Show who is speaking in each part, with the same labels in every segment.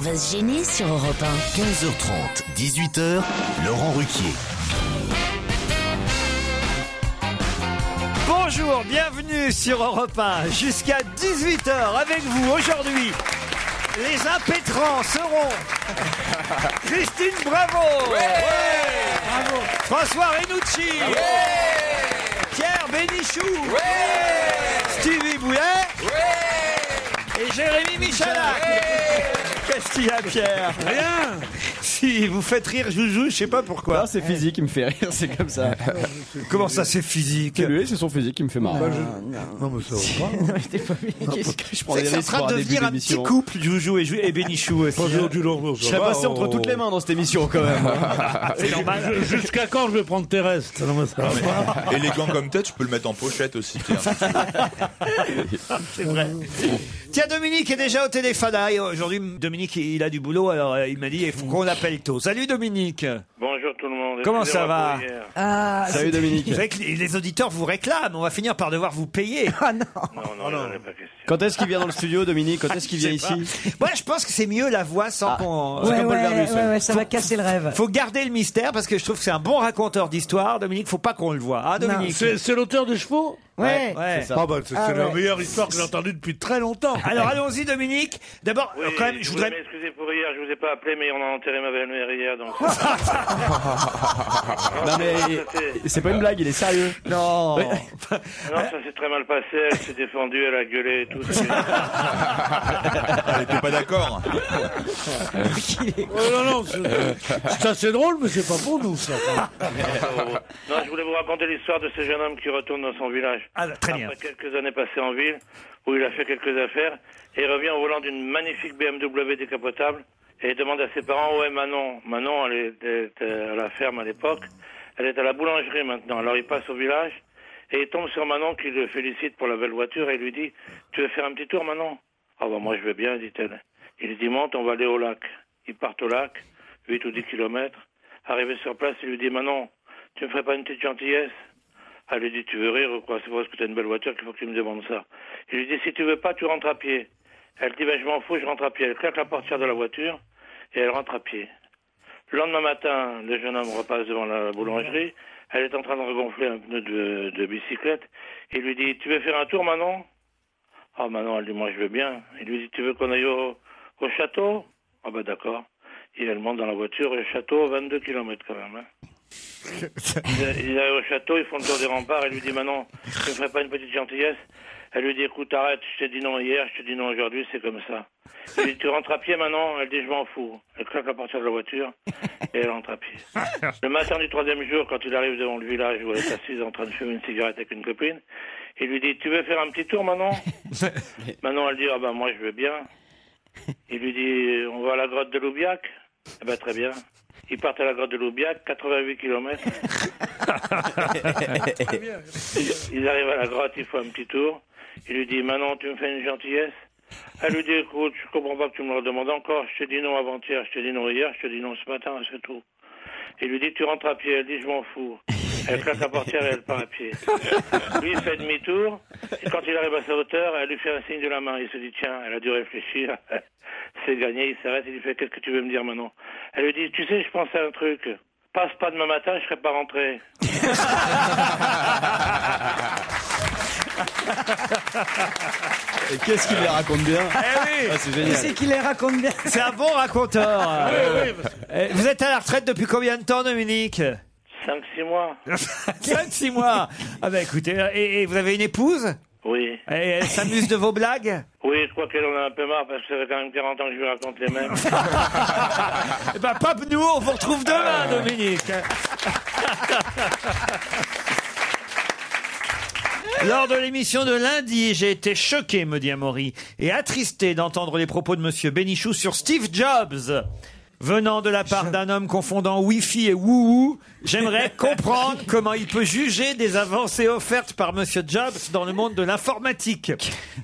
Speaker 1: va se gêner sur Europe 1.
Speaker 2: 15h30, 18h, Laurent Ruquier.
Speaker 3: Bonjour, bienvenue sur Europe 1 jusqu'à 18h avec vous aujourd'hui. Les impétrants seront Christine Bravo, François Renucci, Pierre Bénichou, Stevie Boulet et Jérémy Michalak. Qu'est-ce qu'il y a, Pierre Rien Si, vous faites rire Joujou, je sais pas pourquoi.
Speaker 4: Non, c'est physique, il me fait rire, c'est comme ça.
Speaker 3: Comment ça, c'est physique Bah,
Speaker 4: Lui, c'est son physique qui me fait marrer.
Speaker 5: Non, mais ça va pas.
Speaker 4: Qu'est-ce que je prends
Speaker 3: C'est
Speaker 4: des
Speaker 3: que ça
Speaker 4: risques pour
Speaker 3: sera
Speaker 4: un
Speaker 3: de
Speaker 4: début
Speaker 3: devenir un petit
Speaker 4: d'émission
Speaker 3: couple, Joujou et, Jou- et Bénichou aussi.
Speaker 5: Pas aujourd'hui, Laurent, ça
Speaker 4: Je serais
Speaker 5: va,
Speaker 4: passé entre
Speaker 5: on-
Speaker 4: toutes les mains dans cette émission quand même.
Speaker 3: C'est normal.
Speaker 5: Je- Jusqu'à quand je vais prendre tes restes Non, mais ça va pas.
Speaker 6: Ah, Élégant comme tête, je peux le mettre en pochette aussi. Pierre.
Speaker 3: C'est vrai. Tiens, Dominique est déjà au téléphone. Ah, et Aujourd'hui, Dominique, il a du boulot, alors euh, il m'a dit il faut qu'on l'appelle tôt. Salut Dominique.
Speaker 7: Bonjour tout le monde.
Speaker 3: Comment ça va
Speaker 7: Désolé pour hier.
Speaker 3: Ah,
Speaker 4: Salut Dominique.
Speaker 3: Vous savez que les les auditeurs vous réclament, on va finir par devoir vous payer. Ah,
Speaker 7: Non, non, j'en ai pas question.
Speaker 4: Quand est-ce qu'il vient dans le studio, Dominique Quand est-ce qu'il vient
Speaker 3: Je sais
Speaker 4: ici
Speaker 3: Moi, je pense que c'est mieux la voix sans qu'on.
Speaker 4: C'est
Speaker 8: Ouais,
Speaker 4: comme Paul
Speaker 8: ouais,
Speaker 4: Verluce,
Speaker 8: ouais,
Speaker 4: ouais.
Speaker 8: ouais, ça va casser le rêve.
Speaker 3: Faut garder le mystère parce que je trouve que c'est un bon raconteur d'histoire. Dominique, faut pas qu'on le voit. Ah, Dominique.
Speaker 5: C'est c'est l'auteur des chevaux
Speaker 8: Ouais.
Speaker 3: Ouais.
Speaker 5: Ah, bah, c'est c'est
Speaker 8: Ah,
Speaker 5: la
Speaker 8: ouais.
Speaker 5: meilleure histoire que j'ai entendue depuis très longtemps.
Speaker 3: Alors allons-y, Dominique. D'abord, euh,
Speaker 7: Oui,
Speaker 3: quand même, je voudrais.
Speaker 7: m'excuser pour hier, je vous ai pas appelé, mais on a enterré ma belle-mère hier, donc.
Speaker 4: Non mais
Speaker 7: c'était-
Speaker 4: c'est pas une blague, il est sérieux. Non.
Speaker 7: Non, ça s'est très mal passé, elle s'est défendue, elle a gueulé et tout. c'était-
Speaker 6: Elle était pas d'accord.
Speaker 5: Oh, non, non, c'est c'est assez drôle, mais c'est pas pour nous, ça.
Speaker 7: Non, je voulais vous raconter l'histoire de ce jeune homme qui retourne dans son village.
Speaker 3: Ah, très bien.
Speaker 7: Après quelques années passées en ville, où il a fait quelques affaires, et il revient au volant d'une magnifique BMW décapotable, et il demande à ses parents, ouais Manon, Manon elle était à la ferme à l'époque, elle est à la boulangerie maintenant, alors il passe au village, et il tombe sur Manon qui le félicite pour la belle voiture, et lui dit, tu veux faire un petit tour Manon Ah bah moi je vais bien, dit-elle. Il lui dit, monte, on va aller au lac. Ils partent au lac, 8 ou 10 kilomètres. Arrivé sur place, il lui dit, Manon, tu me ferais pas une petite gentillesse elle lui dit, tu veux rire ou quoi C'est parce que t'as une belle voiture qu'il faut que tu me demandes ça. Il lui dit, si tu veux pas, tu rentres à pied. Elle dit, ben je m'en fous, je rentre à pied. Elle claque la portière de la voiture et elle rentre à pied. Le lendemain matin, le jeune homme repasse devant la boulangerie. Elle est en train de regonfler un pneu de, de bicyclette. Il lui dit, tu veux faire un tour, Manon Ah, Manon, elle dit, moi je veux bien. Il lui dit, tu veux qu'on aille au, au château Ah, ben d'accord. Et elle monte dans la voiture, et le château, 22 kilomètres quand même. hein. Ils ils arrivent au château, ils font le tour des remparts, elle lui dit Manon, tu ne ferais pas une petite gentillesse Elle lui dit écoute, arrête, je t'ai dit non hier, je te dis non aujourd'hui, c'est comme ça. Il lui dit tu rentres à pied maintenant Elle dit je m'en fous. Elle claque la portière de la voiture et elle rentre à pied. Le matin du troisième jour, quand il arrive devant le village où elle est assise en train de fumer une cigarette avec une copine, il lui dit tu veux faire un petit tour Manon Manon elle dit ah ben moi je veux bien. Il lui dit on va à la grotte de Loubiac Eh ben très bien. Ils partent à la grotte de Loubiac, 88 km. Ils arrivent à la grotte, ils font un petit tour. Il lui dit, Manon, tu me fais une gentillesse Elle lui dit, écoute, je comprends pas que tu me le demandes encore. Je t'ai dit non avant-hier, je t'ai dit non hier, je t'ai dit non ce matin, c'est tout. Il lui dit, tu rentres à pied. Elle dit, je m'en fous. Elle claque la portière et elle part à pied. Lui, il fait demi-tour. Et quand il arrive à sa hauteur, elle lui fait un signe de la main. Il se dit, tiens, elle a dû réfléchir. C'est gagné. Il s'arrête. Il lui fait, qu'est-ce que tu veux me dire, Manon Elle lui dit, tu sais, je pense à un truc. Passe pas demain matin, je serai pas rentré.
Speaker 4: Et qu'est-ce qu'il les raconte bien
Speaker 3: Eh oui,
Speaker 4: Ah, C'est
Speaker 8: Tu
Speaker 4: génial.
Speaker 8: sais qu'il les raconte bien.
Speaker 3: c'est un bon raconteur. Eh, Vous êtes à la retraite depuis combien de temps, Dominique
Speaker 7: 5-6 mois.
Speaker 3: 5-6 mois. Ah bah écoutez, et, et vous avez une épouse
Speaker 7: Oui.
Speaker 3: Et elle s'amuse de vos blagues
Speaker 7: Oui, je crois qu'elle en a un peu marre parce que ça fait quand même 40 ans que je lui raconte les mêmes.
Speaker 3: Eh ben, pape nous, on vous retrouve demain, Dominique. Lors de l'émission de lundi, j'ai été choqué, me dit Amaury, et attristé d'entendre les propos de Monsieur Bénichou sur Steve Jobs. venant de la part d'un homme confondant Wi-Fi et Wouhou, j'aimerais comprendre comment il peut juger des avancées offertes par Monsieur Jobs dans le monde de l'informatique.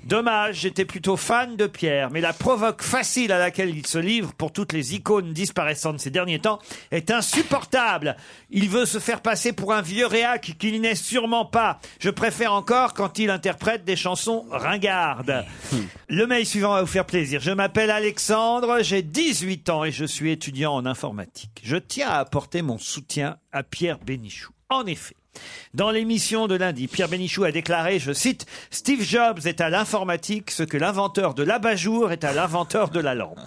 Speaker 3: Dommage, j'étais plutôt fan de Pierre, mais la provoque facile à laquelle il se livre pour toutes les icônes disparaissantes ces derniers temps est insupportable. Il veut se faire passer pour un vieux réac qu'il n'est sûrement pas. Je préfère encore quand il interprète des chansons ringardes. Le mail suivant va vous faire plaisir. Je m'appelle Alexandre, j'ai 18 ans et je suis étudiant en informatique. Je tiens à apporter mon soutien à Pierre Bénichou. En effet, dans l'émission de lundi, Pierre Bénichou a déclaré, je cite, Steve Jobs est à l'informatique ce que l'inventeur de l'abat-jour est à l'inventeur de la lampe.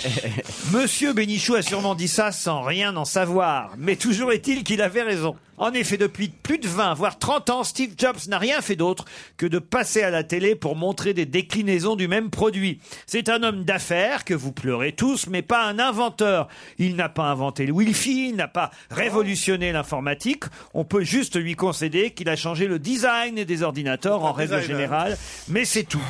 Speaker 3: Monsieur Bénichou a sûrement dit ça sans rien en savoir, mais toujours est-il qu'il avait raison. En effet, depuis plus de 20, voire 30 ans, Steve Jobs n'a rien fait d'autre que de passer à la télé pour montrer des déclinaisons du même produit. C'est un homme d'affaires que vous pleurez tous, mais pas un inventeur. Il n'a pas inventé le Wi-Fi, il n'a pas révolutionné l'informatique. On peut juste lui concéder qu'il a changé le design des ordinateurs en règle
Speaker 5: designer.
Speaker 3: générale, mais c'est tout.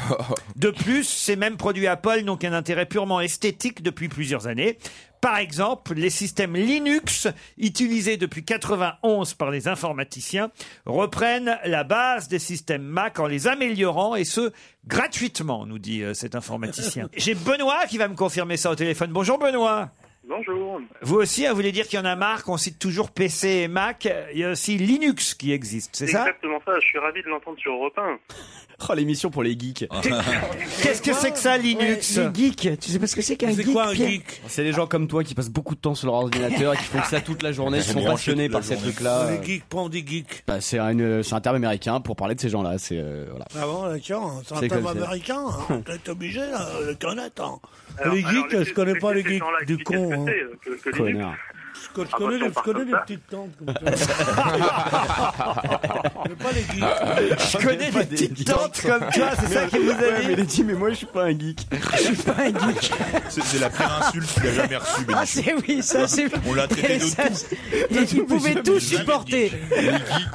Speaker 3: De plus, ces mêmes produits Apple n'ont qu'un intérêt purement esthétique depuis plusieurs années. Par exemple, les systèmes Linux, utilisés depuis 91 par les informaticiens, reprennent la base des systèmes Mac en les améliorant, et ce, gratuitement, nous dit euh, cet informaticien. J'ai Benoît qui va me confirmer ça au téléphone. Bonjour Benoît
Speaker 9: Bonjour.
Speaker 3: Vous aussi, hein, vous voulez dire qu'il y en a marre qu'on cite toujours PC et Mac, il y a aussi Linux qui existe, c'est
Speaker 9: C'est
Speaker 3: ça
Speaker 9: exactement ça. Je suis ravi de l'entendre sur Europe 1.
Speaker 4: Oh, l'émission pour les geeks.
Speaker 3: Qu'est-ce que c'est que ça, Linux
Speaker 8: Les geeks, tu sais pas ce que c'est qu'un
Speaker 5: C'est
Speaker 8: geek,
Speaker 5: quoi un
Speaker 8: Pierre
Speaker 5: geek
Speaker 4: C'est les gens comme toi qui passent beaucoup de temps sur leur ordinateur et qui font que ça toute la journée, qui
Speaker 6: Ils
Speaker 4: sont
Speaker 6: branchent
Speaker 4: passionnés
Speaker 6: toute la
Speaker 4: par ces
Speaker 6: journée.
Speaker 4: trucs-là.
Speaker 5: Les geeks, pas on dit geeks.
Speaker 4: Bah, c'est un, euh, c'est un terme américain pour parler de ces gens-là. C'est euh, voilà.
Speaker 5: Ah bon, d'accord, c'est un
Speaker 4: C'est
Speaker 5: terme
Speaker 4: quoi, c'est
Speaker 5: américain, hein, t'es obligé là, de connaître. hein.
Speaker 9: Alors-
Speaker 5: les geeks,
Speaker 9: alors,
Speaker 5: je connais pas les
Speaker 9: ces
Speaker 5: geeks
Speaker 9: gens-là,
Speaker 5: du
Speaker 9: expliquez ce
Speaker 5: con.
Speaker 9: que
Speaker 5: hein.
Speaker 9: c'est, euh, que- que Linux.
Speaker 4: Connard.
Speaker 5: Je, je connais,
Speaker 9: Attention,
Speaker 5: je
Speaker 9: par
Speaker 5: connais
Speaker 9: contre,
Speaker 5: les
Speaker 9: ça.
Speaker 5: petites tentes comme ça. Mais pas les
Speaker 4: Ah,
Speaker 5: geeks.
Speaker 3: Je connais des petites tentes comme toi, c'est ça qui vous a dit
Speaker 4: mais dit, mais moi je suis pas un geek.
Speaker 6: C'est c'est la pire insulte qu'il a jamais reçue,
Speaker 8: Ah,
Speaker 6: Bénichou.
Speaker 8: c'est oui, ça, c'est.
Speaker 6: On l'a traité de
Speaker 8: Ça,
Speaker 6: tout.
Speaker 8: c'est- Ils pouvaient tout supporter.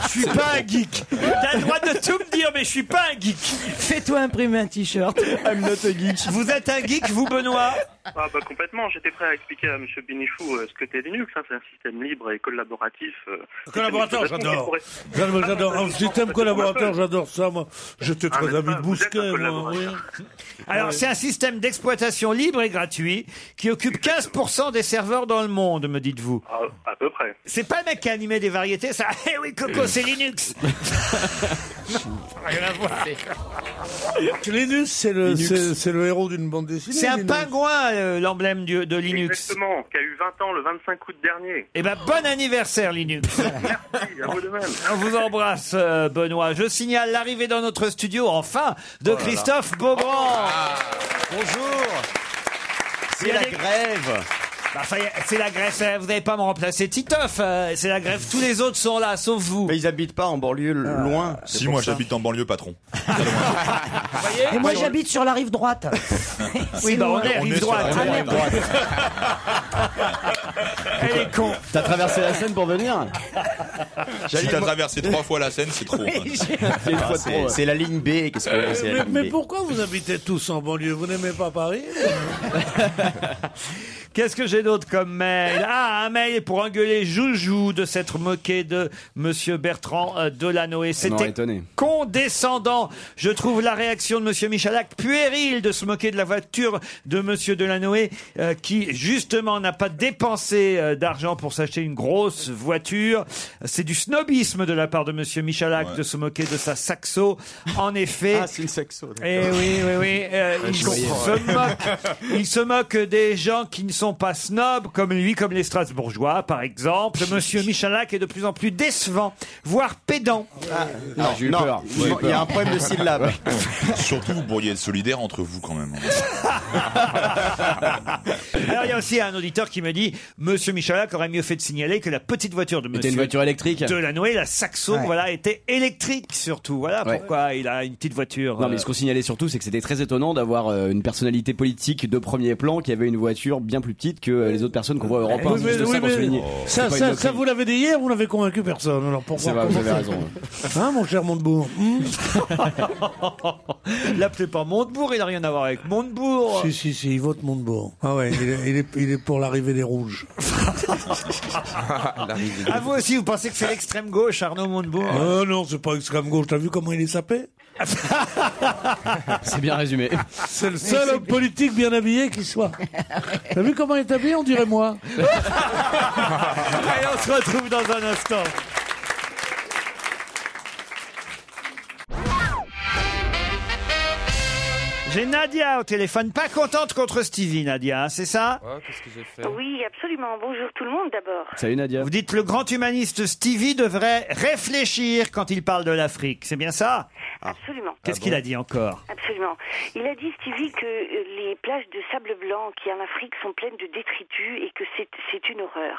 Speaker 3: Je suis pas un geek. T'as le droit de tout me dire, mais je suis pas un geek.
Speaker 8: Fais-toi imprimer un t-shirt.
Speaker 4: I'm not a geek.
Speaker 3: Vous êtes un geek, vous, Benoît
Speaker 9: Ah bah complètement, j'étais prêt à expliquer à M. Bénichou euh, ce que t'es Linux, hein. c'est un système libre et collaboratif. euh,
Speaker 5: Collaborateur,
Speaker 9: et c'est une
Speaker 5: j'adore.
Speaker 9: façon qui pourrait-
Speaker 5: J'adore, j'adore. Ah, En système collaborateur, j'adore ça, moi. J'étais
Speaker 9: Ah,
Speaker 5: très
Speaker 9: mais
Speaker 5: ami de
Speaker 9: ça, vous êtes un
Speaker 5: Bousquet, moi.
Speaker 9: collaborateur.
Speaker 5: oui.
Speaker 3: Alors, c'est un système d'exploitation libre et gratuit qui occupe 15% des serveurs dans le monde, me dites-vous.
Speaker 9: Ah, à peu près.
Speaker 3: C'est pas le mec qui a animé des variétés, ça. Eh oui, Coco, c'est Linux.
Speaker 5: Linus, c'est le, c'est- c'est le héros d'une bande dessinée.
Speaker 3: C'est un
Speaker 5: Linus.
Speaker 3: pingouin, euh, l'emblème du- de Linux.
Speaker 9: Exactement, qui a eu 20 ans le 25 août dernier.
Speaker 3: Eh ben, bon anniversaire, Linux.
Speaker 9: Oui, à vous de même.
Speaker 3: On vous embrasse, euh, Benoît. Je signale l'arrivée dans notre studio, enfin,
Speaker 9: Oh
Speaker 3: de Christophe Beaugrand.
Speaker 9: Ah.
Speaker 4: Bonjour.
Speaker 3: Il y
Speaker 4: C'est
Speaker 3: a
Speaker 4: la
Speaker 3: des-
Speaker 4: grève.
Speaker 3: Bah, enfin, c'est la grève, euh, vous n'allez pas me remplacer Titoff, euh, c'est la grève, tous les autres sont là, sauf vous. Ah,
Speaker 4: Mais ils habitent pas en banlieue loin.
Speaker 6: Si, moi, j'habite en banlieue, patron.
Speaker 8: Et moi, j'habite sur la rive droite.
Speaker 3: Oui, bah, on est
Speaker 6: ah On
Speaker 3: rive
Speaker 6: est sur la
Speaker 3: droite.
Speaker 6: rive
Speaker 3: Elle
Speaker 4: droite.
Speaker 3: est- Elle est con.
Speaker 4: T'as traversé la Seine pour venir
Speaker 6: Si t'as traversé trois fois la Seine, c'est trop. hein. Ah,
Speaker 4: C'est la ligne B. Qu'est-ce que c'est
Speaker 5: Mais, mais pourquoi vous habitez tous en banlieue Vous n'aimez pas Paris
Speaker 3: Qu'est-ce que j'ai d'autre comme mail Ah, un mail pour engueuler Joujou de s'être moqué de Monsieur Bertrand euh, Delanoë.
Speaker 4: m'aurait
Speaker 3: C'était
Speaker 4: étonné.
Speaker 3: condescendant. Je trouve la réaction de Monsieur Michalak puérile de se moquer de la voiture de Monsieur Delanoë euh, qui justement n'a pas dépensé euh, d'argent pour s'acheter une grosse voiture. C'est du snobisme de la part de Monsieur Michalak
Speaker 6: Ouais.
Speaker 3: de se moquer de sa saxo. En effet,
Speaker 4: Ah, c'est une saxo. Ah,
Speaker 3: eh oui, oui, oui. euh, il,
Speaker 4: je voyais.
Speaker 3: se moque, il se moque des gens qui ne sont pas snobs, comme lui, comme les Strasbourgeois, par exemple. Monsieur Michalak est de plus en plus décevant, voire pédant.
Speaker 4: Non, Ah, j'ai eu peur. Il y a un problème de syllabe.
Speaker 6: Surtout, vous pourriez être solidaires entre vous quand même. hein.
Speaker 3: Alors, il y a aussi un auditeur qui me dit Monsieur Michalak aurait mieux fait de signaler que la petite voiture de
Speaker 4: C'était
Speaker 3: Monsieur
Speaker 4: une voiture électrique
Speaker 3: Delanoë, la Saxo,
Speaker 8: Ouais.
Speaker 3: voilà, était électrique surtout. Voilà
Speaker 4: Ouais.
Speaker 3: pourquoi il a une petite voiture. euh,
Speaker 4: Non, mais ce qu'on signalait surtout, c'est que c'était très étonnant d'avoir euh, une personnalité politique de premier plan qui avait une voiture bien plus petite que euh, les autres personnes qu'on voit à Europe
Speaker 5: Eh,
Speaker 4: 1.
Speaker 5: Oui, mais-
Speaker 4: Juste
Speaker 5: oui,
Speaker 4: ça pour
Speaker 5: mais-
Speaker 4: souligner.
Speaker 5: Ça,
Speaker 4: C'est pas une
Speaker 5: ça,
Speaker 4: moquerie.
Speaker 5: ça, vous l'avez dit hier, vous n'avez convaincu personne. Alors pourquoi
Speaker 4: C'est vrai, vous
Speaker 5: comment
Speaker 4: avez
Speaker 5: ça-
Speaker 4: raison.
Speaker 5: Hein, mon cher Montebourg Hmm
Speaker 3: L'appelez pas Montebourg, il n'a rien à voir avec Montebourg.
Speaker 5: Si, si, si, il vote Montebourg. Ah ouais, il est, il est il est pour l'arrivée des rouges.
Speaker 3: Ah, vous aussi, vous pensez que c'est l'extrême gauche, Arnaud Montebourg
Speaker 5: Non, Ah non, c'est pas extrême gauche. T'as vu comment il est sapé
Speaker 10: C'est bien résumé.
Speaker 5: C'est le seul homme politique bien habillé qui soit. T'as vu comment il est habillé On dirait moi.
Speaker 3: Allez, on se retrouve dans un instant. J'ai Nadia au téléphone, pas contente contre Stevie, Nadia, hein, c'est ça
Speaker 11: Qu'est-ce que j'ai fait
Speaker 12: Oui, absolument. Bonjour tout le monde d'abord.
Speaker 10: Salut Nadia.
Speaker 3: Vous dites le grand humaniste Stevie devrait réfléchir quand il parle de l'Afrique, c'est bien ça
Speaker 4: Ah.
Speaker 3: Ah,
Speaker 12: Absolument.
Speaker 3: Qu'est-ce qu'il a dit encore
Speaker 12: Absolument. Il a dit, Stevie, que euh, les plages de sable blanc qui en Afrique sont pleines de détritus et que c'est c'est une horreur.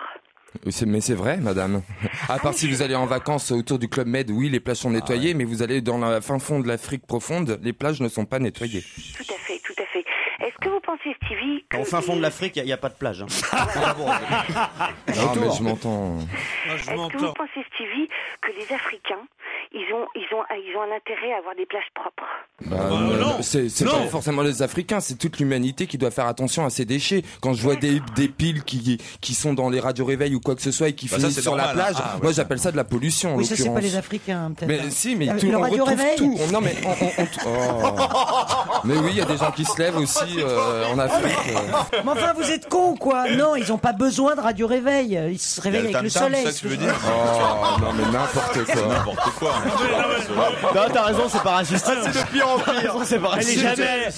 Speaker 11: C'est- Mais c'est vrai, madame. À part si vous allez en vacances autour du Club Med, oui, les plages sont nettoyées, mais vous allez dans la fin fond de l'Afrique profonde, les plages ne sont pas nettoyées.
Speaker 12: Tout à fait, tout à fait. Est-ce que vous pensez, Stevie, que...
Speaker 4: Au fin fond de l'Afrique, il n'y a, pas de plage. hein.
Speaker 11: Non, mais je m'entends.
Speaker 12: Est-ce que vous pensez, Stevie, que les Africains, ils ont, ils ont, ils ont un intérêt à avoir des plages propres
Speaker 11: Bah, non, non, c'est c'est pas forcément les Africains, c'est toute l'humanité qui doit faire attention à ses déchets. Quand je vois des, des piles qui, qui sont dans les radios réveil ou quoi que ce soit et qui
Speaker 6: Bah, ça,
Speaker 11: finissent
Speaker 6: c'est
Speaker 11: sur
Speaker 6: normal,
Speaker 11: la plage,
Speaker 6: ah, ouais.
Speaker 11: moi j'appelle ça de la pollution. en
Speaker 8: Oui, ça, c'est pas
Speaker 11: l'occurrence.
Speaker 8: les Africains, peut-être.
Speaker 11: Mais si, mais
Speaker 8: Euh,
Speaker 11: tout,
Speaker 8: le
Speaker 11: on
Speaker 8: radio
Speaker 11: retrouve
Speaker 8: réveil
Speaker 11: tout. On- non, mais on, on- on- oh. Mais oui, il y a des gens qui se lèvent aussi euh, en Afrique. euh.
Speaker 8: Mais enfin, vous êtes con, quoi. Non, ils ont pas besoin de radio réveil. Ils se
Speaker 6: Il y a
Speaker 8: réveillent
Speaker 6: le
Speaker 8: avec le
Speaker 6: tam-tam, c'est
Speaker 8: soleil.
Speaker 6: ça que tu veux dire
Speaker 11: Oh, non, mais n'importe quoi.
Speaker 6: N'importe quoi. hein.
Speaker 4: Non, t'as raison, c'est pas raciste. Ah, c'est de pire en pire. c'est pas
Speaker 3: Elle est jamais.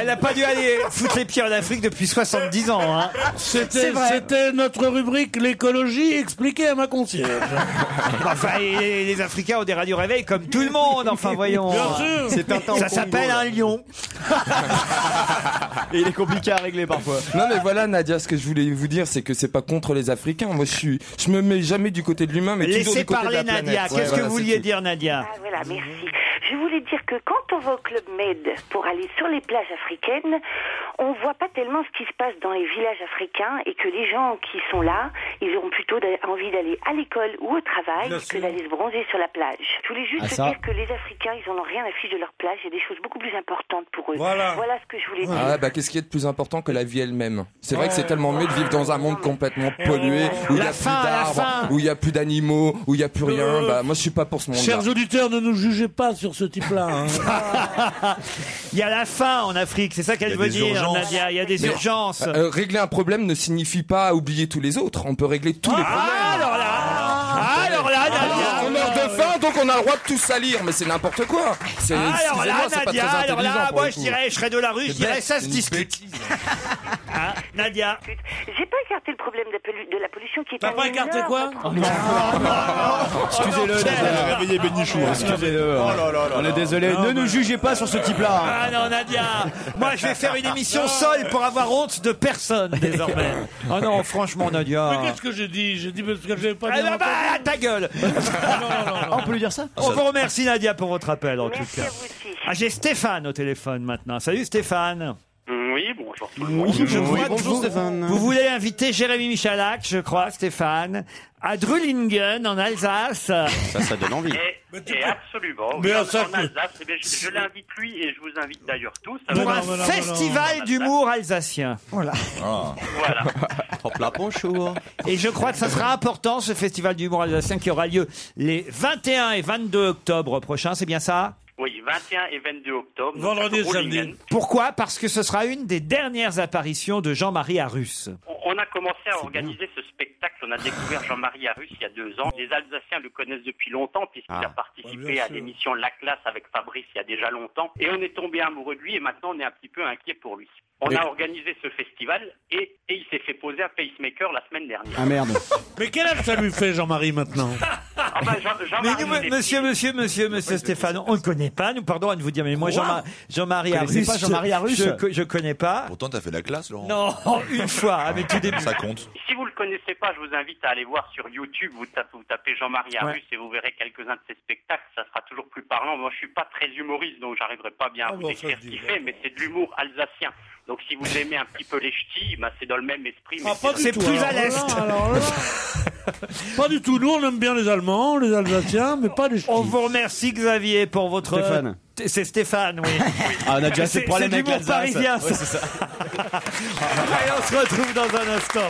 Speaker 3: Elle n'a pas dû aller foutre les pieds en Afrique depuis 70 ans. Hein.
Speaker 8: C'est
Speaker 5: C'était
Speaker 8: vrai.
Speaker 5: c'était notre rubrique l'écologie expliquée à ma concierge.
Speaker 3: Enfin, et les, les Africains ont des radios réveil comme tout le monde. Enfin, voyons.
Speaker 5: Bien sûr.
Speaker 4: C'est un temps
Speaker 3: Ça s'appelle un lion.
Speaker 4: Et il est compliqué à régler parfois.
Speaker 11: Non, mais voilà, Nadia, ce que je voulais vous dire, c'est que c'est pas contre les Africains. Moi, je suis, je me mets jamais du côté de l'humain, mais toujours
Speaker 3: Laissez
Speaker 11: du côté de
Speaker 3: parler
Speaker 11: la planète.
Speaker 3: Nadia.
Speaker 11: Ouais,
Speaker 3: Qu'est-ce
Speaker 11: voilà,
Speaker 3: que vous
Speaker 11: c'est
Speaker 3: vouliez
Speaker 11: tout.
Speaker 3: dire, Nadia
Speaker 12: Ah voilà, merci. Je voulais dire que quand on va au Club Med pour aller sur les plages africaines, on voit pas tellement ce qui se passe dans les villages africains et que les gens qui sont là, ils auront plutôt d'a- envie d'aller à l'école ou au travail que d'aller se bronzer sur la plage. Je voulais juste
Speaker 10: Ah, ça.
Speaker 12: dire que les Africains, ils n'en ont rien à fiche de leur plage, il y a des choses beaucoup plus importantes pour eux.
Speaker 5: Voilà.
Speaker 12: ce que je voulais dire.
Speaker 11: Ah bah qu'est-ce qui est de plus important que la vie elle-même C'est vrai que c'est tellement mieux de vivre dans un monde complètement pollué où il y
Speaker 3: La
Speaker 11: a plus
Speaker 3: faim, la faim.
Speaker 11: d'arbres, où il y a plus d'animaux, où il y a plus rien.
Speaker 5: Euh,
Speaker 11: Bah moi je suis pas pour ce monde-là.
Speaker 5: Chers auditeurs, ne nous jugez pas sur ce type-là. hein.
Speaker 12: Ah,
Speaker 3: Il y a la faim en Afrique. C'est ça
Speaker 6: Il y
Speaker 3: qu'elle
Speaker 6: a
Speaker 3: veut
Speaker 6: des
Speaker 3: dire,
Speaker 6: urgences.
Speaker 3: Nadia. Il y a des
Speaker 11: Mais-
Speaker 3: urgences.
Speaker 11: Euh, régler un problème ne signifie pas oublier tous les autres. On peut régler tous les problèmes.
Speaker 3: Ah, alors là. Ah, alors là,
Speaker 11: on
Speaker 3: Nadia.
Speaker 11: meurt de faim, donc on a le droit de tout salir, mais c'est n'importe quoi. C'est,
Speaker 3: Ah, alors là,
Speaker 11: excusez-moi, c'est pas
Speaker 3: Nadia,
Speaker 11: très
Speaker 3: alors
Speaker 11: intelligent
Speaker 3: là,
Speaker 11: pour
Speaker 3: moi
Speaker 11: le
Speaker 3: je
Speaker 11: coup.
Speaker 3: dirais, je serais de la rue, je
Speaker 11: C'est
Speaker 3: dirais,
Speaker 11: bête,
Speaker 3: ça se
Speaker 11: une
Speaker 3: discute.
Speaker 11: bêtise.
Speaker 3: Hein, Nadia,
Speaker 12: J'ai pas écarté le problème de la pollu- de la pollution qui est
Speaker 5: T'as
Speaker 12: un
Speaker 5: pas écarté
Speaker 12: énorme
Speaker 5: quoi
Speaker 3: Oh,
Speaker 10: Excusez-le,
Speaker 6: Elle a
Speaker 10: Nadia.
Speaker 6: réveillé Bénichou. hein.
Speaker 10: Excusez-le.
Speaker 3: Oh
Speaker 10: On est désolé. ne nous jugez pas sur ce type-là. hein.
Speaker 3: Ah non, Nadia Moi, je vais faire une émission seule pour avoir honte de personne, désormais. Oh non, franchement, Nadia...
Speaker 5: Qu'est-ce que j'ai dit J'ai dit parce que j'avais pas
Speaker 3: Ah
Speaker 5: bien
Speaker 3: bah, bah, à ta gueule
Speaker 5: entendu. Non, non, non, non.
Speaker 10: Ah, on peut lui dire ça
Speaker 3: On vous remercie, Nadia, pour votre appel, en tout
Speaker 12: Merci
Speaker 3: cas.
Speaker 12: à vous aussi.
Speaker 3: Ah, j'ai Stéphane au téléphone maintenant. Salut Stéphane
Speaker 9: Oui, bonjour.
Speaker 3: Je crois que
Speaker 4: bonjour
Speaker 3: vous,
Speaker 4: Stéphane.
Speaker 3: vous voulez inviter Jérémy Michalak, je crois, Stéphane, à Drulingen, en Alsace.
Speaker 4: Ça, ça donne envie.
Speaker 9: Et, et absolument.
Speaker 5: Mais
Speaker 9: oui,
Speaker 5: à ça
Speaker 9: en
Speaker 5: que-
Speaker 9: Eh, Alsace, eh bien, je, je l'invite lui et je vous invite d'ailleurs tous. Ça
Speaker 3: Pour
Speaker 9: va-
Speaker 3: un
Speaker 5: non, mais non, mais
Speaker 3: festival
Speaker 9: non.
Speaker 3: d'humour alsacien.
Speaker 9: Voilà.
Speaker 4: Hop là, bonjour.
Speaker 3: Et je crois que ça sera important, ce festival d'humour alsacien qui aura lieu les 21 et 22 octobre prochains, c'est bien ça
Speaker 9: Oui, 21 et 22 octobre. donc,
Speaker 5: Vendredi et samedi.
Speaker 9: Rollingen.
Speaker 3: Pourquoi Parce que ce sera une des dernières apparitions de Jean-Marie Arus.
Speaker 9: On- On a commencé à organiser ce spectacle. On a découvert Jean-Marie Arus il y a deux ans. Les Alsaciens le connaissent depuis longtemps puisqu'il
Speaker 4: Ah.
Speaker 9: a
Speaker 5: Ouais,
Speaker 9: participé
Speaker 5: bien
Speaker 9: à
Speaker 5: sûr.
Speaker 9: l'émission La Classe avec Fabrice il y a déjà longtemps. Et on est tombé amoureux de lui et maintenant on est un petit peu inquiet pour lui. On
Speaker 11: Mais-
Speaker 9: a organisé ce festival et, et il s'est fait poser à Pacemaker la semaine dernière.
Speaker 10: Ah merde.
Speaker 5: Mais quel âge ça lui fait, Jean-Marie, maintenant
Speaker 9: Ah ben, Jean-
Speaker 3: Mais
Speaker 9: Jean-Marie,
Speaker 3: nous,
Speaker 9: il est-
Speaker 3: monsieur, monsieur, monsieur, monsieur Stéphane, on ne connaît pas, nous pardon à ne vous dire, mais moi, Jean-Ma- Jean-Marie
Speaker 10: Vous connaissez
Speaker 3: Arus,
Speaker 10: pas Jean-Marie Arus
Speaker 3: je, co- je connais pas.
Speaker 6: Pourtant, t'as fait la classe, Laurent.
Speaker 3: Non, une fois, à mes tout débuts.
Speaker 6: Ça compte.
Speaker 9: Si vous le connaissez pas, je vous invite à aller voir sur YouTube. Vous tapez, vous tapez Jean-Marie Arus et vous verrez quelques-uns de ses spectacles. Ça sera toujours plus parlant. Moi, je suis pas très humoriste, donc j'arriverai pas bien à
Speaker 5: Ah
Speaker 9: vous
Speaker 5: bon, ça
Speaker 9: décrire
Speaker 5: se
Speaker 9: ce
Speaker 5: dit,
Speaker 9: qu'il fait, mais c'est de l'humour alsacien. Donc, si vous aimez un petit peu les ch'tis, bah, c'est dans le même esprit. mais
Speaker 5: Ah,
Speaker 9: c'est
Speaker 5: pas du
Speaker 3: C'est
Speaker 5: tout,
Speaker 3: plus
Speaker 5: alors
Speaker 3: à l'est.
Speaker 5: là, alors là. Pas du tout. Nous, on aime bien les Allemands, les Alsaciens, mais pas les
Speaker 3: On
Speaker 5: Ch'tis.
Speaker 3: vous remercie, Xavier, pour votre euh,
Speaker 10: Stéphane.
Speaker 3: C'est Stéphane, oui.
Speaker 4: Ah, on a déjà assez de
Speaker 3: C'est-
Speaker 4: problèmes
Speaker 3: c'est
Speaker 4: avec
Speaker 3: l'humour
Speaker 4: l'Alsace.
Speaker 3: parisien,
Speaker 4: Ouais, c'est ça.
Speaker 3: Allez, on se retrouve dans un instant.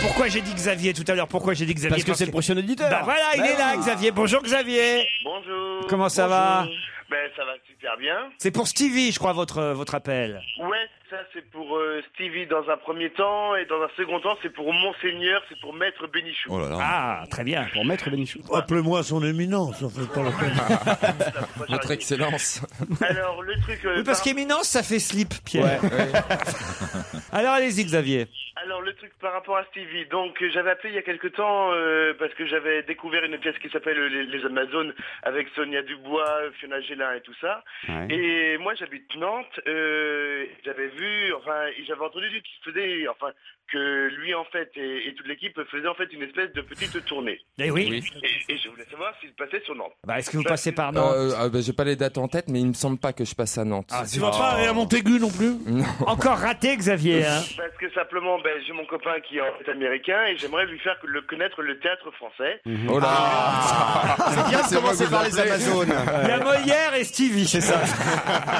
Speaker 3: Pourquoi j'ai dit Xavier tout à l'heure Pourquoi j'ai dit Xavier
Speaker 13: Parce que c'est le prochain auditeur.
Speaker 3: Bah voilà, il
Speaker 13: Bah
Speaker 3: est là,
Speaker 13: oui.
Speaker 3: Xavier. Bonjour, Xavier.
Speaker 10: Bonjour.
Speaker 3: Comment ça
Speaker 10: Bonjour.
Speaker 3: va
Speaker 10: Ben ça va super bien.
Speaker 3: C'est pour Stevie, je crois, votre, votre appel.
Speaker 10: Ouais, ça c'est pour euh, Stevie dans un premier temps et dans un second temps c'est pour Monseigneur, c'est pour Maître Bénichou.
Speaker 13: Oh
Speaker 3: Ah, très bien. Pour Maître Benichou.
Speaker 5: Appelez-moi son éminence, en fait, pour la
Speaker 11: Votre Excellence.
Speaker 10: Alors le truc. euh,
Speaker 3: Oui, parce
Speaker 10: par-
Speaker 3: qu'éminence, ça fait slip, Pierre. Alors allez-y, Xavier.
Speaker 10: Alors le truc par rapport à Stevie, donc euh, j'avais appelé il y a quelque temps euh, parce que j'avais découvert une pièce qui s'appelle euh, Les, Les Amazones avec Sonia Dubois, euh, Fiona Gélin et tout ça.
Speaker 12: Ouais.
Speaker 10: Et moi j'habite Nantes, euh, j'avais vu, enfin et j'avais entendu dire qu'il faisait, enfin que lui en fait et, et toute l'équipe faisaient en fait une espèce de petite tournée.
Speaker 3: Eh oui. Oui.
Speaker 10: Et, et je voulais savoir s'il passait sur Nantes.
Speaker 3: Bah, est-ce que vous passez par
Speaker 11: Euh,
Speaker 3: Nantes
Speaker 11: euh, bah, J'ai pas les dates en tête, mais il me semble pas que je passe à Nantes. Ah.
Speaker 3: Ah, tu vas pas aller à
Speaker 11: Montaigu non plus
Speaker 3: Encore raté, Xavier. hein.
Speaker 10: Parce que simplement, ben, j'ai mon copain qui est en fait américain et j'aimerais lui faire le connaître le théâtre français. Ah.
Speaker 11: Oh là
Speaker 10: C'est bien de
Speaker 11: Ah. C'est moi
Speaker 10: commencer
Speaker 11: que vous
Speaker 10: par les
Speaker 11: appelez.
Speaker 10: Amazones.
Speaker 3: Il y a Molière et Stevie. C'est ça.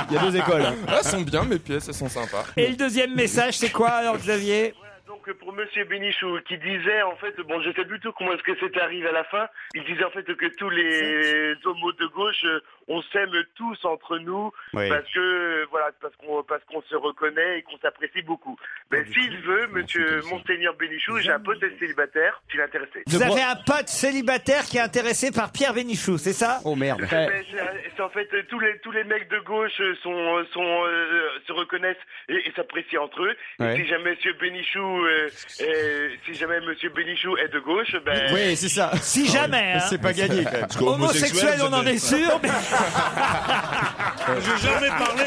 Speaker 11: Il y a deux écoles. Ah, Elles sont bien, mes pièces, elles sont sympas.
Speaker 3: Et le deuxième message, c'est quoi alors, Xavier
Speaker 10: Donc euh, pour Monsieur Bénichou qui disait en fait, bon je sais plutôt comment est-ce que c'était arrivé à la fin, il disait en fait que tous les homos de gauche, euh, on s'aime tous entre nous
Speaker 12: Oui.
Speaker 10: parce que euh, voilà parce qu'on parce qu'on se reconnaît et qu'on s'apprécie beaucoup. Ben s'il veut, Monsieur Monseigneur Bénichou, j'ai un pote célibataire, s'il est intéressé.
Speaker 3: Vous avez un pote célibataire qui est intéressé par Pierre Bénichou, c'est ça
Speaker 13: Oh merde.
Speaker 10: Ben, c'est- c'est en fait euh, tous les tous les mecs de gauche euh, sont euh, sont euh, se reconnaissent et, et s'apprécient entre eux. Et
Speaker 4: Ouais.
Speaker 10: si jamais Monsieur Bénichou, euh, euh, si jamais Monsieur Bénichou est de gauche, ben
Speaker 4: Oui, c'est ça.
Speaker 3: Si jamais. hein.
Speaker 4: C'est pas gagné, quand même.
Speaker 10: Parce
Speaker 3: Homosexuel, on en est sûr. mais-
Speaker 5: J'ai jamais parlé.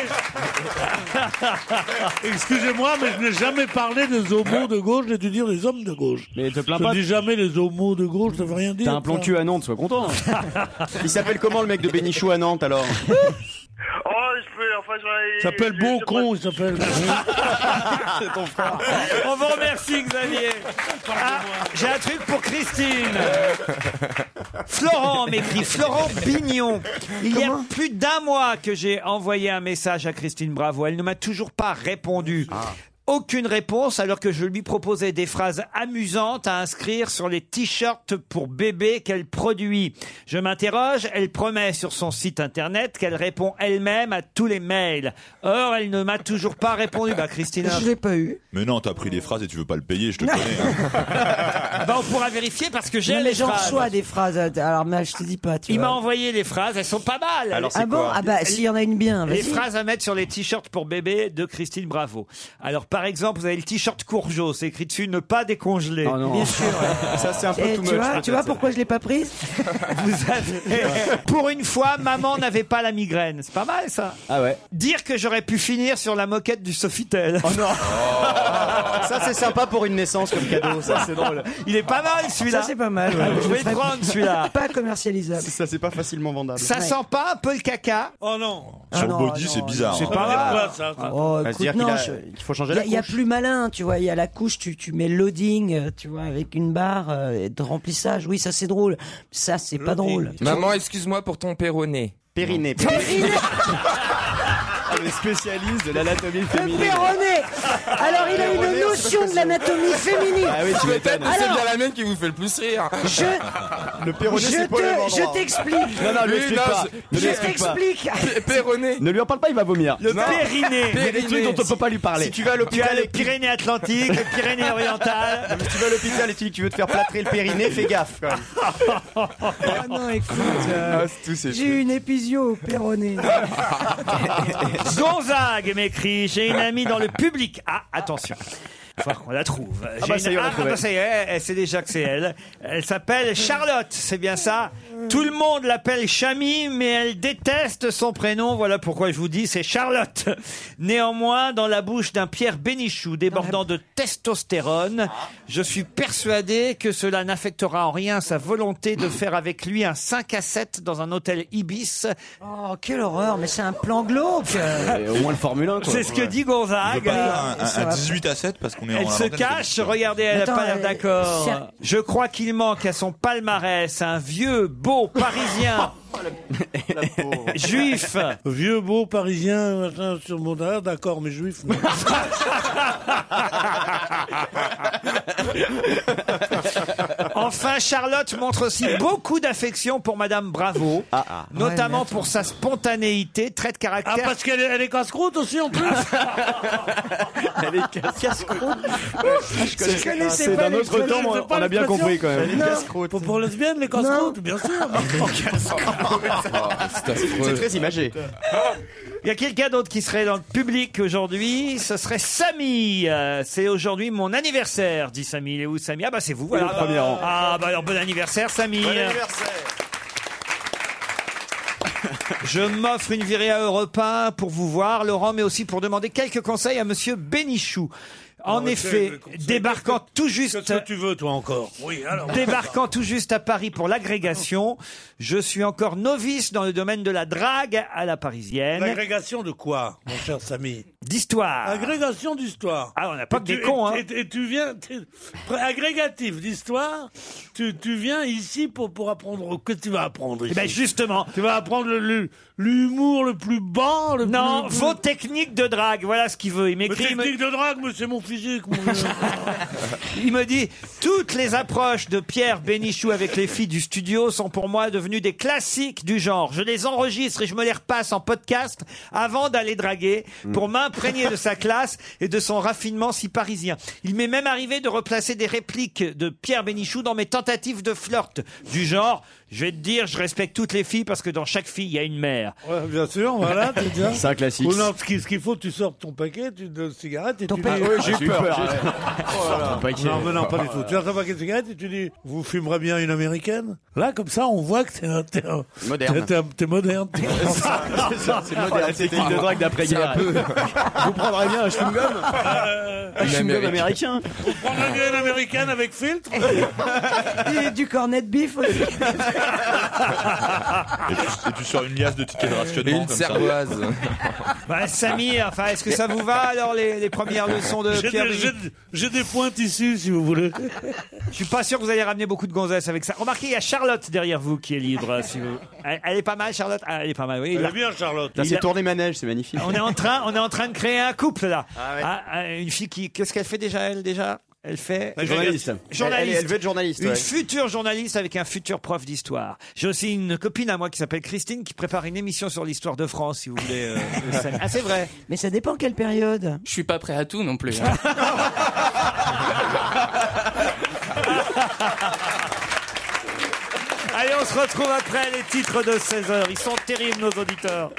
Speaker 5: Excusez-moi, mais je n'ai jamais parlé des homos de gauche, j'ai dû dire des hommes de gauche.
Speaker 13: Mais te plains
Speaker 5: je
Speaker 13: pas.
Speaker 5: dis jamais les homos de gauche, ça veut rien dire.
Speaker 13: T'as un plan
Speaker 5: ça.
Speaker 13: cul à Nantes, sois content. hein.
Speaker 4: hein. Il s'appelle comment le mec de Bénichou à Nantes alors
Speaker 10: Oh, je peux, enfin, je-
Speaker 5: Il s'appelle Beau Con, il s'appelle.
Speaker 3: On vous remercie, Xavier. Ah, J'ai un truc pour Christine. Florent m'écrit, Florent Bignon. Il y a plus d'un mois que j'ai envoyé un message à Christine Bravo. Elle ne m'a toujours pas répondu.
Speaker 8: Ah.
Speaker 3: Aucune réponse alors que je lui proposais des phrases amusantes à inscrire sur les t-shirts pour bébé qu'elle produit. Je m'interroge, elle promet sur son site internet qu'elle répond elle-même à tous les mails. Or, elle ne m'a toujours pas répondu. Bah, Christine,
Speaker 6: Je
Speaker 8: l'ai pas eu.
Speaker 6: Mais non, t'as pris des phrases et tu veux pas le payer, je te connais.
Speaker 3: Bah, on pourra vérifier parce que j'ai
Speaker 8: Non,
Speaker 3: les
Speaker 8: mais j'en
Speaker 3: phrases.
Speaker 8: reçois des phrases. euh, Alors, mais je te dis pas, tu
Speaker 3: Il m'a
Speaker 8: vois.
Speaker 3: envoyé les phrases, elles sont pas mal.
Speaker 8: Ah bon Ah bah, s'il y en a une bien,
Speaker 3: Les
Speaker 8: vas-y.
Speaker 3: phrases à mettre sur les t-shirts pour bébé de Christine Bravo. Alors, par exemple, vous avez le t-shirt Courgeot, c'est écrit dessus ne pas décongeler.
Speaker 4: Oh
Speaker 8: Bien sûr. Et tu vois, tu vois pourquoi je l'ai pas prise
Speaker 3: Vous avez- Pour une fois, maman n'avait pas la migraine. C'est pas mal, ça.
Speaker 13: Ah ouais.
Speaker 3: Dire que j'aurais pu finir sur la moquette du Sofitel. Oh non
Speaker 4: Ça, c'est sympa pour une naissance comme cadeau. Ça, c'est drôle.
Speaker 3: Il est pas mal celui-là.
Speaker 8: Ça, c'est pas mal. ouais.
Speaker 3: Je vais
Speaker 8: le
Speaker 3: le prendre celui-là.
Speaker 8: Pas commercialisable.
Speaker 4: Ça, c'est pas facilement vendable.
Speaker 3: Ça
Speaker 8: Ouais. Ah
Speaker 3: sent pas un peu le caca
Speaker 5: Oh non
Speaker 6: Sur le body, c'est bizarre.
Speaker 3: Ah, C'est
Speaker 6: hein.
Speaker 3: pas mal.
Speaker 8: Oh,
Speaker 4: Bah,
Speaker 8: écoute,
Speaker 4: c'est-à-dire
Speaker 8: non,
Speaker 4: qu'il a-
Speaker 8: je-
Speaker 4: qu'il faut
Speaker 8: y
Speaker 4: changer
Speaker 8: a-
Speaker 4: la
Speaker 8: Il y a
Speaker 4: couche.
Speaker 8: plus malin, tu vois. Il y a la couche, tu, tu mets le loading, euh, tu vois, avec une barre euh, et de remplissage. Oui, ça c'est drôle. Ça c'est pas drôle.
Speaker 11: Maman, excuse-moi pour ton péroné.
Speaker 4: Périnée. Ah, le spécialiste de l'anatomie féminine.
Speaker 8: Perronnet Alors il a une
Speaker 4: Perronnet,
Speaker 8: notion de l'anatomie féminine.
Speaker 4: Ah oui, tu
Speaker 11: Peut-être
Speaker 4: m'étonnes.
Speaker 11: que c'est bien la même qui vous fait le plus rire.
Speaker 4: Je- Le péroné,
Speaker 8: Je
Speaker 4: c'est pas
Speaker 8: te-
Speaker 4: le même
Speaker 8: je
Speaker 4: endroit.
Speaker 8: t'explique.
Speaker 4: Non, non, ne
Speaker 11: Oui,
Speaker 4: lui explique
Speaker 11: non,
Speaker 4: pas.
Speaker 11: c'est-
Speaker 4: Ne lui
Speaker 11: je
Speaker 4: explique pas.
Speaker 8: t'explique.
Speaker 11: Péroné.
Speaker 4: Ne lui en parle pas, il va vomir.
Speaker 3: Le
Speaker 4: Non.
Speaker 3: Pyrénées.
Speaker 4: Il y a des trucs dont on peut pas lui parler.
Speaker 3: Si tu vas à l'hôpital, Tu as le Pyrénées Atlantique, le Pyrénées Oriental.
Speaker 4: Si tu vas à l'hôpital et tu dis que tu veux te faire plâtrer le périnée, fais gaffe quand même.
Speaker 8: Ah non, écoute, euh,
Speaker 4: Ah, c'est tout, c'est
Speaker 8: j'ai eu une épisio au Perronnet.
Speaker 3: Gonzague m'écrit J'ai une amie dans le public. Ah, attention. Faut voir qu'on la trouve. J'ai
Speaker 4: bah,
Speaker 3: une-
Speaker 4: ça y est, on l'a
Speaker 3: ah,
Speaker 4: trouvée.
Speaker 3: bah, ça y est, elle sait déjà que c'est elle. Elle s'appelle Charlotte, c'est bien ça. Tout le monde l'appelle Chami, mais elle déteste son prénom. Voilà pourquoi je vous dis, c'est Charlotte. Néanmoins, dans la bouche d'un Pierre Bénichou débordant de testostérone, je suis persuadé que cela n'affectera en rien sa volonté de faire avec lui un 5 à 7 dans un hôtel Ibis.
Speaker 8: Oh, quelle horreur, mais c'est un plan glauque.
Speaker 3: Euh,
Speaker 13: Et Euh, au moins le Formule 1, quoi.
Speaker 3: C'est ce que
Speaker 13: Ouais.
Speaker 3: dit
Speaker 6: On
Speaker 3: Gonzague.
Speaker 6: peut pas faire un, un- un 18 à 7 parce qu'on est en
Speaker 3: Elle se
Speaker 6: antenne, c'est
Speaker 3: cache,
Speaker 6: difficile.
Speaker 3: regardez, elle n'a
Speaker 6: Attends,
Speaker 3: pas l'air
Speaker 6: euh,
Speaker 3: d'accord.
Speaker 6: c'est-
Speaker 3: Je crois qu'il manque à son palmarès un vieux, beau parisien.
Speaker 13: Oh.
Speaker 3: Juif.
Speaker 5: Vieux, beau, parisien, machin, sur mon... Ah, d'accord, mais juif, non.
Speaker 3: Enfin, Charlotte montre aussi beaucoup d'affection pour Madame Bravo, notamment
Speaker 5: Ouais, mais
Speaker 3: pour sa spontanéité, trait de caractère.
Speaker 5: Ah, parce qu'elle est, elle est casse-croûte aussi, en plus
Speaker 3: Elle est casse-croûte.
Speaker 5: connais-
Speaker 4: Je connaissais c'est pas d'un les- autre je temps, connaissais on- pas on a bien l'expression. compris, quand même. Elle est
Speaker 5: Non.
Speaker 4: casse-croûte.
Speaker 5: Pour, pour lesbiennes, les casse-croûtes, bien sûr.
Speaker 4: Ah, C'est très imagé.
Speaker 3: Il y a quelqu'un d'autre qui serait dans le public aujourd'hui, ce serait Samy. Euh, c'est aujourd'hui mon anniversaire, dit Samy. Il est où Samy Ah bah c'est vous, voilà.
Speaker 4: Le premier
Speaker 3: ah,
Speaker 4: rang.
Speaker 3: bah alors bon anniversaire Samy.
Speaker 4: Bon anniversaire.
Speaker 3: Je m'offre une virée à Europe 1 pour vous voir, Laurent, mais aussi pour demander quelques conseils à Monsieur Bénichou. En
Speaker 5: Ah ouais,
Speaker 3: effet,
Speaker 5: quel conseil.
Speaker 3: débarquant tout juste...
Speaker 5: Qu'est-ce que tu veux, toi, encore Oui, alors...
Speaker 3: Débarquant tout juste à Paris pour l'agrégation, je suis encore novice dans le domaine de la drague à la parisienne.
Speaker 5: L'agrégation de quoi, mon cher Samy
Speaker 3: D'histoire.
Speaker 5: Agrégation d'histoire.
Speaker 3: Ah, on n'a pas que
Speaker 5: Et tu-
Speaker 3: des cons, hein.
Speaker 5: Et, et- et tu viens, t'es- pré- agrégatif d'histoire, tu, tu viens ici pour, pour apprendre. Que tu vas apprendre ici
Speaker 3: ben, justement.
Speaker 5: Tu vas apprendre le- le- l'humour le, plus bas, le
Speaker 3: Non,
Speaker 5: plus.
Speaker 3: vos techniques de drague, voilà ce qu'il veut. Il
Speaker 5: Mais
Speaker 3: m'écrit. il me-
Speaker 5: technique de drague, mais c'est mon physique. mon-
Speaker 3: Il me dit toutes les approches de Pierre Bénichou avec les filles du studio sont pour moi devenues des classiques du genre. Je les enregistre et je me les repasse en podcast avant d'aller draguer pour m'imprégner de sa classe et de son raffinement si parisien. Il m'est même arrivé de replacer des répliques de Pierre Bénichou dans mes tentatives de flirt du genre. Je vais te dire, je respecte toutes les filles parce que dans chaque fille il y a une mère.
Speaker 5: Ouais, bien sûr, voilà, tu dis.
Speaker 3: C'est un classique.
Speaker 5: Oh non, ce qu'il ce qu'il faut, tu sors ton paquet, tu donnes une cigarette et tu dis.
Speaker 4: paquet. Ah ouais, j'ai Ah, eu j'ai eu peur, peur, ouais. ouais.
Speaker 5: Oh là là.
Speaker 4: Sors ton paquet.
Speaker 5: Non, mais non, pas du tout. Tu sors ton paquet de cigarettes et tu dis Vous fumerez bien une américaine Là, comme ça, on voit que t'es un- t'es un-
Speaker 4: Moderne.
Speaker 5: T'es un- t'es moderne. t'es-
Speaker 4: Ah, C'est moderne. C'est une de drague d'après-guerre. Vous prendrez bien un chewing-gum Un chewing-gum américain
Speaker 5: Prendre une américaine avec filtre
Speaker 8: Et du cornet de bif aussi.
Speaker 6: Et tu, et tu sors une liasse de tickets de rationnement.
Speaker 11: Une
Speaker 6: comme ça.
Speaker 11: cervoise.
Speaker 3: Bah, Samy, enfin, est-ce que ça vous va alors les, les premières leçons de
Speaker 5: J'ai
Speaker 3: Pierre
Speaker 5: des-
Speaker 3: Bénichou
Speaker 5: j'ai- J'ai des pointes ici, si vous voulez.
Speaker 3: Je suis pas sûr que vous allez ramener beaucoup de gonzesses avec ça. Remarquez, il y a Charlotte derrière vous qui est libre. hein, Si vous... elle, elle est pas mal, Charlotte. Ah, elle est pas mal. Oui,
Speaker 5: Elle
Speaker 3: là.
Speaker 5: est bien, Charlotte.
Speaker 14: Là,
Speaker 3: Il
Speaker 14: c'est
Speaker 3: a-
Speaker 14: tourner manège, c'est magnifique.
Speaker 3: On est en train, on est en train de créer un couple là.
Speaker 14: Ah ouais.
Speaker 3: Ah, ah, une fille qui, qu'est-ce qu'elle fait déjà elle déjà Elle fait
Speaker 14: Elle est journaliste.
Speaker 3: Journaliste.
Speaker 14: Elle- elle est élevée de journaliste,
Speaker 3: Une
Speaker 14: ouais.
Speaker 3: future journaliste avec un futur prof d'histoire. J'ai aussi une copine à moi qui s'appelle Christine qui prépare une émission sur l'histoire de France, si vous voulez. euh, le samedi. ah, c'est vrai.
Speaker 8: Mais ça dépend quelle période.
Speaker 15: Je suis pas prêt à tout non plus. hein.
Speaker 3: Allez, on se retrouve après les titres de 16 h Ils sont terribles nos auditeurs.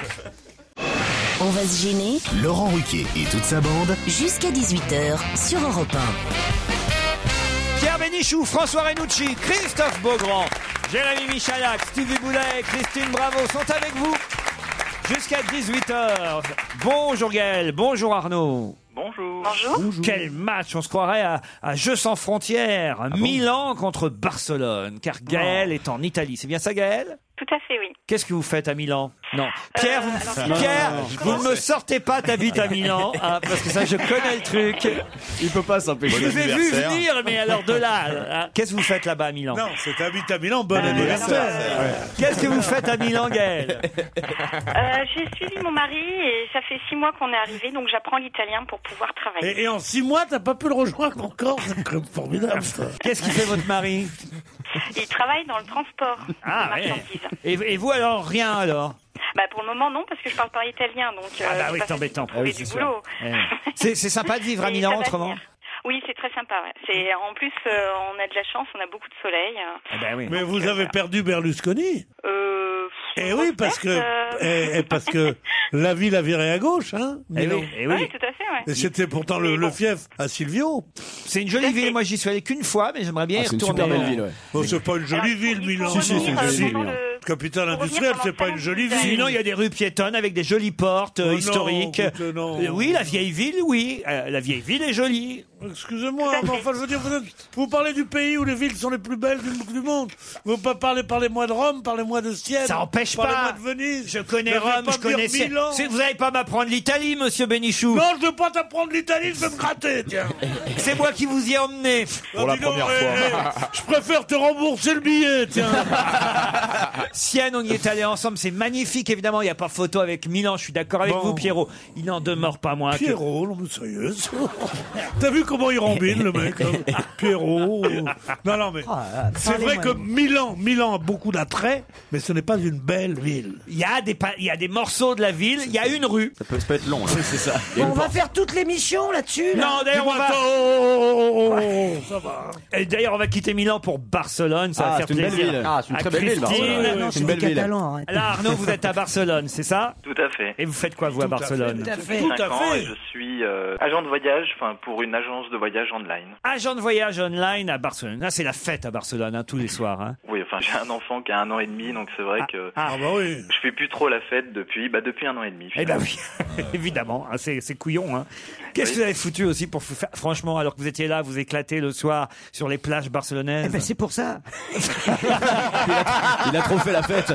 Speaker 2: On va se gêner
Speaker 16: Laurent Ruquier et toute sa bande.
Speaker 2: jusqu'à 18h sur Europe
Speaker 3: Pierre Bénichou, François Renucci, Christophe Beaugrand, Jérémy Michalak, Stevie Boulet, Christine Bravo sont avec vous jusqu'à 18h. Bonjour Gaël, bonjour Arnaud.
Speaker 17: Bonjour.
Speaker 3: Quel match On se croirait à, à Jeux sans frontières,
Speaker 18: Ah
Speaker 3: Milan contre Barcelone, car
Speaker 18: Oh.
Speaker 3: Gaël est en Italie. C'est bien ça Gaël
Speaker 18: Tout à fait, oui.
Speaker 3: Qu'est-ce que vous faites à Milan Non. Pierre, vous,
Speaker 18: alors-
Speaker 3: Pierre,
Speaker 18: Non, non, non,
Speaker 14: je
Speaker 3: vous ne me sortez pas, t'habites à Milan, hein, parce que ça, je connais le truc.
Speaker 14: Il peut pas s'empêcher.
Speaker 3: Je vous ai vu venir, mais alors de là, hein, qu'est-ce que vous faites là-bas à Milan Ah,
Speaker 5: Non, c'est habite à Milan, bon anniversaire.
Speaker 3: Qu'est-ce que vous faites à Milan, Gaël
Speaker 18: Euh, J'ai suivi mon mari et ça fait six mois qu'on est arrivé, donc j'apprends l'italien pour pouvoir travailler.
Speaker 5: Et, et en six mois, t'as pas pu le rejoindre encore C'est quand même formidable, ça.
Speaker 3: Qu'est-ce qui fait votre mari
Speaker 18: Il travaille dans le transport
Speaker 3: Ah,
Speaker 18: de
Speaker 3: ouais.
Speaker 18: marchandises.
Speaker 3: et, et vous alors rien alors
Speaker 18: Bah, pour le moment, non, parce que je parle pas italien, donc euh,
Speaker 3: Ah bah
Speaker 18: c'est
Speaker 3: oui,
Speaker 18: pas
Speaker 3: c'est embêtant.
Speaker 18: facile de trouver du boulot.
Speaker 3: Eh. C'est c'est sympa de vivre à
Speaker 18: Et
Speaker 3: Milan
Speaker 18: ça va
Speaker 3: autrement
Speaker 18: venir. Oui, c'est très sympa. ouais. C'est En plus, euh, on a de la chance, on a beaucoup de soleil.
Speaker 3: Eh ben oui.
Speaker 5: Mais vous avez perdu Berlusconi
Speaker 18: Euh,
Speaker 5: Eh oui, parce que,
Speaker 18: euh,
Speaker 5: eh, eh, parce que la ville a viré à gauche, hein
Speaker 3: Eh
Speaker 5: Milan.
Speaker 18: Ouais, tout à fait, ouais.
Speaker 5: Et c'était pourtant le, le fief à Silvio.
Speaker 3: C'est une jolie ville, moi j'y suis allé qu'une fois, mais j'aimerais bien
Speaker 5: Ah,
Speaker 3: y
Speaker 5: c'est une
Speaker 3: retourner.
Speaker 5: super belle ville, ouais. Bon, c'est pas une jolie ville, Milan.
Speaker 18: Si, si, c'est une jolie ville.
Speaker 5: que putain, l'industriel, c'est pas une jolie ville.
Speaker 3: Sinon, il y a des rues piétonnes avec des jolies portes euh,
Speaker 5: Oh non,
Speaker 3: historiques.
Speaker 5: écoute, non.
Speaker 3: Euh, Oui, la vieille ville, oui. Euh, la vieille ville est jolie.
Speaker 5: Excusez-moi, mais enfin, je veux dire, vous, êtes- vous parlez du pays où les villes sont les plus belles du, du monde. Vous pas parlez, parlez-moi de Rome, parlez-moi de Sienne.
Speaker 3: Ça empêche
Speaker 5: Parlez-moi
Speaker 3: pas.
Speaker 5: de Venise.
Speaker 3: Je connais Rome, je connais. C'est-
Speaker 5: Milan.
Speaker 3: c'est- Vous n'allez pas m'apprendre l'Italie, monsieur Bénichou.
Speaker 5: Non, je veux pas t'apprendre l'Italie, je vais me gratter, tiens. Ah,
Speaker 3: C'est moi qui vous y ai emmené.
Speaker 5: Pour la première fois. eh, Je préfère te rembourser le billet, tiens.
Speaker 3: Sienne, on y est allé ensemble, c'est magnifique évidemment, il n'y a pas photo avec Milan, je suis d'accord avec vous Pierrot. Il n'en demeure pas
Speaker 5: Ah,
Speaker 3: moins. que-
Speaker 5: Pierrot, non mais sérieux. T'as vu comment il rembine le mec hein Pierrot. euh. Non, non, mais c'est vrai que Milan, Milan a beaucoup d'attraits, mais ce n'est pas une belle ville.
Speaker 3: Il y, a des pa- il y a des morceaux de la ville, il y a une rue.
Speaker 8: Ça peut se être long, c'est ça.
Speaker 19: Bon, on va faire toute l'émission là-dessus. là.
Speaker 3: Non, d'ailleurs on, va...
Speaker 5: oh, Ça va.
Speaker 3: Et d'ailleurs, on va quitter Milan pour Barcelone, ça
Speaker 8: Ah,
Speaker 3: va faire
Speaker 8: c'est une belle
Speaker 3: plaisir.
Speaker 8: ville. Ah, c'est une
Speaker 3: à
Speaker 8: très belle ville,
Speaker 3: Christine.
Speaker 8: Barcelone. Ouais, ouais, C'est une belle ville. Catalan, hein. arrête.
Speaker 3: Là Arnaud, vous êtes à Barcelone, c'est ça
Speaker 7: Tout à fait.
Speaker 3: Et vous faites quoi vous à Barcelone
Speaker 7: Tout à fait. Je suis euh, agent de voyage, enfin pour une agence de voyage online.
Speaker 3: Agent de voyage online à Barcelone. Là, c'est la fête à Barcelone, hein, tous les soirs. hein.
Speaker 7: Oui, enfin j'ai un enfant qui a un an et demi, donc c'est vrai que je fais plus trop la fête depuis, bah depuis un an et demi.
Speaker 3: Eh ben oui, évidemment, hein, c'est c'est couillon. hein. Qu'est-ce que vous avez foutu aussi pour vous faire- franchement, alors que vous étiez là, vous éclatez le soir sur les plages barcelonaises.
Speaker 19: c'est pour ça.
Speaker 3: Il a trop fait la fête.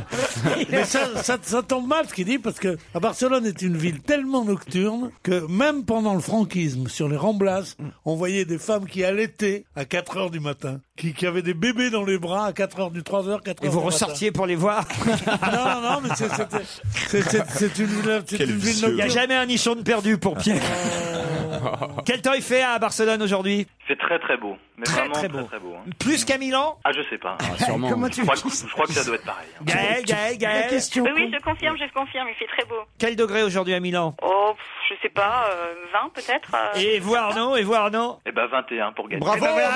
Speaker 5: Mais ça, ça, ça tombe mal ce qu'il dit parce que à Barcelone est une ville tellement nocturne que même pendant le franquisme, sur les Ramblas, on voyait des femmes qui allaitaient à 4 heures du matin, qui, qui avaient des bébés dans les bras à 4 heures du 3 heures, 4 heures.
Speaker 3: Et vous ressortiez pour les voir
Speaker 5: Ah Non, non, mais c'est- c'était- c'est- c'est c'est une ville, c'est une ville
Speaker 3: Il n'y a
Speaker 5: nocturne. Euh.
Speaker 3: jamais un nichon de perdu pour Pierre.
Speaker 7: ben,
Speaker 3: Quel temps il fait à Barcelone aujourd'hui
Speaker 7: C'est très très beau, mais
Speaker 3: Très,
Speaker 7: vraiment
Speaker 3: très
Speaker 7: très
Speaker 3: beau.
Speaker 7: très, beau. hein.
Speaker 3: Plus qu'à Milan
Speaker 7: Ah je sais pas.
Speaker 3: sûrement.
Speaker 4: hein.
Speaker 3: Comment
Speaker 7: je, crois que, je crois que ça doit être pareil. hein.
Speaker 3: Gaël, Gaël, Gaël.
Speaker 18: Oui, oui, je confirme, je confirme, il fait très beau.
Speaker 3: Quel degré aujourd'hui à Milan
Speaker 18: Oh, pff, je sais pas, euh, 20 peut-être euh.
Speaker 3: Et vous Arnaud Et vous Arnaud
Speaker 7: Eh ben 21 pour gagner.
Speaker 3: Eh ben voilà,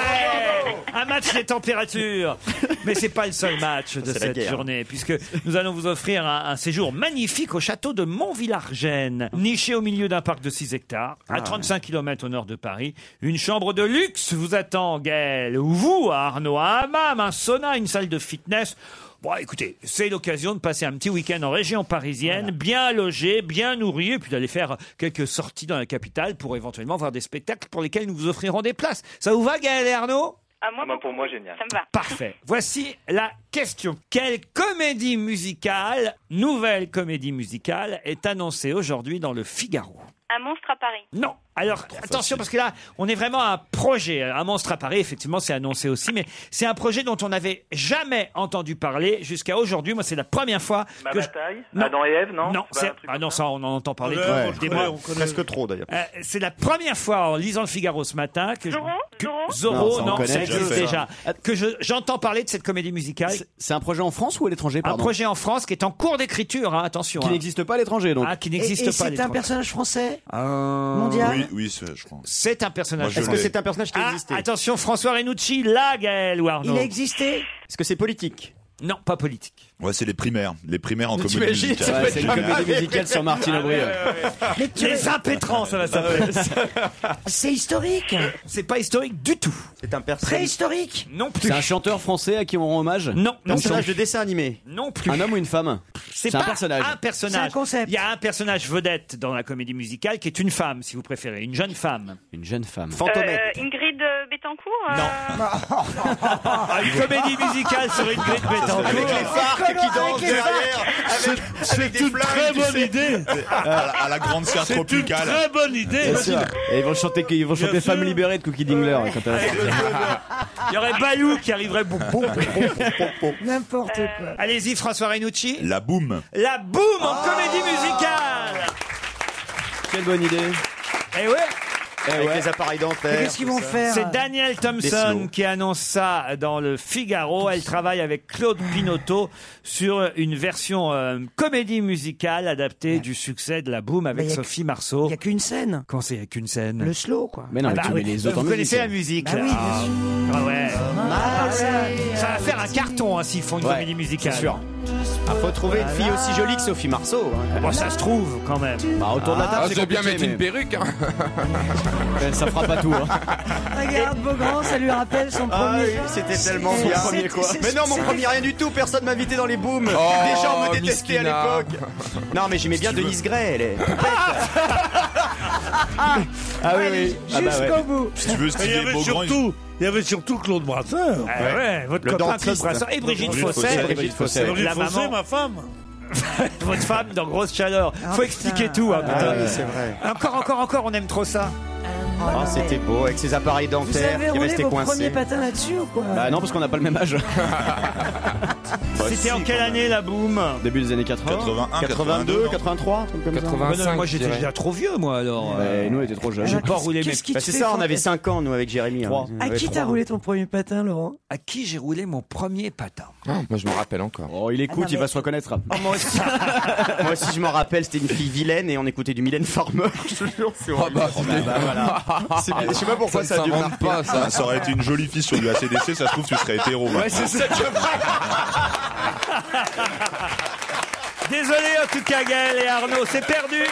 Speaker 3: Un match des températures. Mais c'est pas le seul match de
Speaker 7: C'est la
Speaker 3: cette
Speaker 7: guerre.
Speaker 3: journée, puisque nous allons vous offrir un, un séjour magnifique au château de Montvillargennes, niché au milieu d'un parc de 6 hectares, à
Speaker 8: Ah,
Speaker 3: 35 km au nord de Paris. Une chambre de luxe vous attend, Gaël, ou vous, Arnaud, un hammam, un sauna, une salle de fitness. Bon, écoutez, c'est l'occasion de passer un petit week-end en région parisienne, bien logé, bien nourri, et puis d'aller faire quelques sorties dans la capitale pour éventuellement voir des spectacles pour lesquels nous vous offrirons des places. Ça vous va, Gaël et Arnaud
Speaker 7: Ah, bah, pour moi génial.
Speaker 3: Parfait. Voici la question. Quelle comédie musicale, nouvelle comédie musicale, est annoncée aujourd'hui dans le Figaro
Speaker 18: Un monstre à Paris.
Speaker 3: Non. Alors, attention, parce que là, on est vraiment à un projet. hein. Un monstre à Paris, effectivement, c'est annoncé aussi, mais c'est un projet dont on n'avait jamais entendu parler jusqu'à aujourd'hui. Moi, c'est la première fois
Speaker 7: Ma
Speaker 3: que je-
Speaker 7: bataille
Speaker 3: Non.
Speaker 7: Adam et Ève, non
Speaker 3: Non, c'est- ah non, ça, on en entend parler
Speaker 7: Ouais,
Speaker 3: depuis
Speaker 7: on
Speaker 3: des
Speaker 7: connaît,
Speaker 3: mois.
Speaker 7: on connaît. Presque
Speaker 8: trop, d'ailleurs.
Speaker 3: Euh, c'est la première fois en lisant le Figaro ce matin que Zorro, je... que-
Speaker 8: Non,
Speaker 3: Zorro,
Speaker 8: ça, on
Speaker 3: non,
Speaker 8: connaît,
Speaker 3: ça existe
Speaker 8: déjà fait.
Speaker 3: déjà. Que je- j'entends parler de cette comédie musicale.
Speaker 4: C'est un projet en France ou à l'étranger
Speaker 3: Un
Speaker 4: pardon
Speaker 3: projet en France qui est en cours d'écriture, hein, attention.
Speaker 4: Qui
Speaker 3: hein.
Speaker 4: n'existe pas à l'étranger donc.
Speaker 3: Ah, qui
Speaker 19: Et,
Speaker 3: n'existe
Speaker 19: et
Speaker 3: pas. à
Speaker 19: c'est un
Speaker 3: l'étranger.
Speaker 19: personnage français.
Speaker 4: mondial
Speaker 6: Oui, oui, c'est- je crois.
Speaker 3: C'est un personnage.
Speaker 4: Moi, je Est-ce que l'ai. c'est un personnage qui
Speaker 3: Ah,
Speaker 4: existait
Speaker 3: Attention, François Renucci, là, Gaël ou Arnaud.
Speaker 19: Il a existé.
Speaker 4: Est-ce que c'est politique
Speaker 3: Non, pas politique.
Speaker 6: Ouais, c'est les primaires. Les primaires en
Speaker 4: Mais
Speaker 6: comédie
Speaker 4: t'imagines,
Speaker 6: musicale.
Speaker 4: ça peut Ouais, être c'est une pas comédie mal. musicale sur
Speaker 3: Ah,
Speaker 4: Martine Aubry. Ah,
Speaker 3: Les impétrants, ça va s'appeler.
Speaker 19: C'est historique.
Speaker 3: C'est pas historique du tout.
Speaker 4: C'est un personnage.
Speaker 19: Préhistorique.
Speaker 3: Non plus.
Speaker 4: C'est un chanteur français à qui on rend hommage
Speaker 3: Non, non.
Speaker 4: Personnage de dessin animé
Speaker 3: Non plus.
Speaker 4: Un homme ou une femme
Speaker 3: C'est
Speaker 4: un
Speaker 3: pas
Speaker 4: personnage.
Speaker 3: Un personnage. Il y a un personnage vedette dans la comédie musicale qui est une femme, si vous préférez, une jeune femme.
Speaker 4: Une jeune femme.
Speaker 18: Euh, Ingrid euh, Betancourt Non.
Speaker 3: Ah, une comédie musicale sur une grille de pétanque.
Speaker 8: Avec les farces qui dansent derrière.
Speaker 6: C'est une
Speaker 8: très bonne
Speaker 5: idée.
Speaker 6: À la, à la grande serre
Speaker 8: C'est une
Speaker 6: tropicale. Bah,
Speaker 5: très bonne idée.
Speaker 4: Bien sûr. Et ils vont chanter, ils vont chanter Femme libérée de Cookie Dingler quand elle va sortir.
Speaker 3: Il y aurait Balou qui arriverait. Bon, bon, bon, bon, bon.
Speaker 19: N'importe quoi.
Speaker 3: Euh, Allez-y, François Renucci.
Speaker 6: La boum.
Speaker 3: La boum en comédie musicale.
Speaker 4: Quelle bonne idée.
Speaker 3: Eh ouais.
Speaker 8: Avec les appareils dentaires. tout ça.
Speaker 3: C'est Daniel
Speaker 8: Des
Speaker 3: Thompson
Speaker 8: slow.
Speaker 3: qui annonce ça dans le Figaro. Elle travaille avec Claude
Speaker 4: Ah.
Speaker 3: Pinotto sur une version euh, comédie musicale adaptée du succès de La Boom
Speaker 19: Mais
Speaker 3: avec
Speaker 19: y a
Speaker 3: Sophie Marceau. Il n'y a
Speaker 19: qu'une scène.
Speaker 3: Comment c'est, il n'y a qu'une scène Ah bah
Speaker 19: Le slow, quoi. Bah
Speaker 4: Mais non, mais tu mets les autres
Speaker 3: Vous
Speaker 4: en
Speaker 3: connaissez la musique
Speaker 4: musique.
Speaker 3: là.
Speaker 8: Ah,
Speaker 3: Ah ouais. Ah Ça va faire un carton hein, s'ils font une
Speaker 4: Ouais,
Speaker 3: comédie musicale.
Speaker 4: c'est sûr.
Speaker 20: Ah, faut trouver une fille aussi jolie que Sophie Marceau. hein.
Speaker 3: Bon, ça se trouve quand même.
Speaker 20: Bah, autour de la table,
Speaker 11: Ah,
Speaker 20: c'est
Speaker 11: je veux bien
Speaker 20: compliqué,
Speaker 11: mettre une
Speaker 20: mais-
Speaker 11: perruque. hein.
Speaker 20: Ouais, Ça fera pas tout. hein.
Speaker 8: Regarde Beaugrand, Oh, ça lui rappelle son
Speaker 20: Ah
Speaker 8: premier.
Speaker 20: oui, c'était tellement
Speaker 8: C'est-
Speaker 20: bien.
Speaker 8: c'est- c'est-
Speaker 20: Mais non, mon
Speaker 8: c'est-
Speaker 20: premier rien du tout. Personne m'invitait dans les booms.
Speaker 11: Oh,
Speaker 20: Des gens me détestaient
Speaker 11: Miskina.
Speaker 20: à l'époque. Non, mais j'aimais bien Denise Gray. Elle est.
Speaker 5: Ah
Speaker 20: oui, oui. Ah bah ouais.
Speaker 5: Si tu veux,
Speaker 20: Stevie
Speaker 5: il y avait
Speaker 20: Beaugrand,
Speaker 5: surtout, il y avait surtout Claude Brasseur.
Speaker 3: Ah ouais, votre copain Claude Brasseur et Brigitte Fosset.
Speaker 5: Brigitte Fosset,
Speaker 3: Brigitte
Speaker 5: La
Speaker 3: Fosset,
Speaker 5: maman, ma femme.
Speaker 3: Votre femme dans Grosse Chaleur. Faut expliquer tout. hein,
Speaker 20: Ah
Speaker 3: putain.
Speaker 20: oui, c'est vrai.
Speaker 3: Encore, encore, encore, on aime trop ça.
Speaker 20: Ah, c'était beau avec ses appareils
Speaker 8: Vous
Speaker 20: dentaires
Speaker 8: avez
Speaker 20: qui
Speaker 8: roulé
Speaker 20: restaient
Speaker 8: vos premiers
Speaker 20: coincés.
Speaker 8: patins là-dessus ou quoi
Speaker 4: Bah non, parce qu'on n'a pas le même âge.
Speaker 20: Bah
Speaker 3: C'était en quelle année la boum
Speaker 4: Début des années 80
Speaker 6: 81,
Speaker 4: 82, 83, un truc comme ça.
Speaker 3: Bah non, Moi j'étais déjà trop vieux, moi alors.
Speaker 4: Ouais, nous, on était trop jeunes.
Speaker 3: J'ai pas roulé mes
Speaker 8: Qu'est-ce qui te
Speaker 20: Bah, c'est
Speaker 8: fait
Speaker 20: ça, on
Speaker 8: fantasmer
Speaker 20: avait 5 ans, nous, avec Jérémy. hein.
Speaker 8: À
Speaker 20: Ouais,
Speaker 8: qui
Speaker 20: trois.
Speaker 8: t'as roulé ton premier patin, Laurent
Speaker 3: À qui j'ai roulé mon premier patin
Speaker 11: Ah, Moi, je me rappelle encore.
Speaker 20: Oh, il écoute,
Speaker 8: Ah, non, mais-
Speaker 20: il va se reconnaître.
Speaker 3: bah Oh, moi aussi.
Speaker 20: Moi aussi, je m'en rappelle, c'était une fille vilaine et on écoutait du Mylène Farmer. Je te jure, c'est
Speaker 4: Ah,
Speaker 20: horrible.
Speaker 11: bah, putain.
Speaker 20: bah, voilà. C'est bien. Je sais pas pourquoi ça,
Speaker 11: ne
Speaker 20: a dû me
Speaker 11: s'invente
Speaker 20: marquer. Ah,
Speaker 11: pas, ça.
Speaker 6: Ça aurait été une jolie fille sur du ACDC, ça se trouve, tu serais hétéro. maintenant.
Speaker 3: ça que Désolé en tout cas Gaël et Arnaud, c'est perdu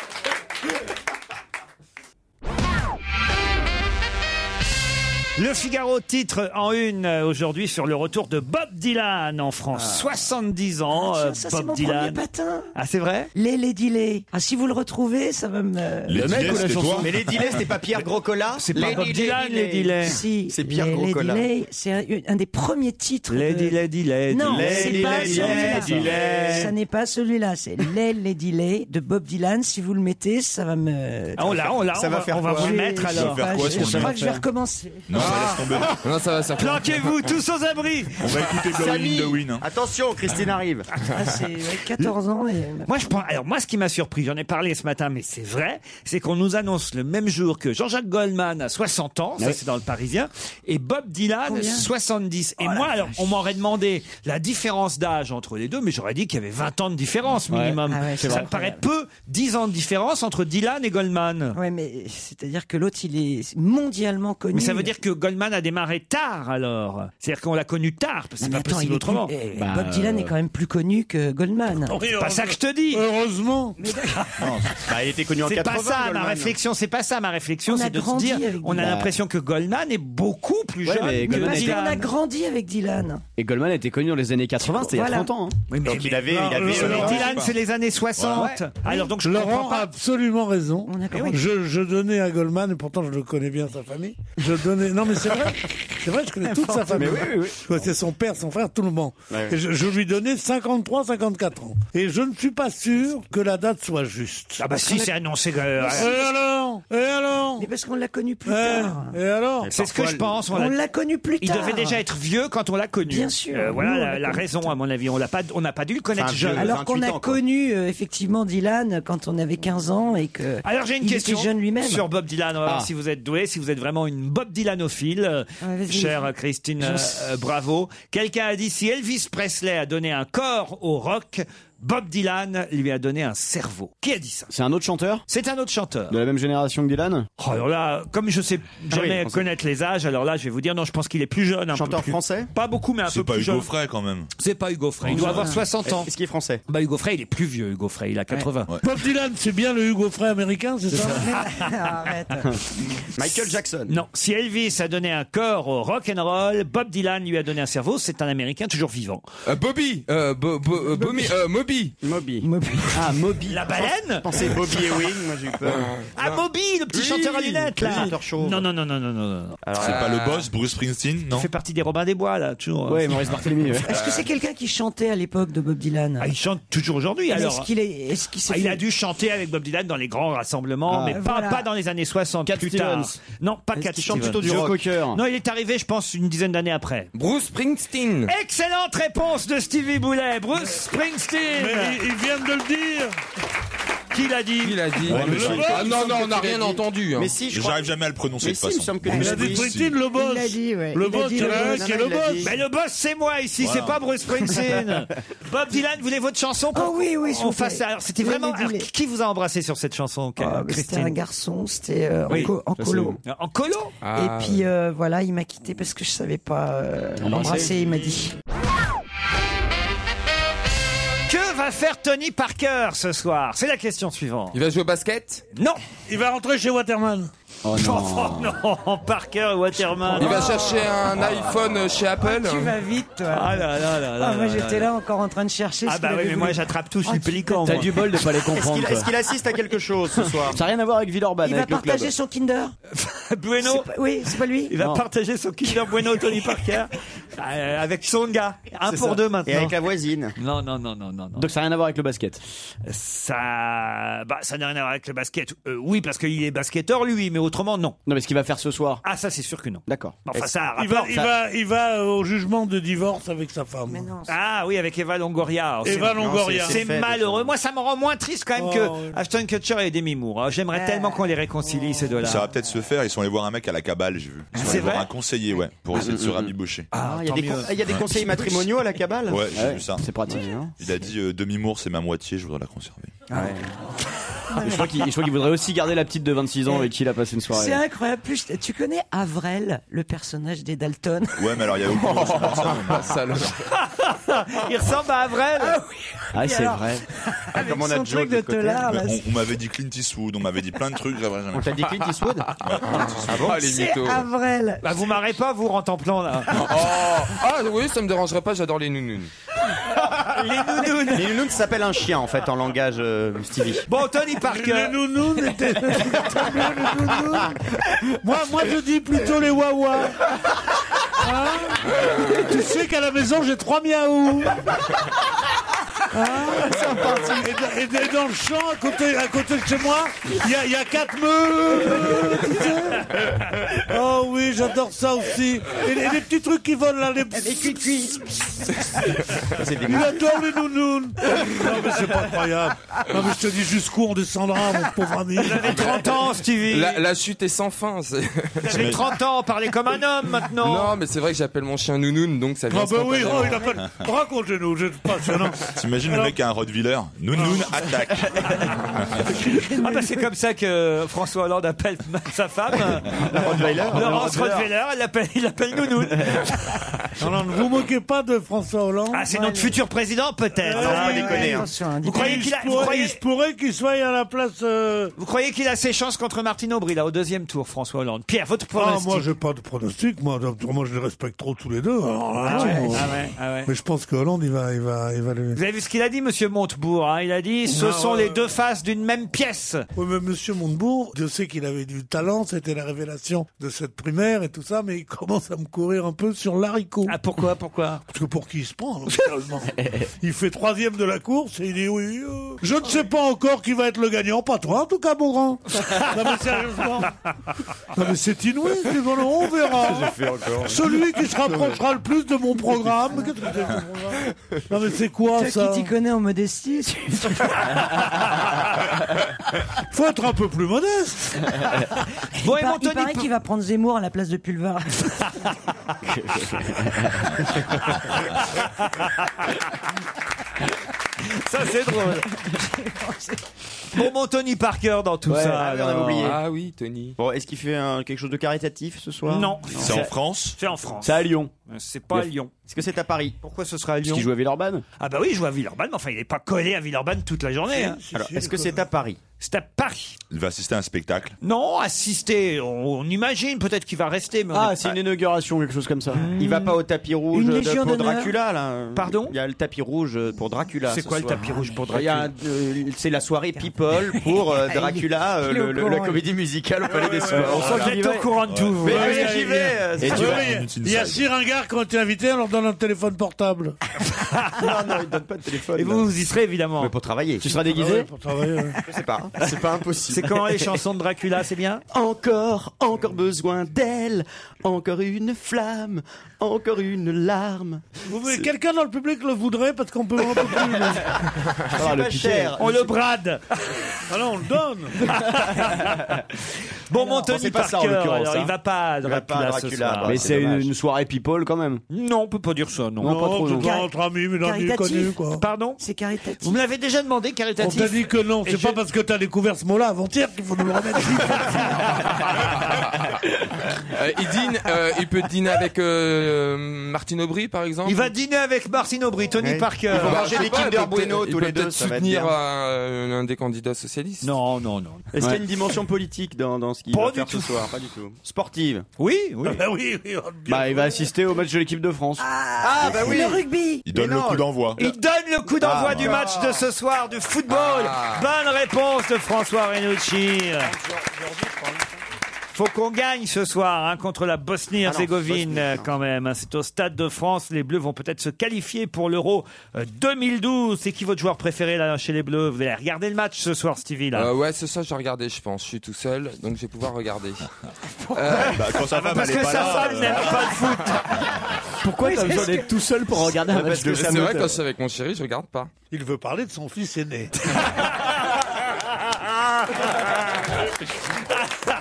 Speaker 3: Le Figaro titre en une euh, aujourd'hui sur le retour de Bob Dylan en France. 70 ans,
Speaker 8: Ah,
Speaker 3: euh,
Speaker 8: tiens, ça, c'est
Speaker 3: Bob
Speaker 8: mon premier
Speaker 3: Dylan.
Speaker 8: patin.
Speaker 3: Ah, c'est vrai Euh,
Speaker 8: Les Lady Lay. Ah, si vous le retrouvez, ça va me.
Speaker 6: Les
Speaker 20: mec
Speaker 6: Dilets,
Speaker 20: ou la
Speaker 6: c'était
Speaker 20: chanson
Speaker 6: toi
Speaker 20: Mais les Dilets, c'était pas Pierre Groscola
Speaker 3: C'est pas Bob Dylan, Lady Lay.
Speaker 8: Si,
Speaker 20: C'est Pierre
Speaker 8: les Lady
Speaker 20: Groscola.
Speaker 8: Lay, c'est un, un des premiers titres. de-
Speaker 3: Lady, lady, lady.
Speaker 8: Non,
Speaker 20: Lady
Speaker 8: c'est pas
Speaker 20: Lay, Lady
Speaker 8: celui-là.
Speaker 20: Lay.
Speaker 8: Ça n'est pas celui-là. C'est Les Lady Lay de Bob Dylan. Si vous le mettez, ça va me.
Speaker 3: Ah, on l'a, on l'a,
Speaker 20: Ça
Speaker 3: on
Speaker 20: va
Speaker 3: va,
Speaker 20: faire
Speaker 3: on va
Speaker 20: quoi
Speaker 3: vous le mettre
Speaker 8: Je sais
Speaker 3: alors.
Speaker 6: faire
Speaker 8: pas,
Speaker 6: quoi,
Speaker 8: je-
Speaker 6: ce qu'on
Speaker 8: Je
Speaker 6: vient
Speaker 8: crois
Speaker 6: de
Speaker 8: que je vais
Speaker 6: faire
Speaker 8: recommencer.
Speaker 6: Non,
Speaker 4: Ah,
Speaker 6: mais laisse tomber.
Speaker 11: Ah. Non, ça va, ça va.
Speaker 3: Planquez-vous tous aux abris
Speaker 6: On va écouter Blowing
Speaker 20: Samy.
Speaker 6: the Wind. hein.
Speaker 20: Attention, Christine arrive.
Speaker 8: Ah, c'est ouais, 14 ans et.
Speaker 3: Moi, je prends- Alors, moi, ce qui m'a surpris, j'en ai parlé ce matin, mais c'est vrai, c'est qu'on nous annonce le même jour que Jean-Jacques Goldman à 60 ans, ça c'est dans le Parisien, et Bob Dylan
Speaker 8: Combien Oh,
Speaker 3: 70. Et moi, alors, on m'aurait demandé la différence d'âge entre les deux, mais j'aurais dit qu'il y avait 20 ans de différence minimum.
Speaker 8: Ah ouais, c'est
Speaker 3: ça
Speaker 8: vrai.
Speaker 3: me paraît peu, 10 ans de différence entre Dylan et Goldman.
Speaker 8: Ouais, mais c'est-à-dire que l'autre, il est mondialement connu.
Speaker 3: Mais ça veut dire que Goldman a démarré tard alors. C'est-à-dire qu'on l'a connu tard, parce que c'est
Speaker 8: Mais
Speaker 3: pas
Speaker 8: attends, il
Speaker 3: possible
Speaker 8: est
Speaker 3: autrement.
Speaker 8: plus- eh,
Speaker 4: Bah,
Speaker 8: Bob Dylan est quand même plus connu que Goldman.
Speaker 3: C'est pas ça que je te dis.
Speaker 5: Heureusement.
Speaker 20: Bah, il était connu en
Speaker 3: C'est
Speaker 20: 80.
Speaker 3: pas ça ma
Speaker 20: Goldman.
Speaker 3: réflexion, c'est pas ça ma réflexion,
Speaker 8: On a
Speaker 3: c'est de se
Speaker 8: grandi
Speaker 3: dire,
Speaker 8: avec
Speaker 3: on a
Speaker 8: Dylan.
Speaker 3: l'impression que Goldman est beaucoup plus
Speaker 4: Ouais,
Speaker 3: jeune
Speaker 4: Ah, mais
Speaker 3: que
Speaker 8: Mais parce qu'on
Speaker 3: Dylan.
Speaker 8: a grandi avec Dylan.
Speaker 4: Et Goldman était connu dans les années 80, c'était il y a
Speaker 8: Voilà.
Speaker 4: 30 ans. hein.
Speaker 3: Oui, mais,
Speaker 20: Donc il avait, il
Speaker 3: mais-
Speaker 20: avait.
Speaker 3: mais
Speaker 8: euh,
Speaker 6: Laurent,
Speaker 3: Dylan, c'est les années 60. Alors donc je comprends
Speaker 5: Laurent a
Speaker 3: pas. Eh
Speaker 5: absolument raison.
Speaker 8: On a compris.
Speaker 5: Oui. Je, je donnais à Goldman, et pourtant je le connais bien, sa famille. Je donnais. Non, mais c'est vrai. C'est vrai, je connais toute sa famille. Je connaissais son père, son frère, tout le monde.
Speaker 20: Ouais, ouais.
Speaker 5: Et je, je lui donnais 53, 54 ans. Et je ne suis pas sûr que la date soit juste.
Speaker 3: Ah bah si c'est annoncé. euh,
Speaker 5: Et alors Et alors
Speaker 8: Mais parce qu'on l'a connu plus
Speaker 5: Eh,
Speaker 8: tard.
Speaker 5: Et alors
Speaker 3: C'est ce que je pense. Euh, on
Speaker 8: On
Speaker 3: l'a-
Speaker 8: l'a connu plus
Speaker 3: Il
Speaker 8: tard.
Speaker 3: devait déjà être vieux quand on l'a connu.
Speaker 8: Bien sûr.
Speaker 3: Euh,
Speaker 8: Nous,
Speaker 3: voilà
Speaker 8: on l'a
Speaker 3: la, la
Speaker 8: connu
Speaker 3: raison à mon avis. On l'a pas, on n'a pas dû le connaître
Speaker 20: Enfin,
Speaker 3: jeune.
Speaker 20: vieux.
Speaker 8: Alors qu'on
Speaker 20: 28
Speaker 8: a
Speaker 20: ans, quoi.
Speaker 8: connu euh, effectivement Dylan quand on avait 15 ans et que.
Speaker 3: Alors j'ai une
Speaker 8: il
Speaker 3: question
Speaker 8: était jeune lui-même.
Speaker 3: sur Bob Dylan. On va voir
Speaker 4: Ah.
Speaker 3: si vous êtes doué, si vous êtes vraiment une Bob Dylanophile, euh,
Speaker 8: Ouais, vas-y.
Speaker 3: chère Christine
Speaker 8: J'en
Speaker 3: euh,
Speaker 8: sais-
Speaker 3: euh, Bravo. Quelqu'un a dit si Elvis Presley a donné un corps au rock, Bob Dylan lui a donné un cerveau. Qui a dit ça
Speaker 4: C'est un autre chanteur
Speaker 3: C'est un autre chanteur.
Speaker 4: de la même génération que Dylan
Speaker 3: Oh, alors là, comme je sais
Speaker 20: Ah
Speaker 3: jamais
Speaker 4: on sait.
Speaker 3: connaître les âges, alors là je vais vous dire non, je pense qu'il est plus jeune, un peu
Speaker 20: Chanteur
Speaker 3: plus-
Speaker 20: français
Speaker 3: Pas beaucoup, mais un peu
Speaker 6: C'est pas
Speaker 3: plus
Speaker 6: Hugo
Speaker 3: jeune.
Speaker 6: Frey quand même.
Speaker 3: C'est pas Hugo Frey. Il doit avoir 60 ans.
Speaker 20: Est-ce qu'il est français
Speaker 3: Bah Hugo Frey, il est plus vieux. Hugo Frey, il a 80.
Speaker 6: Ouais.
Speaker 5: Bob Dylan, c'est bien le Hugo Frey américain, c'est ça
Speaker 8: Arrête.
Speaker 20: Michael Jackson.
Speaker 3: Non, si Elvis a donné un corps au rock and roll, Bob Dylan lui a donné un cerveau. C'est un Américain toujours vivant.
Speaker 11: Euh, Bobby, euh, Bo- Bo- euh, Bobby, euh, Moby.
Speaker 4: Moby.
Speaker 20: Ah, Moby.
Speaker 3: La baleine
Speaker 20: Pensez Bobby Ewing, moi j'ai eu peur.
Speaker 3: Ah Moby, le petit
Speaker 11: Oui,
Speaker 3: chanteur à lunettes là.
Speaker 20: le chanteur chauve.
Speaker 3: Non non non non non non. non.
Speaker 20: Alors, euh,
Speaker 6: C'est pas le boss, Bruce Springsteen,
Speaker 3: Il
Speaker 6: non
Speaker 3: fait partie des Robins des Bois là, toujours. hein.
Speaker 4: Ouais, Maurice Barthélemy. ouais.
Speaker 8: Est-ce que c'est quelqu'un qui chantait à l'époque de Bob Dylan
Speaker 3: Ah, il chante toujours aujourd'hui alors.
Speaker 8: Est-ce qu'il est, est-ce qu'il s'est
Speaker 3: Ah, il a
Speaker 8: fait-
Speaker 3: dû chanter avec Bob Dylan dans les grands rassemblements,
Speaker 4: Ah.
Speaker 3: mais pas,
Speaker 8: Voilà.
Speaker 3: pas dans les années 60
Speaker 4: Cat
Speaker 3: plus
Speaker 4: Stevens.
Speaker 3: tard. Non, pas Cat
Speaker 4: Qui chante
Speaker 3: Stevens.
Speaker 4: plutôt du
Speaker 3: Joe
Speaker 4: rock. Cocker.
Speaker 3: Non, il est arrivé, je pense, une dizaine d'années après.
Speaker 11: Bruce Springsteen.
Speaker 3: Excellente réponse de Stevie Boulet, Bruce Springsteen.
Speaker 5: Mais ils, ils viennent de le dire
Speaker 3: Qui l'a dit
Speaker 11: Il a dit.
Speaker 6: Ouais, mais je-
Speaker 11: Ah non, non, on n'a rien entendu. hein.
Speaker 20: Mais si, je crois.
Speaker 6: J'arrive jamais à le prononcer
Speaker 20: Mais
Speaker 6: de
Speaker 20: si,
Speaker 6: toute
Speaker 20: il me
Speaker 6: façon.
Speaker 20: semble que
Speaker 5: Il a dit
Speaker 20: Bruce Springsteen.
Speaker 5: Springsteen, le boss
Speaker 8: Il l'a dit, ouais.
Speaker 5: Le
Speaker 8: Il a
Speaker 5: boss,
Speaker 8: dit
Speaker 5: il y en a
Speaker 8: le-
Speaker 5: un
Speaker 20: non,
Speaker 5: qui est
Speaker 20: non,
Speaker 5: le
Speaker 20: il l'a
Speaker 5: boss
Speaker 20: dit.
Speaker 3: Mais le boss, c'est moi ici,
Speaker 6: Voilà.
Speaker 3: c'est pas Bruce Springsteen. Bob Dylan, voulez votre chanson pour
Speaker 8: Oh oui, oui, s'il
Speaker 3: on
Speaker 8: vous plaît.
Speaker 3: fasse ça Alors, c'était
Speaker 8: Oui,
Speaker 3: vraiment.
Speaker 8: oui,
Speaker 3: alors,
Speaker 8: oui.
Speaker 3: qui qui vous a embrassé sur cette chanson,
Speaker 8: Ah, mais C'était
Speaker 3: Christine
Speaker 8: un garçon, c'était euh, en
Speaker 3: Oui,
Speaker 8: co- en
Speaker 4: ça,
Speaker 8: colo.
Speaker 3: En colo
Speaker 11: Ah,
Speaker 8: et puis euh, voilà, il m'a quitté parce que je savais pas euh, l'embrasser, il m'a dit.
Speaker 3: Que va faire Tony Parker ce soir C'est la question suivante.
Speaker 11: Il va jouer au basket
Speaker 3: Non
Speaker 5: Il va rentrer chez Waterman.
Speaker 3: Oh non, Parker Waterman.
Speaker 11: Il va chercher un iPhone chez Apple.
Speaker 8: tu vas vite, toi.
Speaker 3: Ah là là là là
Speaker 8: Ah, moi,
Speaker 3: là
Speaker 8: j'étais
Speaker 3: là.
Speaker 8: là encore en train de chercher.
Speaker 3: Ah
Speaker 8: ce
Speaker 3: bah
Speaker 8: qu'il
Speaker 3: oui,
Speaker 8: avait
Speaker 3: mais
Speaker 8: voulu.
Speaker 3: moi j'attrape tout, je suis
Speaker 8: Ah, tu
Speaker 3: pélican.
Speaker 4: T'as
Speaker 3: moi.
Speaker 4: du bol de pas les comprendre.
Speaker 8: Est-ce qu'il- est-ce
Speaker 4: assiste à quelque chose ce soir Ça n'a rien à voir avec Villeurbanne.
Speaker 8: Il va
Speaker 4: avec le club.
Speaker 8: partager son Kinder.
Speaker 3: Bueno
Speaker 8: C'est pas- Oui, c'est pas lui.
Speaker 3: Il va
Speaker 8: Non.
Speaker 3: partager son Kinder Bueno Tony Parker euh, avec son gars. Un
Speaker 4: C'est
Speaker 3: pour
Speaker 4: ça.
Speaker 3: deux maintenant.
Speaker 4: Et avec la voisine.
Speaker 3: Non, non, non, non, non. non.
Speaker 4: Donc ça n'a rien à voir avec le basket.
Speaker 3: Ça, bah, ça n'a rien à voir avec le basket. Euh, oui, parce qu'il est basketteur lui, mais autrement non.
Speaker 4: Non, mais ce qu'il va faire ce soir.
Speaker 3: Ah, ça c'est sûr que non.
Speaker 4: D'accord.
Speaker 3: Enfin, ça a
Speaker 5: il va,
Speaker 3: rapport,
Speaker 5: il,
Speaker 3: ça-
Speaker 5: va, il va au jugement de divorce avec sa femme.
Speaker 3: Ah oui, avec Eva Longoria. Alors, c'est-
Speaker 5: Eva
Speaker 3: non,
Speaker 5: Longoria.
Speaker 3: c'est- C'est
Speaker 5: C'est fait,
Speaker 3: malheureux. Moi, ça me rend moins triste quand même
Speaker 5: Oh,
Speaker 3: que
Speaker 5: oui.
Speaker 3: Ashton Kutcher et Demi Moore. hein. J'aimerais
Speaker 5: Euh.
Speaker 8: Ah.
Speaker 3: tellement qu'on les réconcilie ces deux-là.
Speaker 6: Ça va peut-être se faire. Ils sont allés voir un mec à la cabale, j'ai vu. Ils sont
Speaker 3: c'est
Speaker 6: allés voir
Speaker 3: vrai
Speaker 6: un conseiller, ouais, pour essayer de se rabibocher.
Speaker 4: Ah, il y a
Speaker 3: tant
Speaker 4: des,
Speaker 3: mieux.
Speaker 4: con- ah, il y a des
Speaker 6: Ouais.
Speaker 4: conseils matrimoniaux à la cabale
Speaker 6: Ouais, j'ai vu ça.
Speaker 4: C'est pratique. hein.
Speaker 6: Il a dit euh, demi-mour, c'est ma moitié, je voudrais la conserver.
Speaker 4: Et Je crois qu'il je crois qu'il voudrait aussi garder la petite de 26 ans avec qui il a passé une soirée.
Speaker 8: C'est incroyable. Plus, tu connais Avrel, le personnage des Dalton
Speaker 6: Ouais, mais alors il y a aucune raison pour
Speaker 8: Ah,
Speaker 6: ça,
Speaker 8: bah,
Speaker 11: Oh,
Speaker 6: mais-
Speaker 3: Il ressemble à Avrel.
Speaker 4: Ah, c'est
Speaker 8: alors-
Speaker 4: vrai.
Speaker 8: Avec comme on a son Joe truc de de côté. teulard, là,
Speaker 6: Mais on-
Speaker 8: c'est-
Speaker 6: on m'avait dit Clint Eastwood, on m'avait dit plein de trucs, j'avais jamais.
Speaker 4: On t'a dit Clint Eastwood
Speaker 6: Ouais, Clint Eastwood.
Speaker 11: Ah bon
Speaker 8: C'est Avrel.
Speaker 3: Bah, vous marrez pas, vous, Rentemplan, là.
Speaker 11: Ah oui, ça me dérangerait pas, j'adore les nounounes.
Speaker 3: les nounounes.
Speaker 20: Les nounounes s'appellent un chien en fait en langage euh, Stevie.
Speaker 3: Bon, Tony Parker.
Speaker 5: Le nounoun était. le nounoun. Moi, moi, je dis plutôt les wawa. Hein tu sais qu'à la maison, j'ai trois miaou. Hein et, et- et dans le champ, à côté, à côté de chez moi, il y a, il y a quatre meules. tu sais. Oh oui, j'adore ça aussi. Et, les- les petits trucs qui volent là, les. Les
Speaker 20: C'est des
Speaker 5: il adore les nounounes Non mais c'est pas incroyable Non mais je te dis jusqu'où on descendra mon pauvre ami
Speaker 3: J'avais 30 ans, Stevie.
Speaker 11: La, la chute est sans fin. c'est-
Speaker 3: J'avais 30 ans, parlez comme un homme maintenant.
Speaker 11: Non, mais c'est vrai que j'appelle mon chien nounoun, donc ça vient
Speaker 5: Ah bah oui, oh, il
Speaker 11: spontanément.
Speaker 5: a pas... Racontez-nous, c'est passionnant
Speaker 6: T'imagines le mec qui a un Rottweiler Nounoun attaque
Speaker 3: Ah bah c'est comme ça que François Hollande appelle sa femme. Euh,
Speaker 20: Rottweiler.
Speaker 3: Laurence Rottweiler, elle l'appelle- il l'appelle Nounoun.
Speaker 5: Non, non, ne vous moquez pas de François Hollande
Speaker 3: Ah, c'est notre futur président peut-être.
Speaker 20: Ah, faut pas déconner, hein.
Speaker 3: Vous croyez qu'il a,
Speaker 5: Il se
Speaker 3: vous
Speaker 5: pourrait-
Speaker 3: croyez-
Speaker 5: il se pourrait qu'il soit à la place... euh,
Speaker 3: vous croyez qu'il a ses chances contre Martine Aubry là au deuxième tour, François Hollande. Pierre, votre
Speaker 5: Ah,
Speaker 3: pronostic.
Speaker 5: moi, j'ai pas de pronostic. Moi, Donc, moi, je les respecte trop tous les deux. Alors hein, là,
Speaker 3: Ah ouais,
Speaker 5: moi,
Speaker 3: ah ouais, ah ouais.
Speaker 5: Mais je pense que Hollande, il va, il va, il va le-
Speaker 3: Vous avez vu ce qu'il a dit, Monsieur Montebourg hein Il a dit ce
Speaker 5: Ah,
Speaker 3: sont
Speaker 5: ouais.
Speaker 3: les deux faces d'une même pièce.
Speaker 5: Oui, mais Monsieur Montebourg, je sais qu'il avait du talent, c'était la révélation de cette primaire et tout ça, mais il commence à me courir un peu sur l'haricot.
Speaker 3: Ah pourquoi Pourquoi
Speaker 5: Parce que pour qui il se prend, hein. alors, sérieusement Il fait troisième de la course et il dit oui. euh, je ne sais pas encore qui va être le gagnant, pas toi en tout cas, mon grand. non mais sérieusement. Non mais c'est inouï, c'est bon, on verra. Celui qui se rapprochera le plus de mon programme. Qu'est-ce que c'est que mon programme
Speaker 8: Euh,
Speaker 5: Non mais c'est quoi
Speaker 8: Toi
Speaker 5: ça
Speaker 8: qui t'y connais en modestie
Speaker 5: Faut être un peu plus modeste.
Speaker 3: Bon et
Speaker 8: Il, par-
Speaker 3: mon
Speaker 8: il
Speaker 3: Tony
Speaker 8: paraît qu'il va prendre Zemmour à la place de Pulvar.
Speaker 3: Ça c'est drôle. Bon mon Tony Parker dans tout
Speaker 20: Ouais,
Speaker 3: ça.
Speaker 20: ah oui, on avait
Speaker 3: alors.
Speaker 20: oublié.
Speaker 11: Ah oui, Tony.
Speaker 20: Bon, est-ce qu'il fait un- quelque chose de caritatif ce soir
Speaker 3: Non,
Speaker 6: C'est en France
Speaker 3: c'est en France.
Speaker 4: C'est à Lyon.
Speaker 3: C'est pas à Lyon.
Speaker 20: Est-ce que c'est à Paris
Speaker 3: Pourquoi ce serait à
Speaker 4: Parce
Speaker 3: Lyon
Speaker 4: qu'il joue à Villeurbanne
Speaker 3: Ah bah oui, il joue à Villeurbanne, mais enfin il n'est pas collé à Villeurbanne toute la journée. hein.
Speaker 20: Alors, est-ce que c'est à Paris
Speaker 3: C'est à Paris.
Speaker 6: Il va assister à un spectacle.
Speaker 3: Non, assister, on, on imagine peut-être qu'il va rester, mais on
Speaker 4: Ah,
Speaker 3: est- Hmm.
Speaker 4: c'est une inauguration, quelque chose comme ça.
Speaker 20: Il va pas au tapis rouge
Speaker 8: Une
Speaker 20: de-
Speaker 8: Légion
Speaker 20: pour
Speaker 8: d'honneur.
Speaker 20: Dracula là.
Speaker 3: Pardon
Speaker 20: Il y a le tapis rouge euh, pour Dracula.
Speaker 3: c'est
Speaker 20: ce
Speaker 3: quoi le
Speaker 20: soir.
Speaker 3: tapis rouge pour
Speaker 20: Il y a
Speaker 3: Dracula
Speaker 20: un- euh, C'est la soirée People pour euh, Dracula, euh,
Speaker 8: il est au
Speaker 20: le- le-
Speaker 8: courant,
Speaker 20: la comédie musicale au Palais des
Speaker 5: Euh,
Speaker 20: Sports.
Speaker 3: On sent que vous êtes au courant de tout. vous.
Speaker 20: Mais
Speaker 3: Ouais.
Speaker 20: oui, j'y vais. euh,
Speaker 4: Et
Speaker 20: c'est-
Speaker 4: tu
Speaker 5: Oui,
Speaker 4: vas-
Speaker 5: oui,
Speaker 6: on est
Speaker 5: il y a
Speaker 6: inside.
Speaker 5: Siringard quand tu es invité, on leur donne un téléphone portable.
Speaker 20: Non, non, il donne pas de téléphone.
Speaker 3: Et vous, vous y serez évidemment.
Speaker 20: Mais pour travailler.
Speaker 4: Tu seras
Speaker 5: Ah ouais,
Speaker 4: déguisé
Speaker 5: pour travailler, ouais.
Speaker 20: Je sais pas. C'est pas impossible.
Speaker 3: C'est comment les chansons de Dracula, c'est bien
Speaker 20: Encore, encore besoin d'elle, encore une flamme, encore une larme.
Speaker 5: Vous voulez- Quelqu'un dans le public le voudrait parce qu'on peut un peu plus.
Speaker 21: Ah,
Speaker 20: C'est pas cher.
Speaker 3: On Ah, le brade.
Speaker 5: Alors Ah, on le donne.
Speaker 3: Bon, mon
Speaker 20: c'est
Speaker 3: Tony
Speaker 20: pas ça,
Speaker 3: Parker,
Speaker 20: en l'occurrence,
Speaker 3: alors,
Speaker 20: hein.
Speaker 3: il va pas à
Speaker 20: va pas à
Speaker 3: Dracula ce
Speaker 20: Dracula,
Speaker 3: soir.
Speaker 20: bah,
Speaker 4: Mais
Speaker 20: c'est
Speaker 21: Ah,
Speaker 4: c'est une,
Speaker 20: dommage.
Speaker 4: une soirée people quand même.
Speaker 3: Non, on peut pas dire ça, non.
Speaker 5: Non, pas trop, non. Car- Entre amis, mais dans le milieu caritatif. connu, quoi.
Speaker 3: Pardon
Speaker 8: C'est caritatif.
Speaker 3: Vous me l'avez déjà demandé,
Speaker 5: On
Speaker 3: caritatif
Speaker 5: t'a dit que non,
Speaker 3: Et
Speaker 5: c'est
Speaker 3: je-
Speaker 5: pas parce que t'as découvert ce mot-là avant-hier qu'il faut nous le remettre.
Speaker 11: Euh, il dîne, euh, il peut dîner avec euh, Martine Aubry par exemple.
Speaker 3: Il va dîner avec Martine Aubry, Tony
Speaker 11: Ouais.
Speaker 3: Parker.
Speaker 11: Bah, je sais pas, il peut peut-être- euh, il peut peut-être soutenir euh, l'un des candidats socialistes.
Speaker 3: Non, non, non.
Speaker 21: Est-ce
Speaker 11: Est-ce qu'il
Speaker 21: qu'il y a une dimension politique dans, dans ce qu'il
Speaker 11: Pas
Speaker 21: va
Speaker 11: du
Speaker 21: faire
Speaker 11: tout.
Speaker 21: ce soir Pas du tout. Sportive
Speaker 3: Oui,
Speaker 21: oui.
Speaker 4: Ah,
Speaker 5: oui, oui.
Speaker 4: oh,
Speaker 21: Bah, il va assister au match de l'équipe de France. Ah,
Speaker 3: bah oui. le
Speaker 21: rugby
Speaker 6: Il donne le coup d'envoi.
Speaker 3: Il donne le coup d'envoi
Speaker 21: Ah.
Speaker 3: du match de ce soir du football.
Speaker 6: Ah.
Speaker 3: Bonne réponse de François Renucci. Faut qu'on gagne ce soir hein, contre la Bosnie-Herzégovine euh, quand même. hein. C'est au Stade de France. Les Bleus vont peut-être se qualifier pour l'Euro euh, 2012. C'est qui votre joueur préféré là chez les Bleus Vous allez regarder le match ce soir, Stevie là.
Speaker 11: Euh, ouais, c'est ça, j'ai regardé, je pense. Je suis tout seul, donc je vais pouvoir regarder. Euh,
Speaker 3: Bah, quand sa Ah bah, femme, parce elle est que pas sa là, femme euh, n'aime pas le
Speaker 11: foot.
Speaker 4: Pourquoi
Speaker 11: Oui,
Speaker 4: t'as
Speaker 11: c'est
Speaker 4: besoin
Speaker 11: ce
Speaker 4: d'être
Speaker 11: que-
Speaker 4: tout seul pour regarder un
Speaker 11: Parce
Speaker 4: match
Speaker 11: que
Speaker 4: de Euh.
Speaker 11: C'est
Speaker 4: Samoa
Speaker 11: vrai, quand je suis avec mon chéri, je regarde pas.
Speaker 5: Il veut parler de son fils aîné.
Speaker 22: Ah.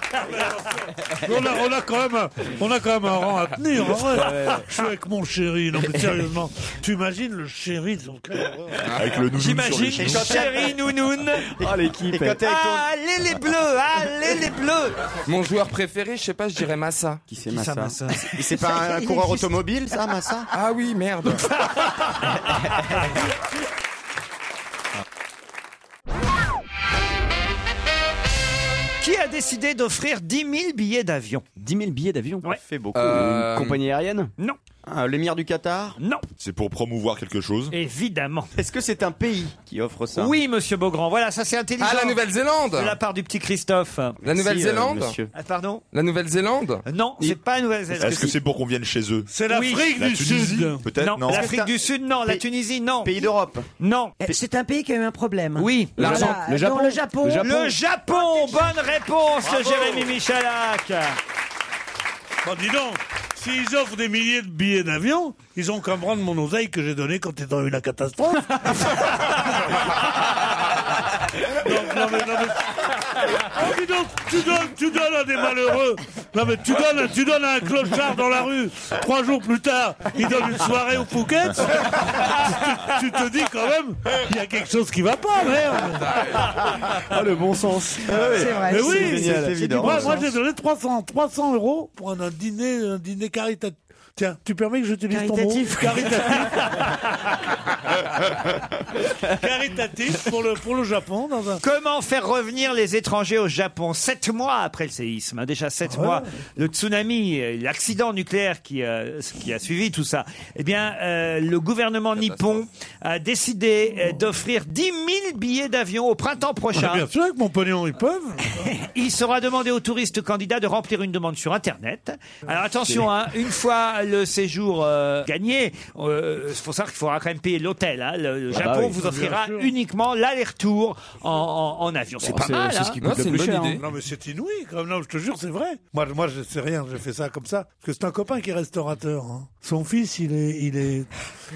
Speaker 5: on, a, on a quand même, un- on a quand même un rang à tenir. en vrai.
Speaker 6: Ouais.
Speaker 5: Je suis avec mon chéri. Non, mais sérieusement, tu imagines le chéri de son cœur hein.
Speaker 6: Avec le nounou sur les
Speaker 3: J'imagine
Speaker 6: genoux.
Speaker 3: chéri nounoun.
Speaker 11: Ah, l'équipe.
Speaker 3: Allez les Bleus, allez les Bleus.
Speaker 11: Mon joueur préféré, je sais pas, je dirais Massa. Qui c'est
Speaker 4: Massa ça, Massa
Speaker 11: Et c'est pas un coureur automobile, ça, Massa Ah oui, merde.
Speaker 3: Qui a décidé d'offrir 10 000 billets d'avion
Speaker 4: 10 000 billets d'avion
Speaker 3: ouais.
Speaker 21: fait beaucoup.
Speaker 3: Euh,
Speaker 21: Une compagnie aérienne
Speaker 3: Non.
Speaker 4: Ah,
Speaker 21: L'émir du Qatar
Speaker 3: Non.
Speaker 6: C'est pour promouvoir quelque chose.
Speaker 3: Évidemment.
Speaker 21: Est-ce que c'est un pays qui offre ça
Speaker 3: Oui, monsieur Beaugrand, voilà, ça c'est intelligent.
Speaker 11: Ah, la Nouvelle-Zélande
Speaker 3: De la part du petit Christophe.
Speaker 11: La Nouvelle-Zélande
Speaker 3: Ah, Pardon
Speaker 11: La Nouvelle-Zélande
Speaker 3: Non, c'est pas la Nouvelle-Zélande.
Speaker 6: Est-ce que c'est pour qu'on vienne chez eux
Speaker 5: C'est l'Afrique
Speaker 3: Oui.
Speaker 5: du Sud.
Speaker 6: Peut-être, non.
Speaker 3: Non, l'Afrique du Sud, non. La Tunisie, non.
Speaker 21: Pays d'Europe
Speaker 3: Non.
Speaker 8: Eh, C'est un pays qui a eu un problème.
Speaker 3: Oui.
Speaker 8: Voilà,
Speaker 3: Le Japon.
Speaker 8: dans le Japon.
Speaker 3: Le Japon. bonne réponse de
Speaker 5: Bravo.
Speaker 3: Jérémy Michalak.
Speaker 5: Bon, dis donc, s'ils offrent des milliers de billets d'avion, ils ont qu'à me rendre mon oseille que j'ai donné quand ils ont eu la catastrophe. non, non, mais, non, mais... Oh, dis donc, tu donnes, tu donnes à des malheureux. Non, mais tu donnes, tu donnes à un clochard dans la rue. Trois jours plus tard, il donne une soirée au Phuket. tu, tu te dis quand même, il y a quelque chose qui va pas, merde.
Speaker 4: Ah, le bon sens.
Speaker 5: C'est vrai, Mais c'est oui, génial. c'est
Speaker 4: c'est évident.
Speaker 5: Moi, moi j'ai donné 300, 300 euros pour un, un dîner, un dîner caritatif. Tiens, tu permets que j'utilise ton mot
Speaker 8: Caritatif.
Speaker 5: Caritatif. Caritatif pour le, pour le Japon. Dans un...
Speaker 3: Comment faire revenir les étrangers au Japon sept mois après le séisme hein, Déjà sept
Speaker 5: Ah
Speaker 3: mois, le tsunami, euh, l'accident nucléaire qui, euh, ce qui a suivi tout ça. Eh bien, euh, le gouvernement nippon a décidé euh, d'offrir 10 000 billets d'avion au printemps prochain.
Speaker 5: Ah, bien sûr, avec mon pognon, ils peuvent.
Speaker 3: Il sera demandé aux touristes candidats de remplir une demande sur Internet. Alors attention, hein, une fois le séjour euh, gagné, euh, il faut savoir qu'il faudra quand même payer l'hôtel. hein. Le, le
Speaker 4: Ah bah
Speaker 3: Japon
Speaker 4: oui.
Speaker 3: vous
Speaker 5: Bien
Speaker 3: offrira
Speaker 5: sûr.
Speaker 3: uniquement l'aller-retour en, en- en avion. C'est
Speaker 4: Bon,
Speaker 3: pas
Speaker 4: c'est-
Speaker 3: mal.
Speaker 4: c'est ce
Speaker 3: hein.
Speaker 4: qui coûte Non, le c'est plus une bonne cher, idée. hein.
Speaker 5: Non, mais c'est inouï. Comme, non, je te jure, c'est vrai. Moi, moi, je sais rien. J'ai fait ça comme ça. Parce que c'est un copain qui est restaurateur. hein. Son fils, il est, il est,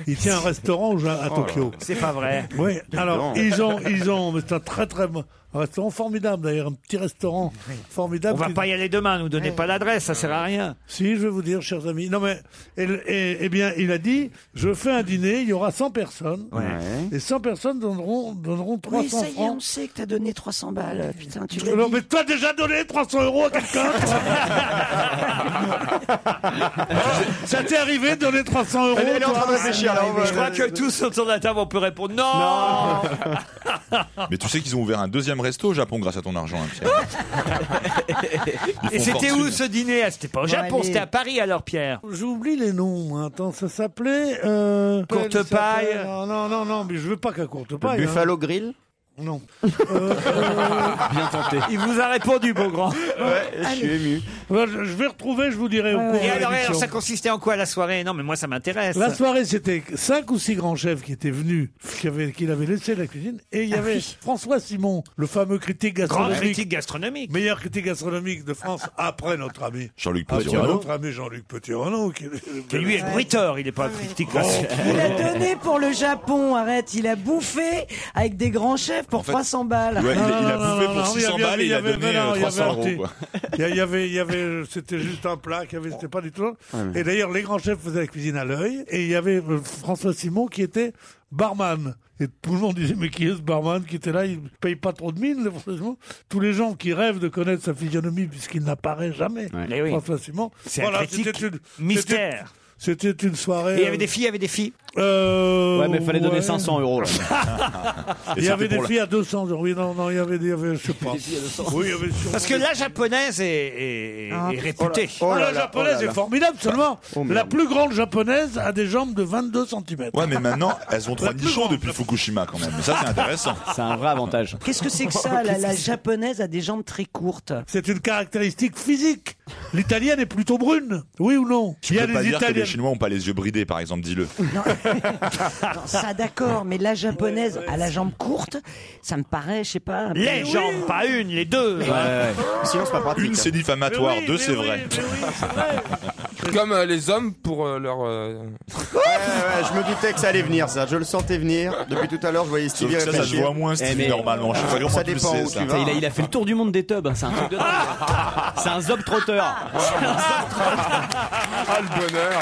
Speaker 5: il tient un restaurant au Ja- à
Speaker 3: Oh là
Speaker 5: Tokyo.
Speaker 3: là. C'est pas vrai.
Speaker 5: Oui. Alors,
Speaker 3: Non.
Speaker 5: ils ont, ils ont, mais c'est un très, très bon- un restaurant formidable d'ailleurs, un petit restaurant formidable.
Speaker 3: On va
Speaker 5: qui-
Speaker 3: pas y aller demain, nous donnez pas l'adresse, ça sert à rien.
Speaker 5: Si, je vais vous dire, chers amis. Non, mais, et, et- eh bien, il a dit, je fais un dîner, il y aura 100 personnes. Et 100 personnes donneront, donneront 300
Speaker 8: Oui, ça y est,
Speaker 5: francs.
Speaker 8: on sait que t'as donné 300 balles. euh, Putain, tu l'as
Speaker 5: Non,
Speaker 8: dit.
Speaker 5: mais toi, déjà donné 300 euros à quelqu'un Ça t'est arrivé de donner 300 euros
Speaker 3: Elle- elle est en
Speaker 5: toi
Speaker 3: train de réfléchir, là, on va- Je crois
Speaker 5: Ouais,
Speaker 3: que tous autour de la table, on peut répondre non.
Speaker 6: Mais tu sais qu'ils ont ouvert un deuxième resto au Japon grâce à ton argent. hein, Pierre. Ils font
Speaker 3: Et c'était
Speaker 6: fortune.
Speaker 3: où ce dîner Ah, C'était pas au
Speaker 5: Ouais,
Speaker 3: Japon,
Speaker 5: mais-
Speaker 3: c'était à Paris alors, Pierre.
Speaker 5: J'oublie les noms. hein. Attends, ça s'appelait. euh,
Speaker 3: Courte
Speaker 5: ça s'appelait-
Speaker 3: paille.
Speaker 5: Non, non, non, non, mais je veux pas qu'à courte paille. hein.
Speaker 21: Buffalo Grill
Speaker 5: Non.
Speaker 21: Bien tenté.
Speaker 3: Il vous a répondu, beau grand.
Speaker 21: Ouais, je suis ému.
Speaker 5: Ouais, Bah, Je je vais retrouver, je vous dirai au cours
Speaker 3: Et
Speaker 5: de
Speaker 3: alors, alors,
Speaker 5: l'émission.
Speaker 3: ça consistait en quoi la soirée Non, mais moi, ça m'intéresse.
Speaker 5: La soirée, c'était cinq ou six grands chefs qui étaient venus, qui avaient, qui l'avaient laissé la cuisine, et il y
Speaker 3: Ah
Speaker 5: avait
Speaker 3: oui.
Speaker 5: François Simon, le fameux critique
Speaker 3: Grande
Speaker 5: gastronomique,
Speaker 3: critique gastronomique. Ah.
Speaker 5: meilleur critique gastronomique de France après Ah notre ami Ah,
Speaker 6: Jean-Luc
Speaker 5: après
Speaker 6: Petit-Renaud.
Speaker 5: notre ami Jean-Luc Petit Renaud, qui,
Speaker 3: Qui lui est bruiteur, il est pas critique
Speaker 8: Il
Speaker 5: Oh,
Speaker 8: a
Speaker 3: gastronomique.
Speaker 8: donné pour le Japon, arrête, il a bouffé avec des grands chefs pour 300 balles.
Speaker 6: Ouais, il, a- il a
Speaker 5: non,
Speaker 6: bouffé
Speaker 5: non,
Speaker 6: pour
Speaker 5: non, il y
Speaker 6: 600
Speaker 5: avait-
Speaker 6: balles et
Speaker 5: il
Speaker 6: il
Speaker 5: y
Speaker 6: a
Speaker 5: avait- non,
Speaker 6: donné euh,
Speaker 5: il y avait
Speaker 6: 300
Speaker 5: un
Speaker 6: euros.
Speaker 5: petit-
Speaker 6: quoi.
Speaker 5: Il y a- il y avait, il y avait, c'était juste un plat, qu'il y avait- c'était pas du tout.
Speaker 20: mais-
Speaker 5: Et d'ailleurs, les grands chefs faisaient la cuisine à l'œil. Et il y avait euh, François Simon qui était barman. Et tout le monde disait, mais qui est ce barman qui était là Il paye pas trop de mine, le François Simon. Tous les gens qui rêvent de connaître sa physionomie, puisqu'il n'apparaît jamais,
Speaker 3: Mais oui.
Speaker 5: François Simon.
Speaker 3: C'est un critique mystère.
Speaker 5: C'était c'était une soirée.
Speaker 3: Et il y avait des filles, il y avait des filles.
Speaker 5: Euh,
Speaker 4: Ouais, mais fallait donner 500 euros, là.
Speaker 5: Il y avait des filles à 200 euros. Oui, non, non, il y avait des. il y avait- Je sais pas. Oui, il y avait sûrement-
Speaker 3: Parce que la japonaise est, est- est
Speaker 5: Ah.
Speaker 3: réputée.
Speaker 5: Oh là- oh là, la japonaise est formidable seulement.
Speaker 3: Oh,
Speaker 5: la plus grande japonaise a des jambes de 22 cm.
Speaker 6: Ouais, mais maintenant, elles ont trois nichons depuis Fukushima quand même. Mais ça, c'est intéressant.
Speaker 4: C'est un vrai avantage.
Speaker 8: Qu'est-ce que c'est que ça la, la japonaise a des jambes très courtes.
Speaker 5: C'est une caractéristique physique. L'italienne est plutôt brune. Oui ou non
Speaker 6: Tu
Speaker 5: Il y a
Speaker 6: peux pas
Speaker 5: des
Speaker 6: dire que les
Speaker 5: italiennes.
Speaker 6: Chinois ont pas les yeux bridés, par exemple, dis-le.
Speaker 8: Non, ça d'accord, mais la japonaise à la jambe courte, ça me paraît, je sais pas. un peu-
Speaker 3: Les
Speaker 8: Ah, ben Oui.
Speaker 3: jambes, pas une, les deux.
Speaker 6: Sinon, c'est pas pratique. Une, c'est diffamatoire. Deux, c'est vrai.
Speaker 11: Comme euh, les hommes pour euh, leur. euh,
Speaker 21: ouais, je me doutais que ça allait venir, ça. Je le sentais venir. Depuis tout à l'heure, je voyais
Speaker 6: Sauf
Speaker 21: Stevie
Speaker 6: que ça, ça se
Speaker 21: réfléchir.
Speaker 6: voit moins,
Speaker 21: Eh,
Speaker 6: Stevie,
Speaker 21: mais-
Speaker 6: normalement. Je sais pas comment
Speaker 21: Ça
Speaker 6: tu le
Speaker 21: dépend
Speaker 6: sais,
Speaker 21: où
Speaker 6: ça.
Speaker 21: tu vas.
Speaker 6: Putain,
Speaker 4: Il a, il a fait le tour du monde des tubs, hein. c'est un truc de dingue. C'est un zob trotteur.
Speaker 11: Ah, le bonheur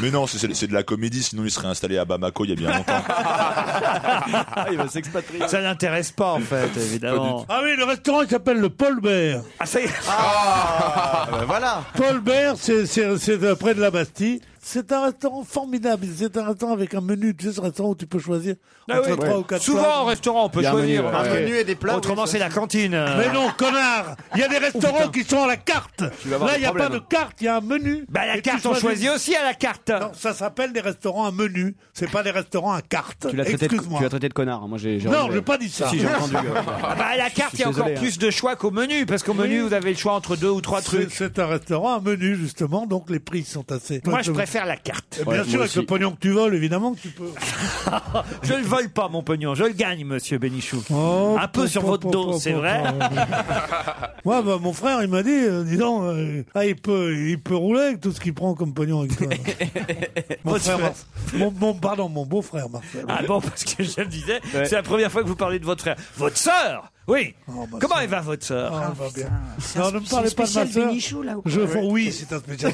Speaker 6: Mais non, c'est- c'est c'est de la comédie, sinon il serait installé à Bamako il y a bien longtemps.
Speaker 4: Ah,
Speaker 3: il va s'expatrier. Ça n'intéresse pas en fait, évidemment.
Speaker 5: Ah oui, le restaurant il s'appelle le Paul Bert.
Speaker 3: Ah, ça y est.
Speaker 21: Ah, bah voilà.
Speaker 5: Paul Bert, c'est c'est- c'est, euh, près de la Bastille. C'est un restaurant formidable. C'est un restaurant avec un menu. Tu sais, ce restaurant où tu peux choisir
Speaker 3: Ah
Speaker 5: entre
Speaker 3: oui.
Speaker 5: trois ou quatre
Speaker 3: Souvent
Speaker 5: plats.
Speaker 3: en restaurant, on peut
Speaker 5: Il y a un
Speaker 3: choisir. euh,
Speaker 5: menu, ouais. Un menu et des plats,
Speaker 3: Autrement,
Speaker 5: oui, ça,
Speaker 3: c'est la Oh, cantine.
Speaker 5: Ah. Mais non, connard Il y a des restaurants qui sont à la carte
Speaker 3: vas avoir
Speaker 5: Là,
Speaker 3: des
Speaker 5: il n'y a pas de
Speaker 3: problèmes.
Speaker 5: carte, il y a un menu
Speaker 3: Bah, la
Speaker 5: Et tu
Speaker 3: carte, on choisit aussi à la carte
Speaker 5: Non, ça s'appelle des restaurants à menu, c'est pas des restaurants à carte.
Speaker 4: Tu l'as traité, de-
Speaker 5: Excuse-moi.
Speaker 4: tu l'as traité de connard. hein. Moi, j'ai. j'ai-
Speaker 5: Non, j'ai pas dit ça.
Speaker 4: Si, j'ai entendu.
Speaker 3: Ah bah, à la carte,
Speaker 4: Je
Speaker 3: il
Speaker 4: suis
Speaker 3: y a encore
Speaker 4: désolé, hein.
Speaker 3: plus de choix qu'au menu, parce qu'au menu, vous avez le choix entre deux ou trois
Speaker 5: C'est-
Speaker 3: trucs.
Speaker 5: C'est un restaurant à menu, justement, donc les prix sont assez...
Speaker 3: Moi, je préfère la carte.
Speaker 5: Eh Bien sûr, avec le pognon que tu voles, évidemment que tu peux.
Speaker 3: Je ne vole pas mon pognon, je le gagne, monsieur Bénichou. Un
Speaker 5: Oh,
Speaker 3: peu
Speaker 5: pom,
Speaker 3: sur
Speaker 5: pom,
Speaker 3: votre
Speaker 5: pom,
Speaker 3: dos,
Speaker 5: pom,
Speaker 3: c'est
Speaker 5: pom,
Speaker 3: vrai.
Speaker 5: Ouais, bah, mon frère, il m'a dit, euh, dis donc, euh, ah, il peut, il peut rouler avec tout ce qu'il prend comme pognon avec toi. mon
Speaker 3: Votre
Speaker 5: frère,
Speaker 3: frère.
Speaker 5: Mar- mon, mon- pardon, mon beau-frère, Marcel.
Speaker 3: Ah bon, parce que je me disais,
Speaker 5: Ouais.
Speaker 3: c'est la première fois que vous parlez de votre frère. Votre sœur Oui
Speaker 5: Oh,
Speaker 3: Comment elle va, votre sœur
Speaker 5: bah, Ah, va bien.
Speaker 3: c'est un-
Speaker 5: Non, ne me
Speaker 3: c'est
Speaker 5: parlez
Speaker 3: un
Speaker 5: pas de ma
Speaker 3: spécial
Speaker 5: sœur.
Speaker 3: Bénichou, là, ou
Speaker 5: Je
Speaker 3: quoi
Speaker 5: oui, c'est un spécial.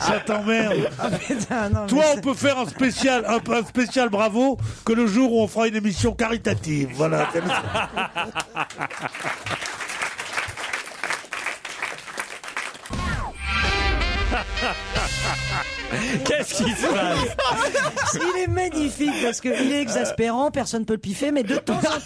Speaker 5: Ça t'emmerde. Toi, on peut faire un spécial, un, un spécial bravo que le jour où on fera une émission caritative. Voilà.
Speaker 3: Qu'est-ce qui se passe
Speaker 8: Il est magnifique parce qu'il est exaspérant, personne ne peut le piffer, mais de temps en temps,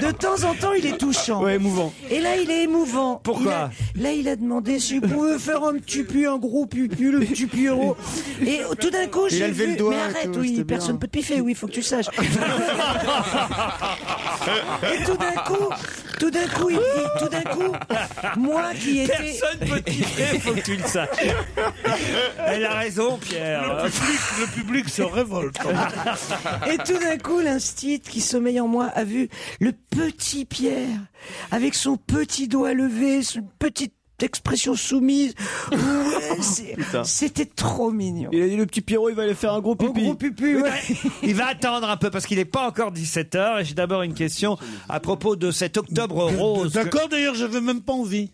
Speaker 8: de temps en temps, il est touchant.
Speaker 3: Ouais, émouvant.
Speaker 8: Et là, il est émouvant.
Speaker 3: Pourquoi
Speaker 8: Il a- Là, il a demandé si vous pouvez faire un petit pu, un gros pupu, le petit puérot. Et tout d'un coup,
Speaker 20: Il
Speaker 8: j'ai
Speaker 20: a levé
Speaker 8: vu,
Speaker 20: le doigt
Speaker 8: mais
Speaker 20: et
Speaker 8: arrête,
Speaker 20: tout,
Speaker 8: oui,
Speaker 20: c'était
Speaker 8: personne ne peut te piffer, oui, faut que tu saches. Et tout d'un coup, tout d'un coup, il dit, tout d'un coup, moi qui étais...
Speaker 3: Personne peut te tirer, faut que tu le saches. Elle a raison, Pierre.
Speaker 5: Le public se révolte.
Speaker 8: Et tout d'un coup, l'instit qui sommeille en moi a vu le petit Pierre, avec son petit doigt levé, son petite expression soumise. Ouais, c'est-
Speaker 4: Putain.
Speaker 8: C'était trop mignon.
Speaker 4: Il a dit le petit Pierrot, il va aller faire un gros pipi.
Speaker 8: gros pupu, ouais.
Speaker 3: Il va attendre un peu parce qu'il n'est pas encore 17h. Et j'ai d'abord une question à propos de cet octobre rose.
Speaker 5: D'accord, d'ailleurs, j'avais même pas envie.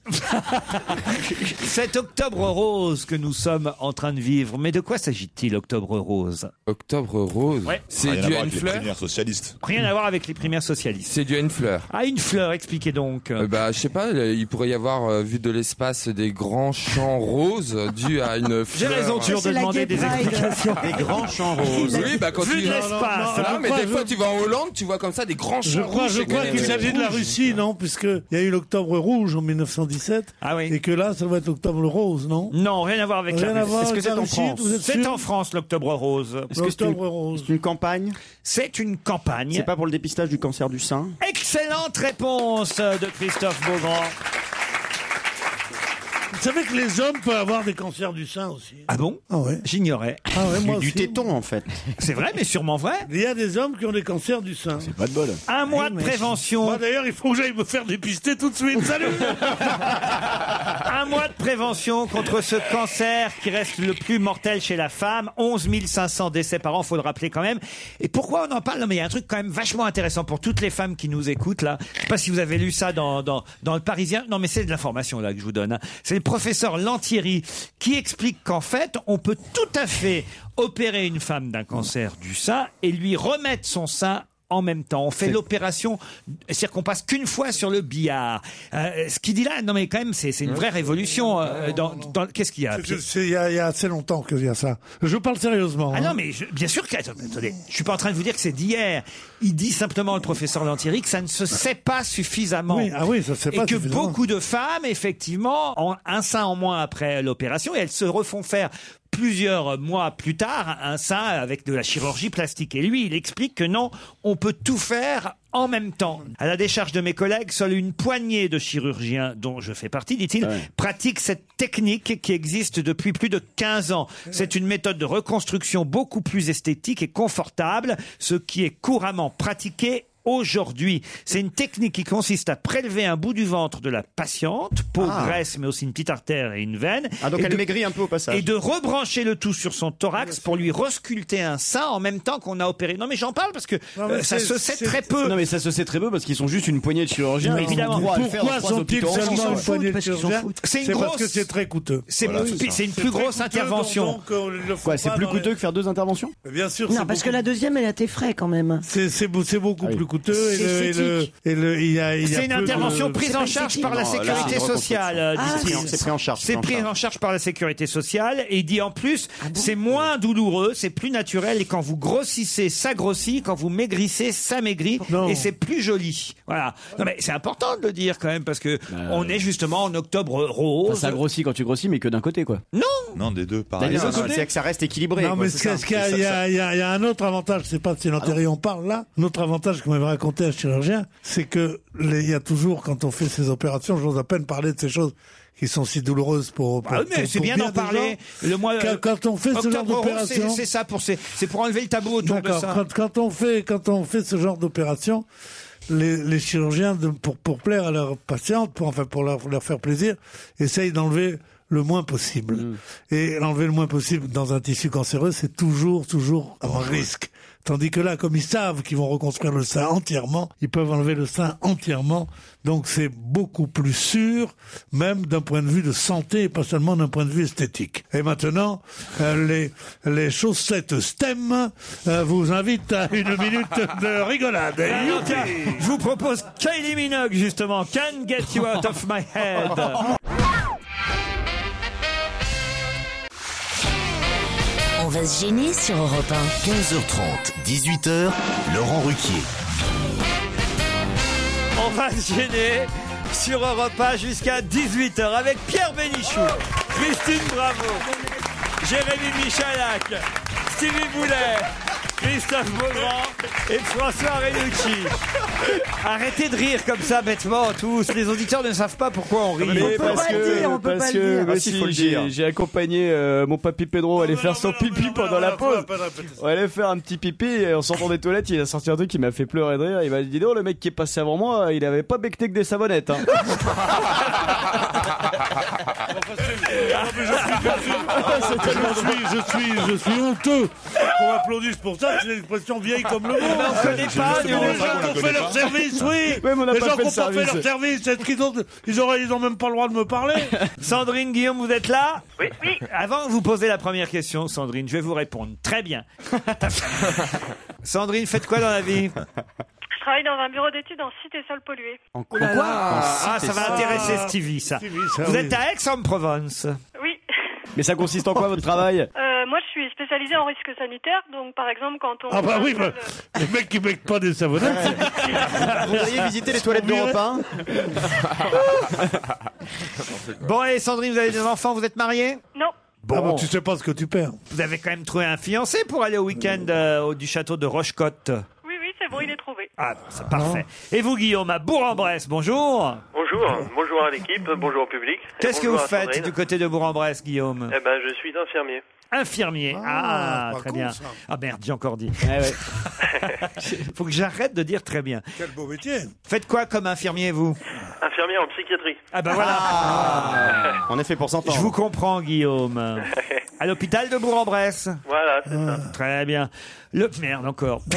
Speaker 3: Cet octobre rose que nous sommes en train de vivre. Mais de quoi s'agit-il, octobre rose
Speaker 11: Octobre rose
Speaker 6: Ah,
Speaker 11: C'est
Speaker 3: Rien à
Speaker 11: du
Speaker 3: voir
Speaker 11: à une
Speaker 3: avec les
Speaker 11: fleur
Speaker 3: primaires
Speaker 6: socialiste.
Speaker 3: Rien à voir avec les primaires socialistes.
Speaker 11: C'est dû à une fleur.
Speaker 3: Ah, une fleur, expliquez donc.
Speaker 11: Euh, bah, je sais pas, il pourrait y avoir, euh, vu de l'espace, des grands champs roses dus à une
Speaker 3: J'ai
Speaker 11: fleur.
Speaker 3: raison toujours de demander des explications.
Speaker 11: Oui, bah quand
Speaker 3: Vu
Speaker 11: tu
Speaker 3: de l'espace.
Speaker 11: Non,
Speaker 5: je
Speaker 11: mais
Speaker 5: crois,
Speaker 11: des
Speaker 5: je-
Speaker 11: fois, tu vas en Hollande, tu vois comme ça des grands champs
Speaker 5: Je crois,
Speaker 11: rouges.
Speaker 5: je
Speaker 11: et
Speaker 5: crois
Speaker 11: des-
Speaker 5: qu'il
Speaker 11: des-
Speaker 5: s'agit de la Russie, non Puisqu'il y a eu l'octobre rouge en 1917.
Speaker 3: Ah
Speaker 5: Et que là, ça va être l'octobre rose, non
Speaker 3: Non, rien à voir avec
Speaker 5: Rien
Speaker 3: la
Speaker 5: à
Speaker 3: Russie.
Speaker 5: voir avec la Russie, vous êtes
Speaker 3: C'est
Speaker 5: sûr
Speaker 3: en France, l'octobre rose.
Speaker 5: Est-ce que c'est une- L'Octobre rose.
Speaker 3: une campagne C'est une campagne.
Speaker 21: C'est pas pour le dépistage du cancer du sein
Speaker 3: Excellente réponse de Christophe Beaugrand.
Speaker 5: Vous savez que les hommes peuvent avoir des cancers du sein aussi.
Speaker 3: Ah bon J'ignorais.
Speaker 5: Ah ouais, moi Du- du aussi.
Speaker 3: téton, en fait. C'est vrai, mais sûrement vrai.
Speaker 5: Il y a des hommes qui ont des cancers du sein. C'est
Speaker 4: pas de bol.
Speaker 3: Un mois de prévention.
Speaker 5: Moi Bah, d'ailleurs, il faut que j'aille me faire dépister tout de suite. Salut
Speaker 3: Un mois de prévention contre ce cancer qui reste le plus mortel chez la femme. 11 500 décès par an, faut le rappeler quand même. Et pourquoi on en parle Non, mais il y a un truc quand même vachement intéressant pour toutes les femmes qui nous écoutent là. Je sais pas si vous avez lu ça dans dans, dans le Parisien. Non, mais c'est de l'information là que je vous donne. hein. C'est le professeur Lantieri qui explique qu'en fait, on peut tout à fait opérer une femme d'un cancer du sein et lui remettre son sein en même temps. On fait l'opération, c'est-à-dire qu'on passe qu'une fois sur le billard. Euh, ce qu'il dit là, non mais quand même, c'est c'est une vraie révolution. euh, dans, dans- Qu'est-ce qu'il y a
Speaker 5: C'est- c'est- Il y, a- il y a assez longtemps qu'il y a ça. Je parle sérieusement.
Speaker 3: ah
Speaker 5: hein.
Speaker 3: non, mais je- bien sûr que... Attendez, attendez, je suis pas en train de vous dire que c'est d'hier. Il dit simplement, le professeur Lantieri, que ça ne se sait pas suffisamment.
Speaker 5: Oui, ah oui, ça se sait
Speaker 3: Et
Speaker 5: pas
Speaker 3: que
Speaker 5: suffisamment.
Speaker 3: beaucoup de femmes, effectivement, ont un sein en moins après l'opération et elles se refont faire plusieurs mois plus tard un sein avec de la chirurgie plastique. Et lui, il explique que non, on peut tout faire en même temps. À la décharge de mes collègues, seule une poignée de chirurgiens dont je fais partie, dit-il, pratique cette technique qui existe depuis plus de 15 ans. C'est une méthode de reconstruction beaucoup plus esthétique et confortable, ce qui est couramment pratiqué aujourd'hui. C'est une technique qui consiste à prélever un bout du ventre de la patiente, peau,
Speaker 21: Ah.
Speaker 3: graisse, mais aussi une petite artère et une veine.
Speaker 21: Ah, donc
Speaker 3: et
Speaker 21: elle
Speaker 3: de-
Speaker 21: maigrit un peu au passage.
Speaker 3: Et de rebrancher le tout sur son thorax pour lui resculpter un sein en même temps qu'on a opéré. Non mais j'en parle parce que
Speaker 21: Ah
Speaker 5: Ah,
Speaker 4: Non, mais
Speaker 3: euh, ça
Speaker 4: c'est-
Speaker 3: se sait
Speaker 4: c'est-
Speaker 3: très peu.
Speaker 4: Non, mais ça se sait très peu parce qu'ils sont juste une poignée de chirurgiens.
Speaker 3: Non,
Speaker 4: Ils ont
Speaker 3: évidemment.
Speaker 4: droit à le faire dans
Speaker 5: Pourquoi
Speaker 4: trois
Speaker 5: sont-ils
Speaker 4: hôpitaux en France.
Speaker 5: seulement une poignée de
Speaker 4: Parce qu'ils s'en
Speaker 5: chirurgiens
Speaker 4: foutent.
Speaker 3: C'est une
Speaker 5: parce
Speaker 3: grosse-
Speaker 5: que c'est très coûteux.
Speaker 3: C'est
Speaker 5: Voilà,
Speaker 3: plus-
Speaker 5: ça.
Speaker 3: c'est une plus
Speaker 5: très
Speaker 3: grosse
Speaker 5: coûteux,
Speaker 3: intervention.
Speaker 5: donc, euh, ils le font
Speaker 4: Quoi, c'est
Speaker 5: pas
Speaker 4: plus
Speaker 5: dans les-
Speaker 4: coûteux que faire deux interventions
Speaker 5: Bien sûr.
Speaker 8: Non,
Speaker 5: c'est
Speaker 8: parce que
Speaker 5: beaucoup-
Speaker 8: la deuxième, elle a tes frais quand même.
Speaker 5: C'est c'est beau- c'est
Speaker 21: Ah
Speaker 5: beaucoup plus coûteux. et le- et le-
Speaker 8: esthétique.
Speaker 5: et le- il y a- il y a
Speaker 3: C'est une
Speaker 5: peu de-
Speaker 3: intervention prise en charge par la
Speaker 21: Non, là, c'est
Speaker 3: sécurité
Speaker 21: une reconstruction.
Speaker 3: sociale. euh,
Speaker 21: Ah,
Speaker 3: dit-il.
Speaker 21: c'est- c'est pris en charge,
Speaker 3: C'est
Speaker 21: pris en
Speaker 3: pris en charge par la sécurité sociale. Et il dit en plus,
Speaker 21: Ah
Speaker 3: c'est moins douloureux, c'est plus naturel. Et quand vous grossissez, ça grossit. Quand vous maigrissez, ça maigrit.
Speaker 21: Oh
Speaker 3: Et c'est plus joli. Voilà. Non, mais c'est important de le dire quand même parce que on est justement en octobre
Speaker 4: Enfin,
Speaker 3: rose.
Speaker 4: ça grossit quand tu grossis, mais que d'un côté, quoi.
Speaker 3: Non
Speaker 6: Non, des deux,
Speaker 4: pareil. Des deux côtés.
Speaker 21: C'est que ça reste équilibré.
Speaker 5: Non,
Speaker 21: quoi,
Speaker 5: mais
Speaker 21: c'est
Speaker 5: ce qu'il y a-
Speaker 21: ça.
Speaker 5: ce qu'il y a,
Speaker 21: Ça-
Speaker 5: il y
Speaker 21: ça- Ah
Speaker 5: a- il y a- il y a un autre avantage, je sais pas si l'antérieur on parle là, un autre avantage qu'on m'avait raconté un chirurgien, c'est que les- il y a toujours, quand on fait ces opérations, j'ose à peine parler de ces choses qui sont si douloureuses pour, pour,
Speaker 3: Ah oui, mais
Speaker 5: pour-
Speaker 3: c'est
Speaker 5: pour
Speaker 3: bien d'en
Speaker 5: des
Speaker 3: parler.
Speaker 5: gens.
Speaker 3: Le mois-
Speaker 5: quand, quand on fait ce genre
Speaker 3: Octobre rose,
Speaker 5: d'opération,
Speaker 3: c'est- c'est ça pour c'est c'est pour enlever le tabou autour de
Speaker 5: D'accord.
Speaker 3: ça.
Speaker 5: Quand, quand on fait quand on fait ce genre d'opération, les, les chirurgiens de- pour pour plaire à leurs patientes, pour enfin pour leur, leur faire plaisir, essayent d'enlever le moins possible. Et l'enlever le moins possible dans un tissu cancéreux, c'est toujours toujours un risque. Tandis que là, comme ils savent qu'ils vont reconstruire le sein entièrement, ils peuvent enlever le sein entièrement. Donc c'est beaucoup plus sûr, même d'un point de vue de santé, et pas seulement d'un point de vue esthétique. Et maintenant, euh, les, les chaussettes STEM euh, vous invitent à une minute de rigolade.
Speaker 3: Alors, tiens,
Speaker 5: Youpi
Speaker 3: je vous propose Kylie Minogue justement. Can't get you out of my head.
Speaker 2: On va se gêner sur Europe 1.
Speaker 23: 15h30, 18h, Laurent Ruquier.
Speaker 3: On va se gêner sur Europe 1 jusqu'à 18h avec Pierre Bénichou, Christine Bravo, Jérémy Michalak, Stevie Boulet, Christophe Beaugrand et François Renucci. Arrêtez de rire comme ça bêtement tous. Les auditeurs ne savent pas pourquoi on rit.
Speaker 4: Mais parce que, parce que, mais
Speaker 21: Ah, si,
Speaker 4: si,
Speaker 21: faut le
Speaker 4: j'ai-
Speaker 21: dire.
Speaker 4: J'ai accompagné euh, mon papy Pedro à aller faire son pipi pendant la pause. On allait faire un petit pipi et en sortant des toilettes, il a sorti un truc qui m'a fait pleurer de rire. Il m'a dit non, le mec qui est passé avant moi, il avait pas becté que des savonnettes. hein.
Speaker 5: Ah, c'est tellement drôle. je, suis, je, suis, je suis honteux qu'on applaudisse pour ça, c'est l'expression vieille comme le monde.
Speaker 3: Mais Ah, on connaît
Speaker 5: C'est
Speaker 3: pas,
Speaker 5: justement
Speaker 3: nous.
Speaker 5: les gens qui
Speaker 3: On
Speaker 5: ont
Speaker 3: connaît
Speaker 5: fait
Speaker 3: pas.
Speaker 5: leur service, oui.
Speaker 3: Ouais, mais on n'a
Speaker 5: les
Speaker 3: pas
Speaker 5: gens
Speaker 3: fait
Speaker 5: qui
Speaker 3: le
Speaker 5: ont pas fait
Speaker 3: service.
Speaker 5: leur service, est-ce qu'ils ont, ils auraient, ils ont même pas le droit de me parler.
Speaker 3: Sandrine Guillaume, vous êtes là Oui, oui. Avant que vous posez la première question, Sandrine, je vais vous répondre. Très bien. Sandrine, faites quoi dans la vie
Speaker 18: Je travaille dans un bureau d'études en site et sol pollué.
Speaker 3: En
Speaker 5: Oh
Speaker 18: quoi là là.
Speaker 3: Ah, ça va
Speaker 18: Ah,
Speaker 3: intéresser Stevie, ça.
Speaker 5: ça,
Speaker 3: Vous
Speaker 5: oui.
Speaker 3: êtes à Aix-en-Provence Oh,
Speaker 18: Oui.
Speaker 4: Mais ça consiste en quoi votre travail
Speaker 18: Euh, moi, je suis spécialisée en risque sanitaire, donc par exemple, quand on.
Speaker 5: Ah bah oui, bah, les mecs qui mettent pas des savonnettes.
Speaker 21: Vous auriez visité les toilettes hein d'Europe 1
Speaker 3: Bon, et Sandrine, vous avez des enfants, vous êtes mariée
Speaker 18: Non.
Speaker 5: Bon. Ah bah, tu sais pas ce que tu perds.
Speaker 3: Vous avez quand même trouvé un fiancé pour aller au week-end euh, au- du château de Rochecotte
Speaker 18: Oui, oui, c'est bon, il est trouvé.
Speaker 5: Ah.
Speaker 3: Ah, c'est parfait. Et vous, Guillaume, à Bourg-en-Bresse, bonjour.
Speaker 24: Bonjour. bonjour, bonjour à l'équipe, bonjour au public.
Speaker 3: Qu'est-ce que vous
Speaker 24: Bonjour à
Speaker 3: faites
Speaker 24: Sandrine.
Speaker 3: du côté de Bourg-en-Bresse, Guillaume
Speaker 24: Eh ben, je suis infirmier.
Speaker 3: Infirmier. Ah, très bien. Ah merde, j'ai encore dit.
Speaker 4: Eh
Speaker 3: Faut que j'arrête de dire très bien.
Speaker 5: Quel beau métier.
Speaker 3: Faites quoi comme infirmier, vous
Speaker 24: Infirmier en psychiatrie.
Speaker 3: Ah
Speaker 5: bah
Speaker 3: ben voilà.
Speaker 4: Ah,
Speaker 21: On est fait pour s'entendre.
Speaker 3: Je vous comprends, Guillaume. À l'hôpital de Bourg-en-Bresse. Ah,
Speaker 24: Voilà,
Speaker 3: Très bien. Le merde encore.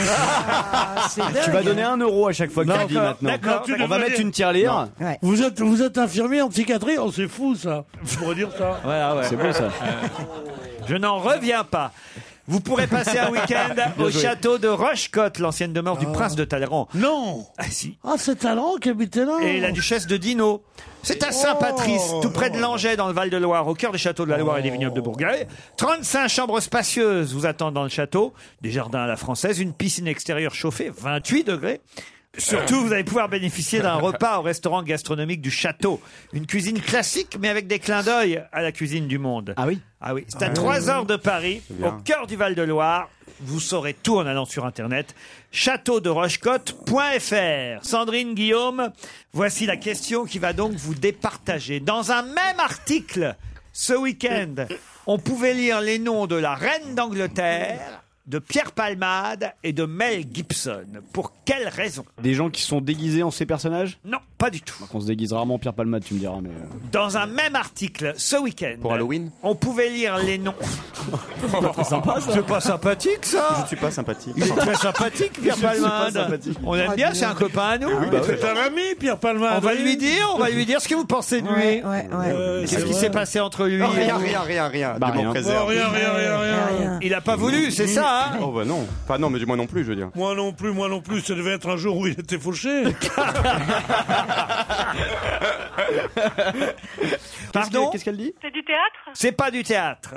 Speaker 18: Ah,
Speaker 4: Ah, Tu vas donner un euro à chaque fois que
Speaker 3: Non,
Speaker 4: tu le dis
Speaker 3: d'accord,
Speaker 4: maintenant.
Speaker 3: d'accord,
Speaker 4: On va
Speaker 3: d'accord.
Speaker 4: mettre une tirelire.
Speaker 5: Non. Vous êtes, vous êtes infirmier en psychiatrie Oh, c'est fou ça. Je pourrais dire ça.
Speaker 4: C'est beau, ça.
Speaker 3: ah Euh, Je n'en reviens pas. Vous pourrez passer un week-end
Speaker 5: Bien
Speaker 3: au
Speaker 5: joué.
Speaker 3: château de Rochecotte, l'ancienne demeure du
Speaker 5: Ah.
Speaker 3: prince de Talleyrand.
Speaker 5: Non
Speaker 3: Ah si.
Speaker 5: Ah, c'est Talent qui habitait là.
Speaker 3: Et la duchesse de Dino. C'est à Saint-Patrice, tout près
Speaker 9: Oh.
Speaker 3: de Langeais, dans le Val-de-Loire, au cœur des châteaux de la Loire et des vignobles de Bourgogne. 35 chambres spacieuses vous attendent dans le château, des jardins à la française, une piscine extérieure chauffée, 28 degrés. Surtout, vous allez pouvoir bénéficier d'un repas au restaurant gastronomique du château. Une cuisine classique, mais avec des clins d'œil à la cuisine du monde. Ah oui Ah oui. C'est à
Speaker 9: Ah
Speaker 3: 3
Speaker 9: oui.
Speaker 3: heures de Paris,
Speaker 9: C'est
Speaker 3: au
Speaker 9: bien.
Speaker 3: cœur du Val-de-Loire. Vous saurez tout en allant sur internet châteauderochecotte.fr. Sandrine Guillaume, voici la question qui va donc vous départager. Dans un même article, ce week-end, on pouvait lire les noms de la reine d'Angleterre, de Pierre Palmade et de Mel Gibson. Pour quelle raison
Speaker 4: Des gens qui sont déguisés en ces personnages
Speaker 3: Non, pas du tout.
Speaker 4: On se déguise rarement en Pierre Palmade, tu me diras, mais. euh,
Speaker 3: Dans un même article, ce week-end.
Speaker 4: Pour Halloween
Speaker 3: On pouvait lire les noms.
Speaker 4: C'est pas Bah, très sympa, ça.
Speaker 3: C'est pas sympathique, ça
Speaker 21: Je ne suis pas sympathique.
Speaker 3: Il est très sympathique, Pierre
Speaker 21: Je ne suis pas
Speaker 3: Palmade.
Speaker 21: sympathique.
Speaker 3: On aime bien, c'est un copain à nous.
Speaker 21: Ah oui, bah oui.
Speaker 5: C'est un ami, Pierre Palma.
Speaker 3: On va lui dire, on va lui dire ce que vous pensez de lui. Euh,
Speaker 5: Ouais,
Speaker 21: ouais.
Speaker 3: Qu'est-ce qui
Speaker 21: Ouais.
Speaker 3: s'est passé entre lui
Speaker 21: Rien,
Speaker 3: et vous
Speaker 21: rien, rien, rien.
Speaker 3: Bah,
Speaker 21: Dieu m'en
Speaker 3: rien.
Speaker 21: préserve. Mmh.
Speaker 3: Oh, rien, rien, rien, rien. Il a pas voulu, c'est ça, hein
Speaker 21: Oh bah non. Enfin non, mais moi non plus, je veux dire.
Speaker 5: Moi non plus, moi non plus. Ça devait être un jour où il était fauché.
Speaker 3: Pardon
Speaker 4: Qu'est-ce qu'elle dit
Speaker 18: C'est du théâtre
Speaker 3: C'est pas du théâtre.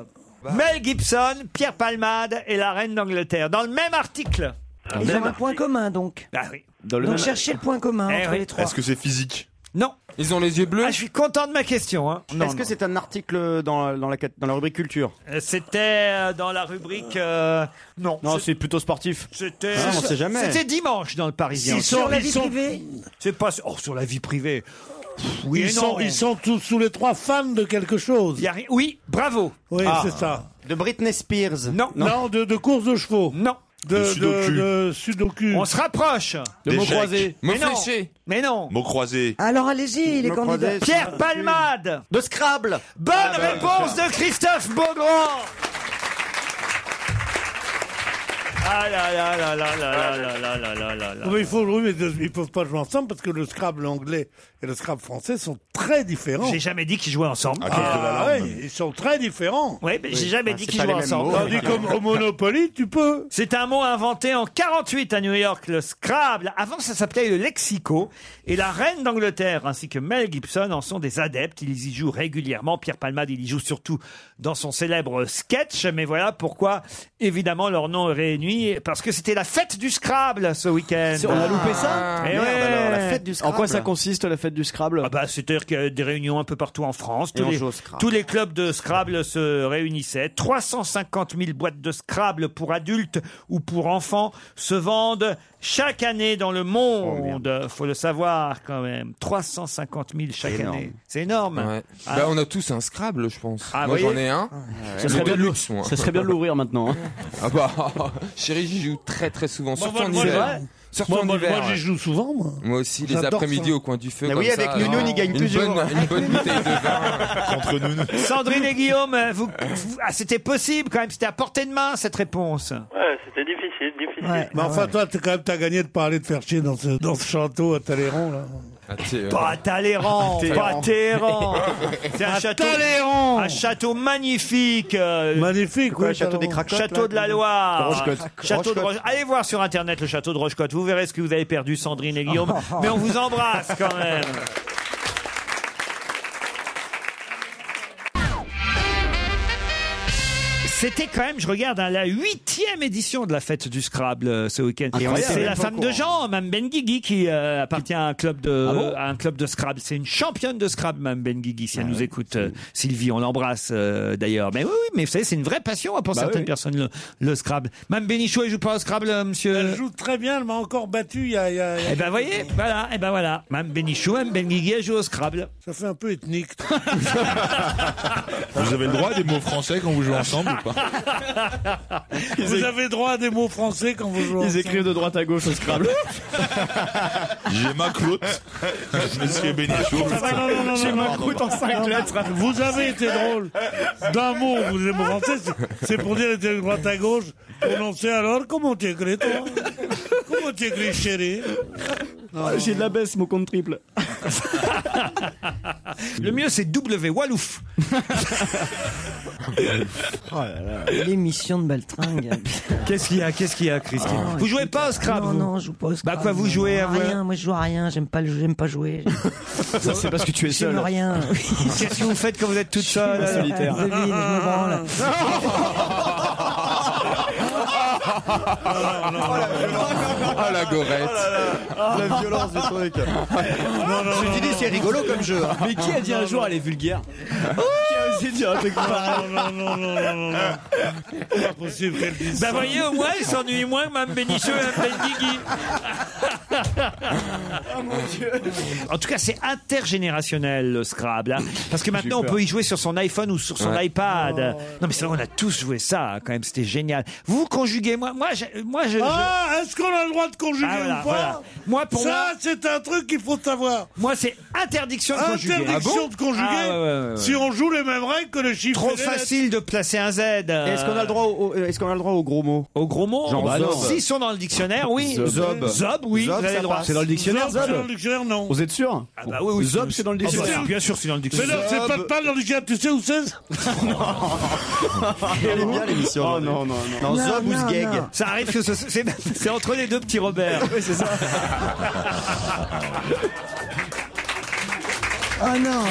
Speaker 3: Mel Gibson, Pierre Palmade et la reine d'Angleterre. Dans le même article.
Speaker 8: Ils ont un point commun donc.
Speaker 3: Ah oui.
Speaker 8: Donc cherchez le point commun
Speaker 3: Eh
Speaker 8: entre
Speaker 3: oui.
Speaker 8: les trois.
Speaker 6: Est-ce que c'est physique
Speaker 3: Non.
Speaker 11: Ils ont les yeux bleus
Speaker 3: Ah, Je suis content de ma question. Hein. Non,
Speaker 21: Est-ce que
Speaker 3: non.
Speaker 21: c'est un article dans, dans, la, dans la rubrique culture
Speaker 3: Euh, C'était euh, dans la rubrique. euh, non.
Speaker 4: Non, c'est plutôt sportif.
Speaker 3: C'était.
Speaker 4: Ah, on sait jamais.
Speaker 3: C'était dimanche dans le Parisien.
Speaker 5: Ils sont- Sur la ils vie sont- privée
Speaker 3: C'est pas. Oh, sur la vie privée. Pff, oui,
Speaker 5: ils,
Speaker 3: et non. hein.
Speaker 5: sont, ils sont tous, tous les trois fans de quelque chose.
Speaker 3: Y a ri- Oui, bravo.
Speaker 5: Oui,
Speaker 3: Ah.
Speaker 5: c'est ça.
Speaker 21: De Britney Spears
Speaker 3: Non.
Speaker 5: Non, de, de course de chevaux.
Speaker 3: Non.
Speaker 5: De,
Speaker 6: De
Speaker 5: de,
Speaker 6: sudoku.
Speaker 5: de sudoku.
Speaker 3: On se rapproche.
Speaker 6: Des mots chèques. croisés.
Speaker 3: Mais
Speaker 6: Mots
Speaker 3: non.
Speaker 6: fléchés.
Speaker 3: Mais non.
Speaker 6: Mots croisés.
Speaker 8: Alors allez-y, les
Speaker 6: Le
Speaker 8: candidats.
Speaker 6: croisé,
Speaker 3: Pierre Palmade.
Speaker 21: De Scrabble.
Speaker 3: Bonne
Speaker 4: Ah, bah,
Speaker 3: réponse de Christophe Beaugrand. Ah là là là là là là là là là là là.
Speaker 5: Non, mais il faut, oui, mais de- ils peuvent pas jouer ensemble parce que le Scrabble anglais et le Scrabble français sont très différents.
Speaker 3: J'ai jamais dit qu'ils jouaient ensemble.
Speaker 5: Ah, ouais, ils sont très différents.
Speaker 3: Oui, mais j'ai jamais
Speaker 5: Ah,
Speaker 3: dit
Speaker 5: c'est
Speaker 3: qu'ils
Speaker 5: pas
Speaker 3: jouaient
Speaker 5: les mêmes
Speaker 3: ensemble.
Speaker 5: mots. Tandis qu'au- au Monopoly, tu peux.
Speaker 3: C'est un mot inventé en 48 à New York, le Scrabble. Avant, ça s'appelait le Lexico. Et la reine d'Angleterre ainsi que Mel Gibson en sont des adeptes. Ils y jouent régulièrement. Pierre Palmade, il y joue surtout dans son célèbre sketch. Mais voilà pourquoi, évidemment, leur nom est réuni. Parce que c'était la fête du Scrabble ce week-end.
Speaker 4: On a loupé
Speaker 21: Ah,
Speaker 4: ça
Speaker 3: Eh
Speaker 4: Merde,
Speaker 3: ouais.
Speaker 4: alors, la fête du En quoi ça consiste la fête du Scrabble
Speaker 3: Ah bah, c'est-à-dire qu'il y a des réunions un peu partout en France.
Speaker 4: Et
Speaker 3: Tous
Speaker 4: on
Speaker 3: les,
Speaker 4: joue au Scrabble.
Speaker 3: tous les clubs de Scrabble se réunissaient. 350 000 boîtes de Scrabble pour adultes ou pour enfants se vendent chaque année dans le monde. Faut le savoir quand même. 350 000 chaque
Speaker 11: énorme.
Speaker 3: année. C'est énorme.
Speaker 11: Ouais.
Speaker 3: Ah.
Speaker 11: Bah, on a tous un Scrabble, je pense.
Speaker 3: Ah,
Speaker 11: moi,
Speaker 3: vous
Speaker 11: j'en
Speaker 3: voyez
Speaker 11: ai un.
Speaker 4: Ça serait,
Speaker 11: Mais
Speaker 4: bien
Speaker 11: de
Speaker 4: de
Speaker 11: luxe,
Speaker 4: l'ou-
Speaker 11: moi.
Speaker 4: ça serait bien de l'ouvrir maintenant. hein.
Speaker 11: Ah bah, chérie, j'y joue très très souvent, surtout en hiver. Surtout
Speaker 5: moi,
Speaker 11: en
Speaker 5: moi,
Speaker 11: hiver.
Speaker 5: moi, j'y
Speaker 11: ouais.
Speaker 5: joue souvent, moi.
Speaker 11: Moi aussi, les
Speaker 5: J'adore
Speaker 11: après-midi
Speaker 5: ça.
Speaker 11: au coin du feu.
Speaker 5: Mais
Speaker 11: comme
Speaker 5: oui, avec
Speaker 11: ça, euh,
Speaker 5: Nounoun,
Speaker 11: alors,
Speaker 5: il gagne
Speaker 11: une
Speaker 5: toujours.
Speaker 11: bonne- une
Speaker 5: Avec
Speaker 11: bonne
Speaker 5: Nounoun.
Speaker 11: bouteille de vin
Speaker 6: contre nous.
Speaker 3: Sandrine et Guillaume, vous, vous- ah, c'était possible quand même. C'était à portée de main cette réponse. bah
Speaker 24: Ouais, c'était difficile, difficile.
Speaker 5: Mais enfin, toi, t'es quand même, t'as gagné de pas aller te faire chier dans ce, dans ce château à Talleyrand, là.
Speaker 3: Pas à Talleyrand,
Speaker 5: À
Speaker 3: pas à Téhéran.
Speaker 5: Téhéran.
Speaker 3: C'est un
Speaker 5: À
Speaker 3: château,
Speaker 5: Talleyrand.
Speaker 3: un château magnifique. euh,
Speaker 5: magnifique,
Speaker 21: oui, château des Talleyrand. cracottes,
Speaker 3: Château
Speaker 21: là,
Speaker 3: de la
Speaker 21: comme-
Speaker 3: Loire.
Speaker 21: Rochecotte.
Speaker 3: Château de
Speaker 21: Rochecotte.
Speaker 3: Roche- Allez voir sur internet le château de Rochecotte. Vous verrez ce que vous avez perdu, Sandrine et Guillaume. Mais on vous embrasse quand même. C'était quand même, je regarde, hein, la huitième édition de la fête du Scrabble euh, ce week-end.
Speaker 9: Et on était
Speaker 3: C'est la
Speaker 9: même pas
Speaker 3: femme
Speaker 9: au
Speaker 3: de Jean,
Speaker 9: courant.
Speaker 3: Mme Benguigui, qui euh, appartient à un club de,
Speaker 9: Ah bon Ah
Speaker 3: à un club de Scrabble. C'est une championne de Scrabble, Mme Benguigui. Si elle nous écoute, euh, Sylvie, on l'embrasse euh, d'ailleurs. Mais oui, oui, mais vous savez, c'est une vraie passion hein, pour
Speaker 5: Bah
Speaker 3: certaines
Speaker 5: oui.
Speaker 3: personnes, le, le Scrabble. Mme Benichou, elle joue pas au Scrabble, euh, monsieur
Speaker 5: Elle joue très bien, elle m'a encore battu il y a. il y a- il y a-
Speaker 3: Eh ben voyez, voilà, eh ben voilà. Mme Benichou, Mme Benguigui, elle joue au Scrabble.
Speaker 5: Ça fait un peu ethnique.
Speaker 6: Vous avez le droit à des mots français quand vous jouez ensemble ou pas
Speaker 5: Vous avez droit à des mots français quand vous jouez.
Speaker 4: Ils écrivent de droite à gauche au Scrabble.
Speaker 6: J'ai ma croûte. Monsieur
Speaker 3: ben,
Speaker 6: Bénichou.
Speaker 5: Ah, J'ai ma croûte en cinq lettres. Vous avez été drôle. D'un mot, vous êtes français, c'est- c'est pour dire de droite à gauche. Prononcez alors comment tu écris toi Comment tu écris chérie
Speaker 4: Ah, J'ai de la baisse, mon compte triple.
Speaker 3: Le mieux, c'est W, Walouf.
Speaker 8: Oh L'émission de Baltringue. Oh,
Speaker 3: Qu'est-ce qu'il y a Qu'est-ce qu'il y a, Christine Ah. Vous jouez pas au Scrabble
Speaker 8: Non,
Speaker 3: vous
Speaker 8: non, je joue pas au Scrabble.
Speaker 3: Bah quoi, vous
Speaker 8: non,
Speaker 3: jouez
Speaker 8: non,
Speaker 3: à vous
Speaker 8: rien. Moi, je joue à rien. J'aime pas, le jeu, j'aime pas jouer.
Speaker 4: Ça, c'est parce que tu es
Speaker 8: J'aime
Speaker 4: seul.
Speaker 8: rien.
Speaker 3: Qu'est-ce que vous faites quand vous êtes toute seule
Speaker 8: Je suis
Speaker 4: solitaire.
Speaker 8: devine, je me branle.
Speaker 11: Ah la gorette.
Speaker 21: La violence du truc.
Speaker 9: Je me suis dit, c'est rigolo comme jeu.
Speaker 4: Mais qui a dit un jour elle est vulgaire
Speaker 9: Qui
Speaker 4: Ah,
Speaker 9: a osé dire un truc pareil
Speaker 5: Non, non, non, non, non, non. C'est pas possible qu'elle dise
Speaker 3: Bah
Speaker 5: ça.
Speaker 3: voyez, au moins, elle s'ennuie moins que Mme Bénichou et Mme Benguigui. Oh, En tout cas, c'est intergénérationnel le Scrabble. hein. parce que maintenant, on
Speaker 9: peur.
Speaker 3: peut y jouer sur son iPhone ou sur son
Speaker 9: Ouais.
Speaker 3: iPad.
Speaker 8: Oh.
Speaker 3: Non, mais c'est vrai, on a tous joué ça hein, quand même. C'était génial. Vous vous conjuguez, moi, moi, je, moi, je- je-
Speaker 5: Ah, est-ce qu'on a le droit de conjuguer
Speaker 3: Ah, voilà,
Speaker 5: ou pas
Speaker 3: voilà. Moi, pour
Speaker 5: Ça,
Speaker 3: moi-
Speaker 5: c'est un truc qu'il faut savoir.
Speaker 3: Moi, c'est interdiction de conjuguer.
Speaker 5: Interdiction
Speaker 3: Ah bon
Speaker 5: de conjuguer
Speaker 3: Ah, ouais, ouais, ouais, ouais.
Speaker 5: si on joue les mêmes règles que le chiffre.
Speaker 3: Trop facile de placer un Z.
Speaker 21: Est-ce qu'on a le droit au, euh, est-ce qu'on a le droit aux gros mots
Speaker 3: Aux gros mots
Speaker 21: Genre
Speaker 3: Bah non.
Speaker 21: zob.
Speaker 3: S'ils sont dans le dictionnaire, oui.
Speaker 21: Zob.
Speaker 3: Zob, oui,
Speaker 21: Zob,
Speaker 3: vous avez
Speaker 21: ça
Speaker 3: le droit.
Speaker 21: passe. C'est dans le dictionnaire, Zob
Speaker 5: Dans le dictionnaire, non.
Speaker 4: Vous êtes sûr
Speaker 3: Ah bah oui, oui,
Speaker 4: Zob, c'est dans le
Speaker 3: Ah bah,
Speaker 4: dictionnaire.
Speaker 3: bien sûr, c'est dans le
Speaker 5: Mais
Speaker 3: dictionnaire.
Speaker 5: non, c'est pas de balle dans le dictionnaire, tu sais où c'est
Speaker 21: Elle est bien l'émission. Oh non, non, non.
Speaker 3: Non,
Speaker 21: Zob ou
Speaker 3: non,
Speaker 21: Sgeg
Speaker 3: non. Ça arrive que ce- c'est c'est entre les deux petits Robert. oui, c'est ça.
Speaker 8: Ah non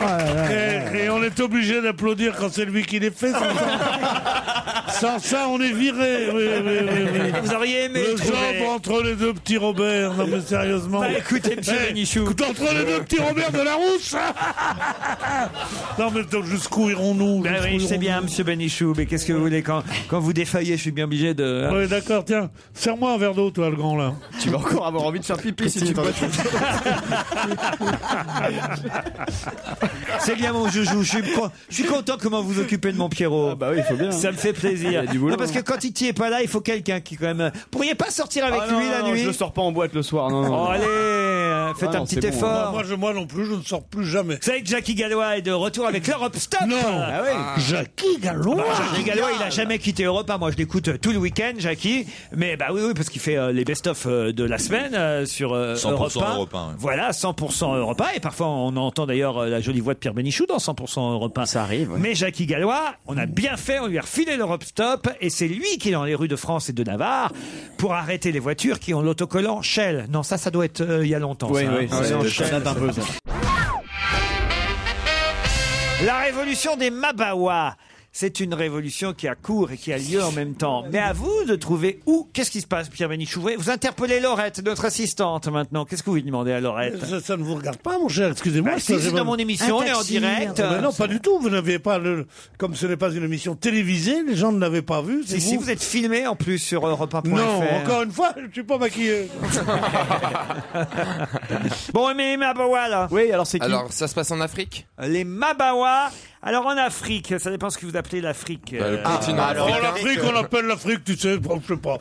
Speaker 4: Ah
Speaker 5: et, et on est obligé d'applaudir quand c'est lui qui les fait. Sans ça, sans ça, on est viré. Oui, oui, oui, oui.
Speaker 3: Vous auriez aimé
Speaker 5: Le
Speaker 3: le trouver.
Speaker 5: job entre les deux petits Robert. Non mais sérieusement.
Speaker 3: Bah, écoutez, monsieur
Speaker 5: Eh,
Speaker 3: Benichou.
Speaker 5: écoute, entre les deux petits Robert de la rousse. hein. non mais donc, jusqu'où irons-nous
Speaker 3: Ben oui, je sais bien, monsieur Benichou, mais qu'est-ce que vous voulez quand, quand vous défaillez, je suis bien obligé de. hein,
Speaker 5: Oui, d'accord, tiens, serre-moi un verre d'eau, toi, le grand, là.
Speaker 4: Tu vas encore avoir envie de faire pipi si tu peux.
Speaker 3: C'est bien mon joujou, je suis, con- je suis content comment vous occupez de mon Pierrot.
Speaker 4: bah oui, il faut bien.
Speaker 3: Ça me fait plaisir.
Speaker 4: Il y a du boulot, hein.
Speaker 3: Non, parce que quand Titi est pas là, il faut quelqu'un qui quand même. euh, Pourriez pas sortir avec
Speaker 4: Ah non,
Speaker 3: lui la
Speaker 4: non, non,
Speaker 3: nuit
Speaker 4: Je le sors pas en boîte le soir. Non, non, non.
Speaker 3: Oh allez, euh, faites
Speaker 4: Ah non,
Speaker 3: un petit
Speaker 4: c'est bon.
Speaker 3: effort.
Speaker 5: Moi, je, moi non plus, je ne sors plus jamais.
Speaker 3: Vous savez que Jackie Gallois est de retour avec l'Europe Stop Non
Speaker 4: Bah
Speaker 3: ah oui.
Speaker 5: Jackie Gallois
Speaker 3: Bah,
Speaker 6: Ah,
Speaker 3: Jackie Gallois, il a jamais quitté Europe 1. Moi, je l'écoute euh, tout le week-end, Jackie. Mais bah oui, oui, parce qu'il fait euh, les best-of euh, de la semaine euh, sur euh,
Speaker 6: 100%
Speaker 3: Europe 1.
Speaker 6: Europe 1, ouais.
Speaker 3: Voilà, 100% Europe 1. Et parfois, on entend d'ailleurs euh, la jolie voix de Pierre Bénichou dans 100% Europe 1. Ça arrive. Mais Jackie Gallois, on a bien fait, on lui a refilé l'Europe Stop. Et c'est lui qui est dans les rues de France et de Navarre pour arrêter les voitures qui ont l'autocollant Shell. Non, ça, ça doit être euh, il y a longtemps.
Speaker 4: Oui,
Speaker 3: ça,
Speaker 4: oui,
Speaker 3: hein.
Speaker 4: c'est-
Speaker 3: Ouais,
Speaker 4: ça
Speaker 3: Shell.
Speaker 4: date un peu, ça.
Speaker 3: La révolution des Mabawa. C'est une révolution qui a cours et qui a lieu en même temps. Mais à vous de trouver où. Qu'est-ce qui se passe, Pierre Benichou Vous interpellez Laurette, notre assistante maintenant. Qu'est-ce que vous lui demandez à Laurette
Speaker 5: Ça, ça ne vous regarde pas, mon cher, excusez-moi.
Speaker 3: Bah,
Speaker 5: parce
Speaker 3: si,
Speaker 5: que
Speaker 3: c'est
Speaker 5: j'ai-
Speaker 3: dans mon émission,
Speaker 5: Un
Speaker 3: on est en
Speaker 5: taxi,
Speaker 3: direct.
Speaker 5: un- Ah, Mais non, pas du tout. Vous n'aviez pas le. Comme ce n'est pas une émission télévisée, les gens ne l'avaient pas vu. c'est
Speaker 3: Si, si,
Speaker 5: vous.
Speaker 3: vous êtes filmé en plus sur Europe1.fr.
Speaker 5: Non, encore une fois, je ne suis pas maquillé.
Speaker 3: Bon, mais les Mabawa, là Oui, alors c'est
Speaker 11: Alors ça se passe en Afrique
Speaker 3: Les Mabawa. Alors en Afrique, ça dépend ce que vous appelez l'Afrique.
Speaker 11: Bah, le
Speaker 3: Euh,
Speaker 11: continent
Speaker 5: ah, bah, Alors, l'Afrique, on l'appelle l'Afrique, tu sais, bon, je sais pas.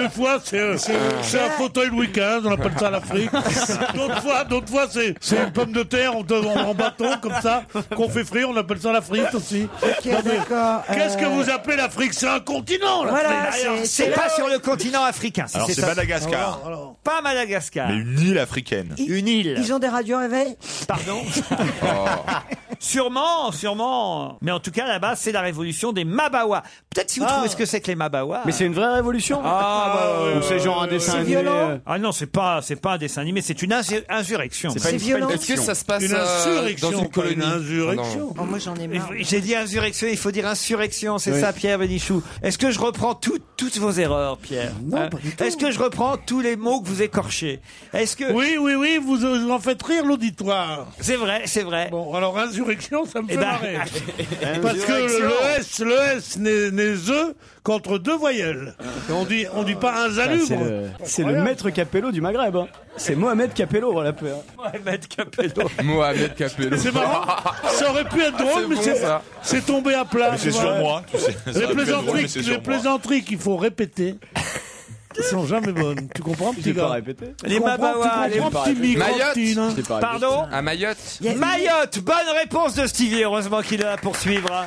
Speaker 5: Des fois, c'est euh, c'est- c'est un fauteuil Louis XV, on appelle ça l'Afrique. D'autres fois, d'autres fois, c'est c'est une pomme de terre on te- on- en bâton, comme ça, qu'on fait frire, on appelle ça l'Afrique aussi. Non, mais
Speaker 8: d'accord,
Speaker 5: Qu'est-ce que
Speaker 8: euh,
Speaker 5: vous appelez l'Afrique C'est un continent, l'Afrique.
Speaker 3: Voilà, c'est- c'est pas sur le continent africain. si
Speaker 6: Alors, c'est
Speaker 3: ça.
Speaker 6: Madagascar.
Speaker 3: Pas Madagascar.
Speaker 6: Mais une île africaine.
Speaker 3: Une île.
Speaker 8: Ils ont des radios réveil
Speaker 3: Pardon Sûrement, sûrement. comment. Mais en tout cas, là-bas, c'est la révolution des Mabawa. Peut-être si vous trouvez ce que c'est que les Mabawa.
Speaker 4: Mais c'est une vraie révolution
Speaker 3: Ah, bah,
Speaker 4: Ou c'est genre un dessin animé euh,
Speaker 3: Ah non, c'est pas, c'est pas un dessin animé, c'est une insu- insurrection.
Speaker 11: C'est pas une C'est violent. Est-ce que ça se passe, Une euh, insurrection, dans une pas colonie Ah une insurrection.
Speaker 8: Oh, moi, j'en ai marre.
Speaker 3: J'ai dit insurrection, il faut dire insurrection, c'est
Speaker 8: Oui.
Speaker 3: ça, Pierre Benichou. Est-ce que je reprends tout- toutes vos erreurs, Pierre Hein Est-ce que je reprends tous les mots que vous écorchez Est-ce que
Speaker 5: Oui, oui, oui, vous euh, en faites rire l'auditoire.
Speaker 3: C'est vrai, c'est vrai.
Speaker 5: Bon, alors insurrection, ça me
Speaker 3: Eh
Speaker 5: fait
Speaker 3: ben,
Speaker 5: marrer. Parce que le S, le S n'est n'est E contre deux voyelles.
Speaker 3: Ah.
Speaker 5: Et on dit, on dit pas un
Speaker 4: Ah, C'est
Speaker 5: zalubre.
Speaker 4: le, c'est le maître Capello du Maghreb. hein. C'est Mohamed Capello, voilà. peu, hein.
Speaker 3: Mohamed Capello.
Speaker 11: Mohamed Capello.
Speaker 5: C'est marrant. Ça aurait pu être drôle,
Speaker 11: Ah,
Speaker 5: mais
Speaker 11: bon,
Speaker 5: c'est-
Speaker 11: ça.
Speaker 5: c'est tombé à plat.
Speaker 11: Mais c'est
Speaker 5: tu vois.
Speaker 11: sur moi, tu sais. Ça aurait
Speaker 5: Les
Speaker 11: pu être
Speaker 5: plaisanteries,
Speaker 11: drôle, mais c'est
Speaker 5: les
Speaker 11: sur moi.
Speaker 5: plaisanteries qu'il faut répéter. Elles sont jamais bonnes. Tu comprends, petit
Speaker 11: J'ai pas
Speaker 5: gars
Speaker 11: répété.
Speaker 5: Tu
Speaker 11: Les
Speaker 5: comprends,
Speaker 11: Mabawa,
Speaker 5: tu
Speaker 11: les
Speaker 5: comprends, petit
Speaker 11: Mabawa.
Speaker 5: micro,
Speaker 11: Mayotte.
Speaker 5: petit nain.
Speaker 11: J'ai pas répété.
Speaker 3: Pardon
Speaker 11: À Mayotte.
Speaker 3: Mayotte, bonne réponse de Stevie, heureusement qu'il est là pour suivre.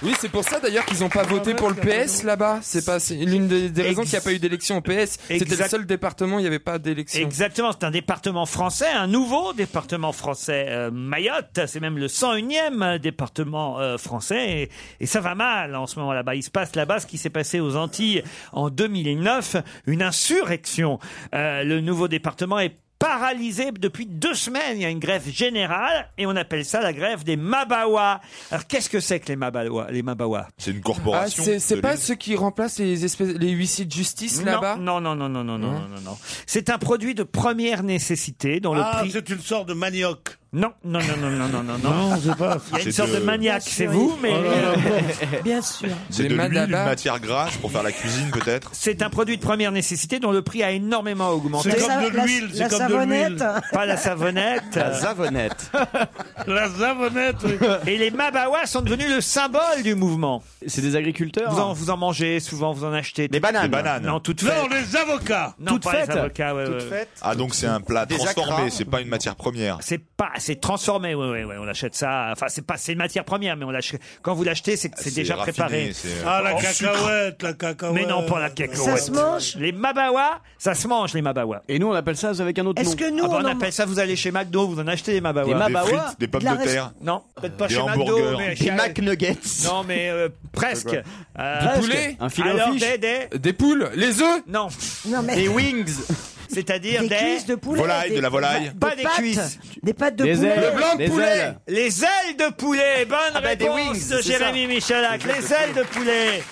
Speaker 11: Oui, c'est pour ça d'ailleurs qu'ils n'ont
Speaker 3: Ah,
Speaker 11: pas voté pour le PS là-bas. C'est pas c'est l'une des, des raisons qu'il n'y a pas eu d'élection au PS. C'était le
Speaker 3: Exact.
Speaker 11: seul département où il n'y avait pas d'élection.
Speaker 3: Exactement, c'est un département français, un nouveau département français, euh, Mayotte. C'est même le 101e département euh, français. Et, et ça va mal en ce moment là-bas. Il se passe là-bas ce qui s'est passé aux Antilles en 2009, une insurrection. Euh, le nouveau département est paralysé depuis deux semaines. Il y a une grève générale et on appelle ça la grève des Mabawa. Alors qu'est-ce que c'est que les Mabawa Les Mabawa
Speaker 6: C'est une
Speaker 11: Ah,
Speaker 6: corporation.
Speaker 11: c'est c'est
Speaker 6: de
Speaker 11: pas
Speaker 6: l'île.
Speaker 11: ceux qui remplacent les, espèces, les huissiers de justice là-bas
Speaker 3: Non, non, non, non, non, non, non, non, non. C'est un produit de première nécessité dont
Speaker 5: Ah,
Speaker 3: le prix.
Speaker 5: c'est une sorte de manioc.
Speaker 3: Non, non, non, non, non, non, non, non.
Speaker 5: Non, c'est pas.
Speaker 3: Il y a une
Speaker 6: C'est
Speaker 3: sorte de,
Speaker 6: de-
Speaker 3: maniaque,
Speaker 6: Bien
Speaker 3: c'est
Speaker 6: sûr,
Speaker 3: vous,
Speaker 6: oui.
Speaker 3: mais.
Speaker 6: Oh là là.
Speaker 8: Bien sûr.
Speaker 6: C'est de l'huile, une matière grasse pour faire la cuisine peut-être.
Speaker 3: C'est un produit de première nécessité dont le prix a énormément augmenté.
Speaker 6: C'est comme La- de la- l'huile,
Speaker 8: c'est la comme de savonnette. l'huile.
Speaker 3: Pas la savonnette.
Speaker 8: La
Speaker 3: savonnette.
Speaker 5: la savonnette,
Speaker 3: Et les Mabawa sont devenus le symbole du mouvement.
Speaker 4: C'est des agriculteurs. hein.
Speaker 3: Vous en, vous en mangez souvent, vous en achetez. Des
Speaker 6: bananes. Des bananes.
Speaker 3: Non, toutes
Speaker 5: Non,
Speaker 3: faites.
Speaker 5: les avocats.
Speaker 3: Non, pas les avocats, ouais, ouais, ouais.
Speaker 6: Ah donc c'est un plat
Speaker 3: Des
Speaker 6: transformé,
Speaker 3: acras.
Speaker 6: c'est pas une matière première.
Speaker 3: C'est pas, c'est transformé. Ouais, ouais, ouais. On achète ça. Enfin, c'est pas, c'est une matière première, mais on l'achète. Quand vous l'achetez, c'est c'est
Speaker 6: C'est
Speaker 3: déjà
Speaker 6: raffiné,
Speaker 3: préparé.
Speaker 6: c'est-
Speaker 11: euh,
Speaker 5: Ah, la
Speaker 3: En sucre.
Speaker 5: cacahuète, la cacahuète.
Speaker 3: Mais non, pas la cacahuète. mange Les mabawa, ça se mange, les mabawa.
Speaker 4: Et nous, on appelle ça avec un autre nom.
Speaker 3: Est-ce que nous, on, appelle ça, vous allez chez McDo, vous en achetez des mabawa
Speaker 4: Des mabawa Des frites, des pommes de terre.
Speaker 3: Non, peut-être pas
Speaker 4: Des
Speaker 3: chez
Speaker 4: hamburgers.
Speaker 3: McDo, mais
Speaker 4: Des
Speaker 3: chez...
Speaker 4: McNuggets.
Speaker 3: Non, mais euh,
Speaker 4: C'est
Speaker 3: presque.
Speaker 4: quoi Du poulet Un filet
Speaker 3: Alors,
Speaker 4: aux fiches
Speaker 3: Ah, des, des...
Speaker 11: Des poules Les œufs
Speaker 3: Non.
Speaker 8: Non, mais-
Speaker 3: Des wings. C'est-à-dire des,
Speaker 8: Des cuisses de poulet, Volaille, des- de la volaille.
Speaker 3: Pas
Speaker 8: des
Speaker 3: des,
Speaker 8: pattes.
Speaker 3: cuisses.
Speaker 8: Des pattes de Des poulet. ailes.
Speaker 3: Le blanc de
Speaker 8: Des
Speaker 3: poulet.
Speaker 8: ailes.
Speaker 3: Les ailes de poulet. Bonne
Speaker 8: des
Speaker 3: réponse
Speaker 8: wings,
Speaker 3: de
Speaker 8: c'est ça.
Speaker 3: Jérémy Michalak.
Speaker 4: Des ailes
Speaker 3: Les
Speaker 4: de
Speaker 3: ailes de poulet.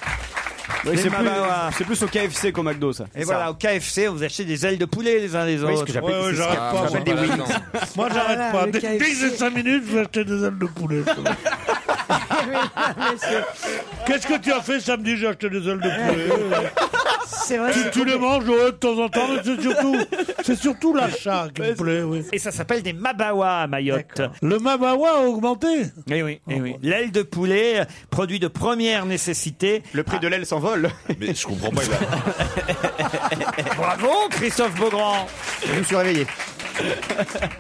Speaker 4: Oui,
Speaker 3: Les
Speaker 4: c'est plus,
Speaker 3: Mabawa.
Speaker 4: c'est plus au KFC qu'au McDo, ça.
Speaker 3: Et voilà, au KFC, vous achetez des ailes de poulet les uns les
Speaker 4: Oui,
Speaker 3: autres.
Speaker 4: ce que j'appelle- Ouais, ouais, c'est ça. j'arrête pas,
Speaker 5: moi. Moi, j'arrête
Speaker 8: Ah,
Speaker 5: pas.
Speaker 8: le
Speaker 5: Dès dès que j'ai 5 minutes, je vais acheter des ailes de poulet. Qu'est-ce que tu as fait samedi J'ai acheté des ailes de poulet.
Speaker 8: C'est vrai.
Speaker 5: Tu, tu les manges ouais, de temps en temps, mais c'est surtout, c'est surtout l'achat qui me plaît. Oui.
Speaker 3: Et ça s'appelle des Mabawa à Mayotte.
Speaker 5: Le Mabawa a augmenté.
Speaker 3: Eh oui, eh oui. L'aile de poulet, euh, produit de première nécessité. Le prix de l'aile s'envole.
Speaker 6: Mais je comprends pas. il a-
Speaker 3: Bravo, Christophe Beaugrand.
Speaker 21: Je me suis réveillé.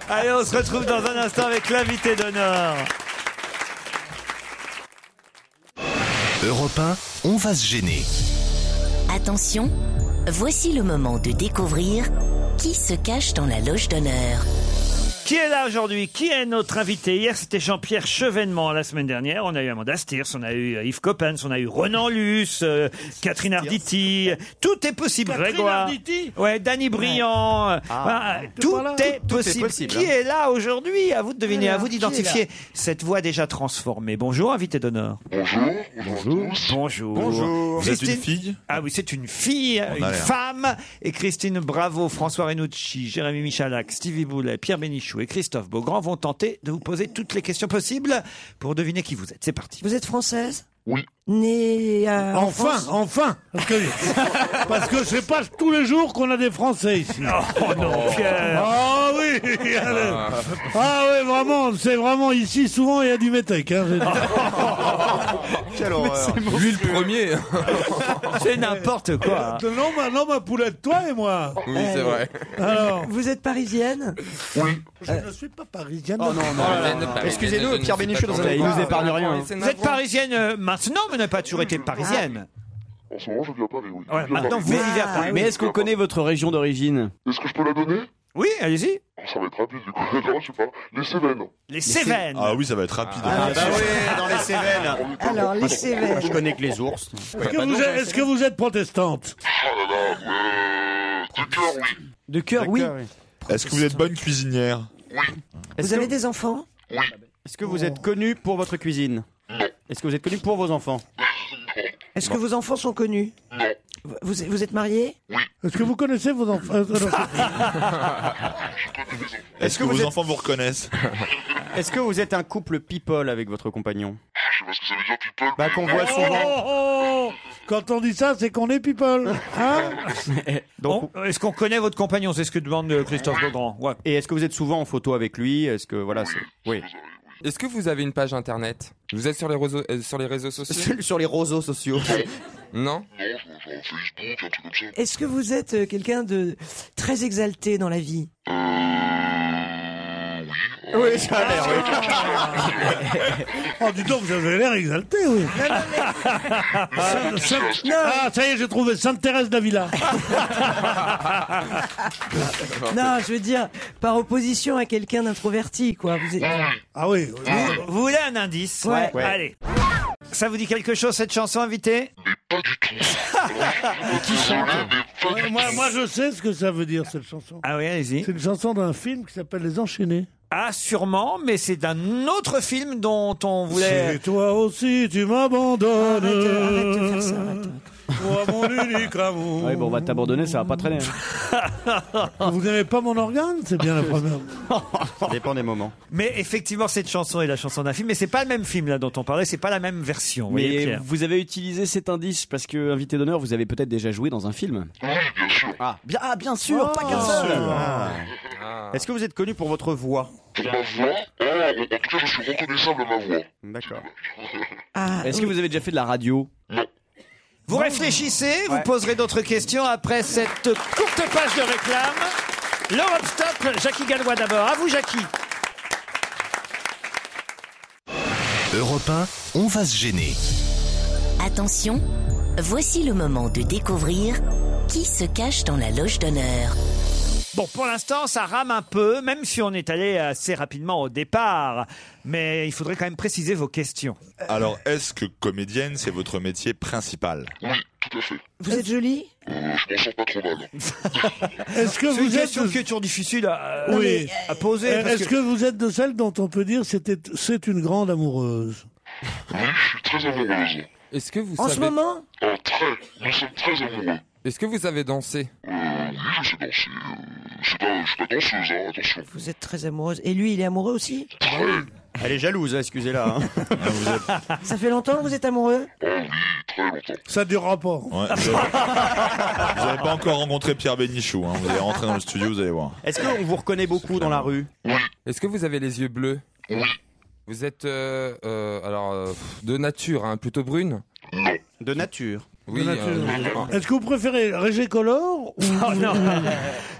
Speaker 3: Allez, on se retrouve dans un instant avec l'invité d'honneur.
Speaker 23: Europe 1, on va se gêner.
Speaker 2: Attention, voici le moment de découvrir qui se cache dans la loge d'honneur.
Speaker 3: Qui est là aujourd'hui Qui est notre invité Hier, c'était Jean-Pierre Chevènement. La semaine dernière, on a eu Amanda Stiers, on a eu euh, Yves Coppens, on a eu Renan Luce, euh, Catherine Arditi. Tout est possible,
Speaker 5: Catherine
Speaker 3: Grégoire.
Speaker 5: Arditi
Speaker 3: Ouais, Danny Briand. euh,
Speaker 8: Ah.
Speaker 3: voilà,
Speaker 5: T'es
Speaker 3: tout,
Speaker 5: pas là
Speaker 3: est
Speaker 5: Tout est
Speaker 3: possible.
Speaker 5: possible,
Speaker 3: Qui
Speaker 5: hein.
Speaker 3: est là aujourd'hui À vous de deviner,
Speaker 5: Voilà,
Speaker 3: à vous
Speaker 5: qui est
Speaker 3: d'identifier
Speaker 5: là
Speaker 3: cette voix déjà transformée. Bonjour, invité d'honneur. Bonjour. Bonjour. Bonjour.
Speaker 6: Bonjour. Vous êtes une
Speaker 3: fille Ah oui, c'est une fille,
Speaker 6: On a
Speaker 3: une
Speaker 6: l'air.
Speaker 3: femme. Et Christine Bravo, François Renucci, Jérémy Michalak, Stevie Boulet, Pierre Bénichou et Christophe Beaugrand vont tenter de vous poser toutes les questions possibles pour deviner qui vous êtes. C'est parti.
Speaker 8: Vous êtes française Oui. Née euh, en
Speaker 5: Enfin,
Speaker 8: France
Speaker 5: enfin Parce que, parce que c'est pas tous les jours qu'on a des Français ici.
Speaker 3: Oh non, Pierre.
Speaker 5: Ah oui Ah, oui, vraiment, c'est vraiment ici, souvent, il y a du métèque. Hein, j'ai dit.
Speaker 21: Quelle
Speaker 4: Oh,
Speaker 21: horreur.
Speaker 11: Lui le premier.
Speaker 3: C'est n'importe quoi.
Speaker 5: Non, ma, non, ma poulette, toi et moi. Oh.
Speaker 11: Oui, c'est vrai.
Speaker 5: Alors,
Speaker 8: Vous êtes parisienne
Speaker 11: Oui.
Speaker 5: je ne suis pas parisienne.
Speaker 8: Oh non, non,
Speaker 5: Ah,
Speaker 8: non, non, non. Excusez-nous, Pierre Bénichou, dans un
Speaker 4: Il nous épargne rien. hein.
Speaker 3: Vous êtes parisienne euh, maintenant, mais n'avez pas toujours
Speaker 8: Ah.
Speaker 3: été parisienne.
Speaker 25: En ce moment, je vis à Paris, oui.
Speaker 3: Ouais,
Speaker 25: Je vis à
Speaker 3: maintenant,
Speaker 6: Ah
Speaker 8: Ah
Speaker 25: Paris.
Speaker 3: vous vivez à Paris.
Speaker 4: Mais est-ce qu'on connaît votre région d'origine
Speaker 25: Est-ce que je peux la donner
Speaker 3: Oui, allez-y.
Speaker 25: En ça va être rapide du coup. non, je sais pas. Les Cévennes.
Speaker 3: Les
Speaker 6: Cévennes. Ah oui, ça va être rapide.
Speaker 21: Ah, bah oui, dans les Cévennes.
Speaker 8: Alors, les Cévennes.
Speaker 21: Je connais que les ours.
Speaker 5: Est-ce
Speaker 11: bah
Speaker 5: que, vous êtes- est-ce que vous êtes protestante
Speaker 6: Oh
Speaker 25: Du cœur, oui.
Speaker 4: De cœur, oui.
Speaker 6: Est-ce que vous êtes bonne cuisinière
Speaker 8: Vous avez des enfants
Speaker 21: Est-ce que vous êtes connu pour votre cuisine Est-ce que vous êtes connu pour vos enfants
Speaker 8: Est-ce que vos enfants sont connus vous, vous êtes mariés
Speaker 5: Est-ce que vous connaissez vos enfants Euh, euh,
Speaker 6: Est-ce que,
Speaker 21: vous
Speaker 6: vos
Speaker 21: êtes-
Speaker 6: enfants vous reconnaissent
Speaker 21: Est-ce que vous êtes un couple people avec votre compagnon
Speaker 25: Je sais pas ce que ça veut dire, people.
Speaker 21: Bah qu'on voit
Speaker 5: Oh,
Speaker 21: souvent.
Speaker 5: oh, oh Quand on dit ça, c'est qu'on est people. Hein
Speaker 3: On- Est-ce qu'on connaît votre compagnon C'est ce que demande euh, Christophe Beaugrand. Ouais.
Speaker 21: Et est-ce que vous êtes souvent en photo avec lui Est-ce que voilà, c'est oui.
Speaker 11: Est-ce que vous avez une page internet Vous êtes sur les réseaux, euh, sur les réseaux sociaux
Speaker 21: Sur- Sur les réseaux sociaux.
Speaker 25: Non,
Speaker 11: Non
Speaker 25: je- genre Facebook, un truc comme ça.
Speaker 8: Est-ce que vous êtes euh, quelqu'un de très exalté dans la vie
Speaker 21: Oui, ça a l'air. oui.
Speaker 5: Oh, dis donc, vous avez l'air exalté, oui. Sainte- Sainte- Ah, ça y est, j'ai trouvé Sainte-Thérèse d'Avila.
Speaker 8: Non, je veux dire, par opposition à quelqu'un d'introverti, quoi. Vous êtes-
Speaker 5: Ah oui.
Speaker 3: Vous, vous voulez un indice
Speaker 8: Ouais.
Speaker 21: Ouais.
Speaker 3: Allez. Ça vous dit quelque chose cette chanson, invité
Speaker 25: Qui
Speaker 5: Ouais, moi, moi, je sais ce que ça veut dire, cette chanson.
Speaker 3: Ah oui, allez-y.
Speaker 5: C'est une chanson d'un film qui s'appelle Les Enchaînés.
Speaker 3: Ah, sûrement, mais c'est d'un autre film dont on voulait.
Speaker 5: Si toi aussi, tu m'abandonnes.
Speaker 8: Arrête, euh, arrête de faire ça. arrête.
Speaker 5: Toi,
Speaker 3: Oh,
Speaker 5: mon unique amour.
Speaker 4: Ouais, bon, on va t'abandonner, ça va pas traîner. hein.
Speaker 5: Vous n'aimez pas mon organe C'est bien la première.
Speaker 21: Ça dépend des moments.
Speaker 3: Mais effectivement, cette chanson est la chanson d'un film, mais c'est pas le même film là dont on parlait, c'est pas la même version. vous voyez,
Speaker 4: Mais
Speaker 3: Pierre.
Speaker 4: vous avez utilisé cet indice parce que, invité d'honneur, vous avez peut-être déjà joué dans un film. Oh.
Speaker 25: Oui, bien sûr.
Speaker 21: Ah bien, ah, bien sûr, pas qu'un seul. Ah. Est-ce que vous êtes connu pour votre voix
Speaker 25: Pour ma voix, oh, en en tout cas, je suis reconnaissable à ma voix.
Speaker 21: D'accord.
Speaker 8: Ah,
Speaker 4: Est-ce que vous avez déjà fait de la radio
Speaker 3: Vous réfléchissez, vous poserez d'autres questions après cette courte page de réclame. L'Europe Stop, Jackie Gallois d'abord. À vous, Jackie.
Speaker 23: Europe 1, on va se gêner.
Speaker 2: Attention, voici le moment de découvrir qui se cache dans la loge d'honneur.
Speaker 3: Bon, pour l'instant, ça rame un peu, même si on est allé assez rapidement au départ. Mais il faudrait quand même préciser vos questions.
Speaker 6: Alors, est-ce que comédienne, c'est votre métier principal
Speaker 25: Oui, tout à fait.
Speaker 8: Vous êtes jolie
Speaker 25: Euh, je m'en sors pas trop mal.
Speaker 5: Est-ce que
Speaker 3: C'est une
Speaker 5: vous êtes.
Speaker 3: question qui est toujours difficile à,
Speaker 5: Oui.
Speaker 3: euh, à poser. parce
Speaker 5: Est-ce que... vous êtes de celles dont on peut dire c'était c'est une grande amoureuse
Speaker 25: Oui, je suis très amoureuse.
Speaker 11: Est-ce que vous
Speaker 8: En ce
Speaker 11: savez
Speaker 8: moment
Speaker 25: Oh, très. Nous sommes très amoureux.
Speaker 11: Est-ce que vous savez danser
Speaker 25: Euh, oui, je sais danser. Euh, je sais pas, je suis pas danseuse, hein, attention.
Speaker 8: Vous êtes très amoureuse. Et lui, il est amoureux aussi
Speaker 25: Très.
Speaker 21: Elle est jalouse, hein, excusez-la. hein.
Speaker 6: Ah,
Speaker 8: Ça fait longtemps que vous êtes amoureux
Speaker 25: Oh oui, très longtemps.
Speaker 5: Ça durera pas.
Speaker 6: Ouais, Vous n'avez pas encore rencontré Pierre Bénichou. hein. Vous allez rentrer dans le studio, vous allez voir.
Speaker 21: Est-ce qu'on vous reconnaît beaucoup dans la rue
Speaker 11: Est-ce que vous avez les yeux bleus
Speaker 25: euh. Oui.
Speaker 11: Vous êtes euh, euh, alors euh, pff, de nature hein, plutôt brune
Speaker 25: Non.
Speaker 21: De nature.
Speaker 11: Oui.
Speaker 5: nature.
Speaker 11: euh,
Speaker 5: Est-ce que vous préférez Régé Color ou
Speaker 3: Oh non.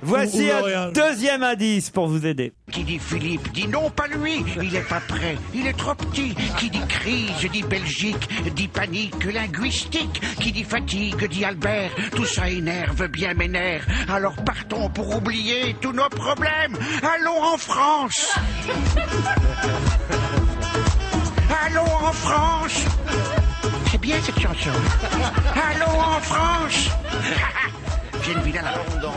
Speaker 3: Voici
Speaker 5: Ou- ou
Speaker 3: un
Speaker 5: L'Oréal.
Speaker 3: deuxième indice pour vous aider.
Speaker 22: Qui dit Philippe dit non, pas lui, il est pas prêt, il est trop petit. Qui dit crise dit Belgique, dit panique linguistique. Qui dit fatigue dit Albert, tout ça énerve bien mes nerfs. Alors partons pour oublier tous nos problèmes. Allons en France Allons en France C'est bien cette chanson. Allons en France J'ai une villa là-bas.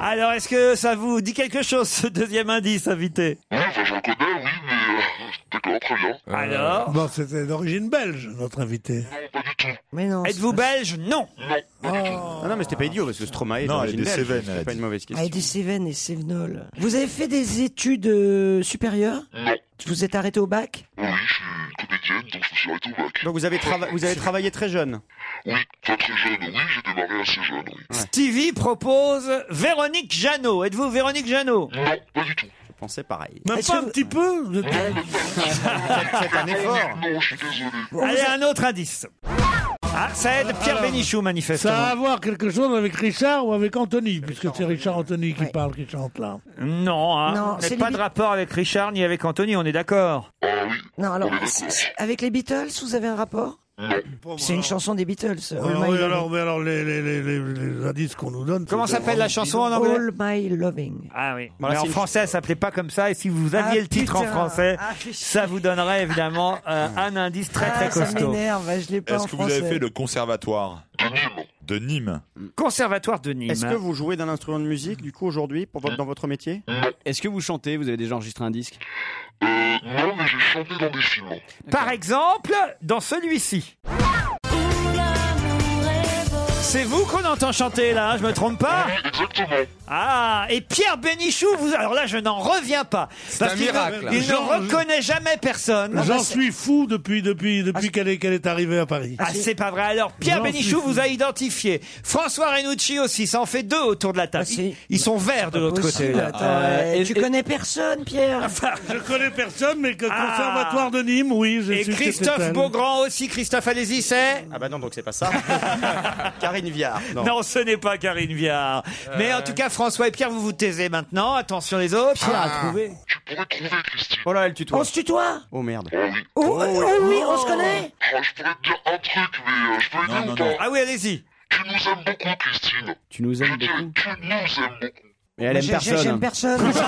Speaker 3: Alors, est-ce que ça vous dit quelque chose, ce deuxième indice, invité
Speaker 25: Oui, enfin, je le bah, connais, oui, mais... euh, D'accord, très bien.
Speaker 3: Alors
Speaker 5: Bon, c'était d'origine belge, notre invité.
Speaker 25: Non, pas du tout.
Speaker 8: Mais non. c'est
Speaker 3: Êtes-vous
Speaker 8: pas-
Speaker 3: belge Non.
Speaker 25: Non, pas du tout.
Speaker 21: Ah non, mais c'était pas idiot parce que Stromae est
Speaker 6: Non, elle est
Speaker 21: d'origine
Speaker 6: des
Speaker 21: belge,
Speaker 6: Cévennes, elle
Speaker 21: C'est
Speaker 6: a
Speaker 21: pas
Speaker 6: dit.
Speaker 21: une mauvaise
Speaker 8: Ah, et
Speaker 21: question.
Speaker 8: des Cévennes et Cévenols. Vous avez fait des études euh, supérieures
Speaker 25: Non.
Speaker 8: Vous êtes arrêté au bac
Speaker 25: Oui, je suis comédienne, donc je me suis arrêté au bac.
Speaker 21: Donc vous avez, trava- vous avez travaillé très jeune.
Speaker 25: Oui, enfin, très jeune, oui, j'ai démarré assez jeune, oui.
Speaker 3: Stevie propose Véronique Jeannot. Êtes-vous Véronique Jeannot
Speaker 25: Non, pas du tout.
Speaker 21: Je pensais pareil.
Speaker 5: Même
Speaker 8: Est-ce
Speaker 5: pas
Speaker 8: que
Speaker 5: un
Speaker 8: vous-
Speaker 5: petit peu vous êtes-
Speaker 21: C'est un effort.
Speaker 25: Non, je suis désolé.
Speaker 3: Allez, un autre indice. Ah, ça aide Pierre Bénichou,
Speaker 5: Ça a à
Speaker 3: manifestement.
Speaker 5: voir quelque chose avec Richard ou avec Anthony, Euh, puisque c'est Richard Anthony qui
Speaker 8: Ouais.
Speaker 5: parle, qui chante là.
Speaker 3: Non, hein.
Speaker 8: Non,
Speaker 3: Vous n'avez
Speaker 8: c'est
Speaker 3: pas
Speaker 8: les
Speaker 3: de
Speaker 8: Bi-
Speaker 3: rapport avec Richard ni avec Anthony, on est d'accord.
Speaker 25: Ah oui,
Speaker 8: Non, alors,
Speaker 25: On est
Speaker 8: c'est-
Speaker 25: d'accord.
Speaker 8: c'est- avec les Beatles, vous avez un rapport
Speaker 25: non.
Speaker 8: C'est une chanson des Beatles. All
Speaker 5: Alors,
Speaker 8: My
Speaker 5: oui,
Speaker 8: Love.
Speaker 5: alors, mais alors les, les, les, les, les indices qu'on nous donne.
Speaker 3: Comment
Speaker 5: c'est
Speaker 3: s'appelle la
Speaker 5: vraiment
Speaker 3: chanson en anglais
Speaker 5: bidon.
Speaker 8: My loving.
Speaker 3: Ah oui.
Speaker 5: Voilà,
Speaker 3: Mais
Speaker 5: c'est
Speaker 3: en
Speaker 5: une-
Speaker 3: français, elle s'appelait pas comme ça. Et si vous aviez
Speaker 8: Ah,
Speaker 3: le titre en
Speaker 8: putain.
Speaker 3: français,
Speaker 8: Ah,
Speaker 3: ça vous donnerait évidemment euh, un indice très très
Speaker 8: Ah, ça
Speaker 3: costaud.
Speaker 8: m'énerve, je l'ai pas
Speaker 6: Est-ce
Speaker 8: en
Speaker 6: que vous avez
Speaker 8: français.
Speaker 6: fait le conservatoire de Nîmes
Speaker 3: Conservatoire de Nîmes.
Speaker 21: Est-ce que vous jouez d'un instrument de musique du coup aujourd'hui pour votre- dans votre métier
Speaker 4: Est-ce que vous chantez Vous avez déjà enregistré un disque
Speaker 25: Euh, Non, mais j'ai chanté dans des films.
Speaker 3: Par exemple, dans celui-ci. C'est vous qu'on entend chanter là, hein, je me trompe pas Exactement. Ah, et Pierre Bénichou, vous alors là je n'en reviens pas. Parce
Speaker 5: un
Speaker 3: qu'il ne-
Speaker 5: miracle, là.
Speaker 3: Il
Speaker 5: Jean-
Speaker 3: ne reconnaît jamais personne.
Speaker 5: J'en suis fou depuis, depuis, depuis qu'elle est, qu'elle est arrivée à Paris.
Speaker 3: Ah, c'est pas vrai. Alors, Pierre
Speaker 5: J'en suis
Speaker 3: Bénichou
Speaker 5: fou.
Speaker 3: vous a identifié. François Renucci aussi. Ça en fait deux autour de la
Speaker 25: Ah,
Speaker 3: table. Ils, ils sont verts de l'autre côté. là. Ah,
Speaker 8: Attends, euh, tu connais personne, Pierre
Speaker 5: Je connais personne, mais que Conservatoire de Nîmes, oui, je
Speaker 3: Ah. Et
Speaker 5: suis
Speaker 3: Christophe
Speaker 5: cathétal.
Speaker 3: Beaugrand aussi. Christophe, allez-y, c'est
Speaker 21: Ah bah non, donc c'est pas ça. Ah, Karine Viard.
Speaker 3: non. ce n'est pas Karine Viard. Mais en tout cas, François et Pierre, vous vous taisez maintenant. Attention les autres. Ah.
Speaker 21: Pierre a trouvé.
Speaker 25: Tu pourrais trouver, Christine.
Speaker 21: Oh là, elle tutoie.
Speaker 8: On se tutoie
Speaker 21: Oh merde.
Speaker 8: oh, oh oui, on se connaît
Speaker 25: Oh, je pourrais te dire un truc, mais euh, je peux aider ou pas
Speaker 3: Ah oui, allez-y.
Speaker 25: Tu nous aimes beaucoup, Christine.
Speaker 4: Tu nous aimes
Speaker 25: beaucoup Tu nous aimes beaucoup.
Speaker 4: Et elle aime
Speaker 8: J'ai-
Speaker 4: personne.
Speaker 8: J'aime personne.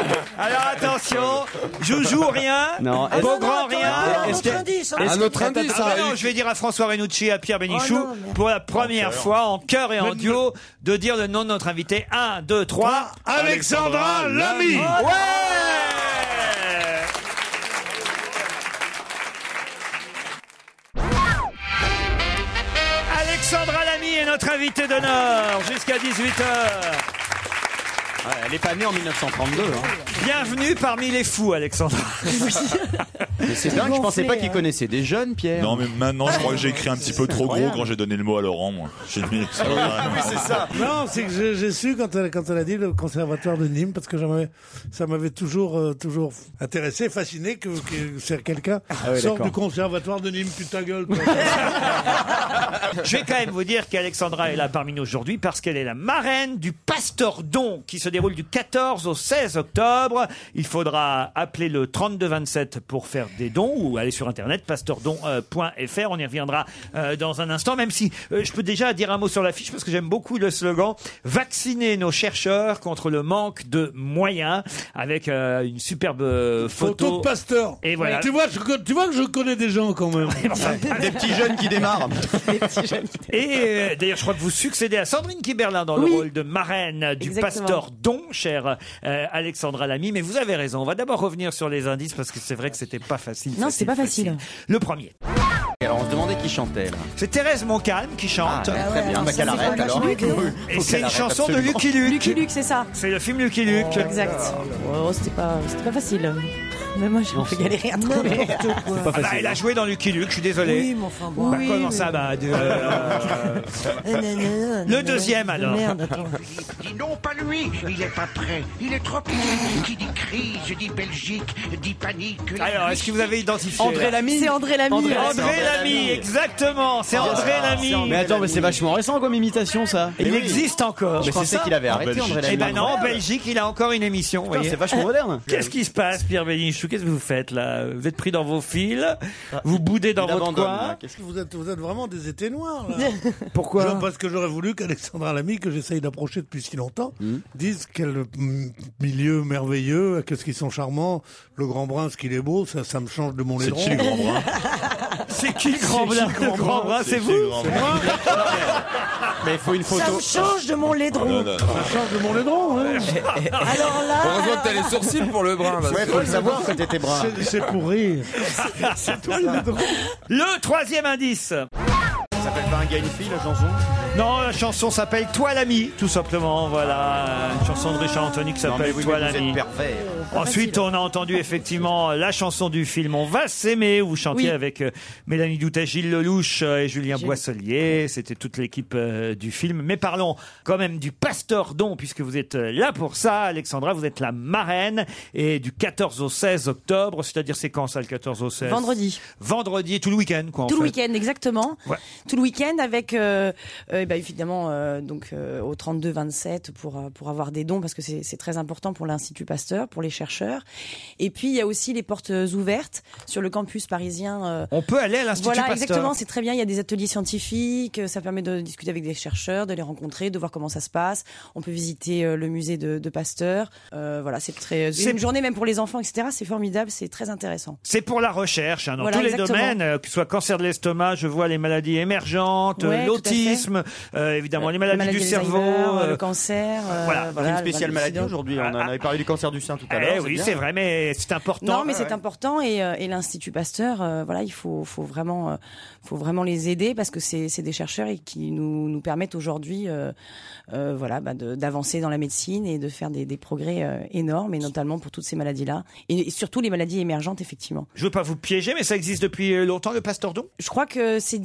Speaker 3: Alors attention, Joujou rien,
Speaker 4: Non, est-ce-
Speaker 3: Beaugrand
Speaker 4: Ah non, non,
Speaker 3: rien.
Speaker 4: attends, un
Speaker 3: Est-ce
Speaker 4: autre
Speaker 3: que-
Speaker 4: indice, hein.
Speaker 3: est-ce
Speaker 4: Un
Speaker 3: que-
Speaker 4: autre indice,
Speaker 3: Ah
Speaker 4: hein.
Speaker 3: bah non, je vais dire à François Renucci, à Pierre Bénichou,
Speaker 4: Oh non, mais-
Speaker 3: pour la première fois en chœur et en duo, de dire le nom de notre invité. 1, 2, 3.
Speaker 5: Alexandra Lamy.
Speaker 3: Ouais Alexandra Lamy est notre invitée d'honneur jusqu'à 18h.
Speaker 21: Ouais, elle est pas née en 1932. Hein.
Speaker 3: Bienvenue parmi les fous, Alexandra.
Speaker 21: Mais c'est dingue, je pensais pas qu'il connaissait des jeunes, Pierre.
Speaker 6: Non, mais maintenant, je crois que j'ai écrit un petit peu trop gros
Speaker 21: incroyable.
Speaker 6: quand j'ai donné le mot à Laurent, moi. J'ai dit, ça va vraiment.
Speaker 5: Non, c'est que j'ai- j'ai su quand elle, quand elle a dit le conservatoire de Nîmes, parce que j'en avais- ça m'avait toujours, euh, toujours intéressé, fasciné que, que c'est quelqu'un
Speaker 6: Ah
Speaker 3: oui,
Speaker 5: sort
Speaker 3: d'accord.
Speaker 5: du conservatoire de Nîmes, putain gueule. toi.
Speaker 3: Je vais quand même vous dire qu'Alexandra est là parmi nous aujourd'hui parce qu'elle est la marraine du Pasteur Don qui se déroule du 14 au 16 octobre. Il faudra appeler le 3227 pour faire des dons ou aller sur internet euh, pasteurdon.fr. On y reviendra euh, dans un instant, même si euh, je peux déjà dire un mot sur l'affiche parce que j'aime beaucoup le slogan Vacciner nos chercheurs contre le manque de moyens avec euh, une superbe euh, photo.
Speaker 5: Photo de Pasteur.
Speaker 3: Et voilà.
Speaker 5: Tu vois, je con- tu vois que je connais des gens quand même.
Speaker 3: Des petits jeunes qui démarrent. Et euh, d'ailleurs, je crois que vous succédez à Sandrine Kiberlin dans le
Speaker 26: Oui.
Speaker 3: rôle de marraine du
Speaker 26: Exactement.
Speaker 3: pasteur Don, chère euh, Alexandra Lamy. Mais vous avez raison. On va d'abord revenir sur les indices parce que c'est vrai que c'était pas facile.
Speaker 26: Non, c'est pas facile.
Speaker 3: Le premier.
Speaker 21: Alors on se demandait qui chantait. Là.
Speaker 3: C'est Thérèse Moncalme qui chante.
Speaker 21: Ah, très bien, bah, qu'elle arrête alors.
Speaker 3: Et c'est une chanson de Lucky Luke.
Speaker 26: Lucky Luke, c'est ça.
Speaker 3: C'est le film Lucky Luke. Ah.
Speaker 26: Exact. Oh, c'était pas, c'était pas facile. Même moi, j'ai un peu galéré à trouver.
Speaker 3: Ah bah, elle a joué dans Lucky Luke, je suis désolé.
Speaker 26: Oui, mais enfin, bon.
Speaker 3: Bah,
Speaker 26: Oui,
Speaker 3: comment
Speaker 26: mais-
Speaker 3: ça bah, de- euh, Le deuxième alors.
Speaker 22: Merde, attends. Dis non, pas lui, il est pas prêt, il est trop petit. Qui dit crise, dit Belgique, dit panique.
Speaker 3: Alors, est-ce que vous avez identifié là
Speaker 26: C'est André Lamy.
Speaker 3: André,
Speaker 26: ouais.
Speaker 3: Lamy, exactement. C'est André Lamy.
Speaker 4: Mais attends, mais c'est vachement récent comme imitation ça.
Speaker 3: Il existe encore.
Speaker 4: Mais Ah, je pensais qu'il avait arrêté André Lamy.
Speaker 3: Eh ben non, en Belgique, il a encore une émission. vous
Speaker 4: Putain,
Speaker 3: voyez.
Speaker 4: c'est vachement moderne.
Speaker 3: Qu'est-ce qui se passe, Pierre Bénichou Qu'est-ce que vous faites là Vous êtes pris dans vos fils, vous boudez dans votre
Speaker 6: hein,
Speaker 3: coin.
Speaker 5: vous êtes, vous êtes vraiment des étés noirs. Là.
Speaker 3: Pourquoi
Speaker 5: Genre Parce que j'aurais voulu qu'Alexandra Lamy, que j'essaye d'approcher depuis si longtemps,
Speaker 6: Hmm.
Speaker 5: dise quel mm, milieu merveilleux, qu'est-ce qu'ils sont charmants, le grand brun, ce qu'il est beau, ça, ça me change de mon
Speaker 6: C'est
Speaker 5: édron.
Speaker 6: qui le grand brun
Speaker 3: C'est qui le grand blanc Le grand bras, c'est vous
Speaker 21: Mais il faut une photo.
Speaker 8: Ça me change
Speaker 25: Ah,
Speaker 8: de mon laideron.
Speaker 5: Ça change de mon édron. hein.
Speaker 8: Alors là.
Speaker 11: Heureusement que t'as les sourcils pour le brun. parce
Speaker 21: Ouais,
Speaker 11: que-
Speaker 21: faut le savoir quand t'étais brun.
Speaker 5: C'est- C'est pour rire.
Speaker 3: C'est toi le drôle. Le troisième indice.
Speaker 21: Ça s'appelle pas un gars, une fille, la chanson
Speaker 3: Non, la chanson s'appelle Toi l'ami, tout simplement. Voilà, une chanson de Richard Anthony qui
Speaker 21: Non, mais
Speaker 3: s'appelle
Speaker 21: oui,
Speaker 3: Toi
Speaker 21: mais vous
Speaker 3: l'ami.
Speaker 21: êtes pervers.
Speaker 3: Ensuite, on a entendu effectivement la chanson du film On va s'aimer, où vous chantiez
Speaker 26: Oui.
Speaker 3: avec euh, Mélanie Doutet, Gilles Lelouch euh, et Julien Boisselier. C'était toute l'équipe euh, du film. Mais parlons quand même du Pasteur Don, puisque vous êtes euh, là pour ça, Alexandra. Vous êtes la marraine. Et du 14 au 16 octobre, c'est-à-dire c'est quand ça, le 14 au 16
Speaker 26: Vendredi.
Speaker 3: Vendredi, tout le week-end, quoi. en
Speaker 26: Tout le
Speaker 3: fait.
Speaker 26: week-end, exactement.
Speaker 3: Ouais.
Speaker 26: tout le week-end avec, euh, euh, eh ben, évidemment, euh, donc euh, au 32-27 pour, euh, pour avoir des dons parce que c'est c'est très important pour l'Institut Pasteur, pour les chercheurs. Et puis, il y a aussi les portes ouvertes sur le campus parisien. euh,
Speaker 3: On peut aller à l'Institut
Speaker 26: voilà,
Speaker 3: Pasteur.
Speaker 26: exactement, c'est très bien. Il y a des ateliers scientifiques, euh, ça permet de discuter avec des chercheurs, de les rencontrer, de voir comment ça se passe. On peut visiter euh, le musée de, de Pasteur. Euh, voilà, c'est très.
Speaker 3: C'est-
Speaker 26: C'est une journée même pour les enfants, etc. C'est formidable, c'est très intéressant.
Speaker 3: C'est pour la recherche, hein, dans
Speaker 26: Voilà,
Speaker 3: tous les
Speaker 26: exactement.
Speaker 3: domaines, euh, que ce soit cancer de l'estomac, je vois les maladies émergentes, euh,
Speaker 26: Ouais, tout à fait.
Speaker 3: l'autisme, euh, évidemment les maladies
Speaker 26: maladie
Speaker 3: du
Speaker 26: d'Alzheimer,
Speaker 3: cerveau.
Speaker 26: euh,
Speaker 3: euh,
Speaker 26: le cancer. euh,
Speaker 3: voilà.
Speaker 26: voilà,
Speaker 21: une
Speaker 26: le
Speaker 21: spéciale
Speaker 26: mal- le
Speaker 21: maladie
Speaker 26: sida.
Speaker 21: aujourd'hui. On en avait parlé du cancer du sein tout à l'heure.
Speaker 3: Ah, Eh oui,
Speaker 21: bien.
Speaker 3: c'est vrai, mais c'est important.
Speaker 26: Non, mais c'est important et, euh, et l'Institut Pasteur, euh, voilà, il faut, faut vraiment, euh, faut vraiment les aider parce que c'est c'est des chercheurs et qui nous, nous permettent aujourd'hui, euh, euh, voilà, bah, de- d'avancer dans la médecine et de faire des, des progrès euh, énormes et notamment pour toutes ces maladies-là et, et surtout les maladies émergentes effectivement.
Speaker 3: Je veux pas vous piéger, mais ça existe depuis euh, longtemps le pasteur don.
Speaker 26: Je crois que c'est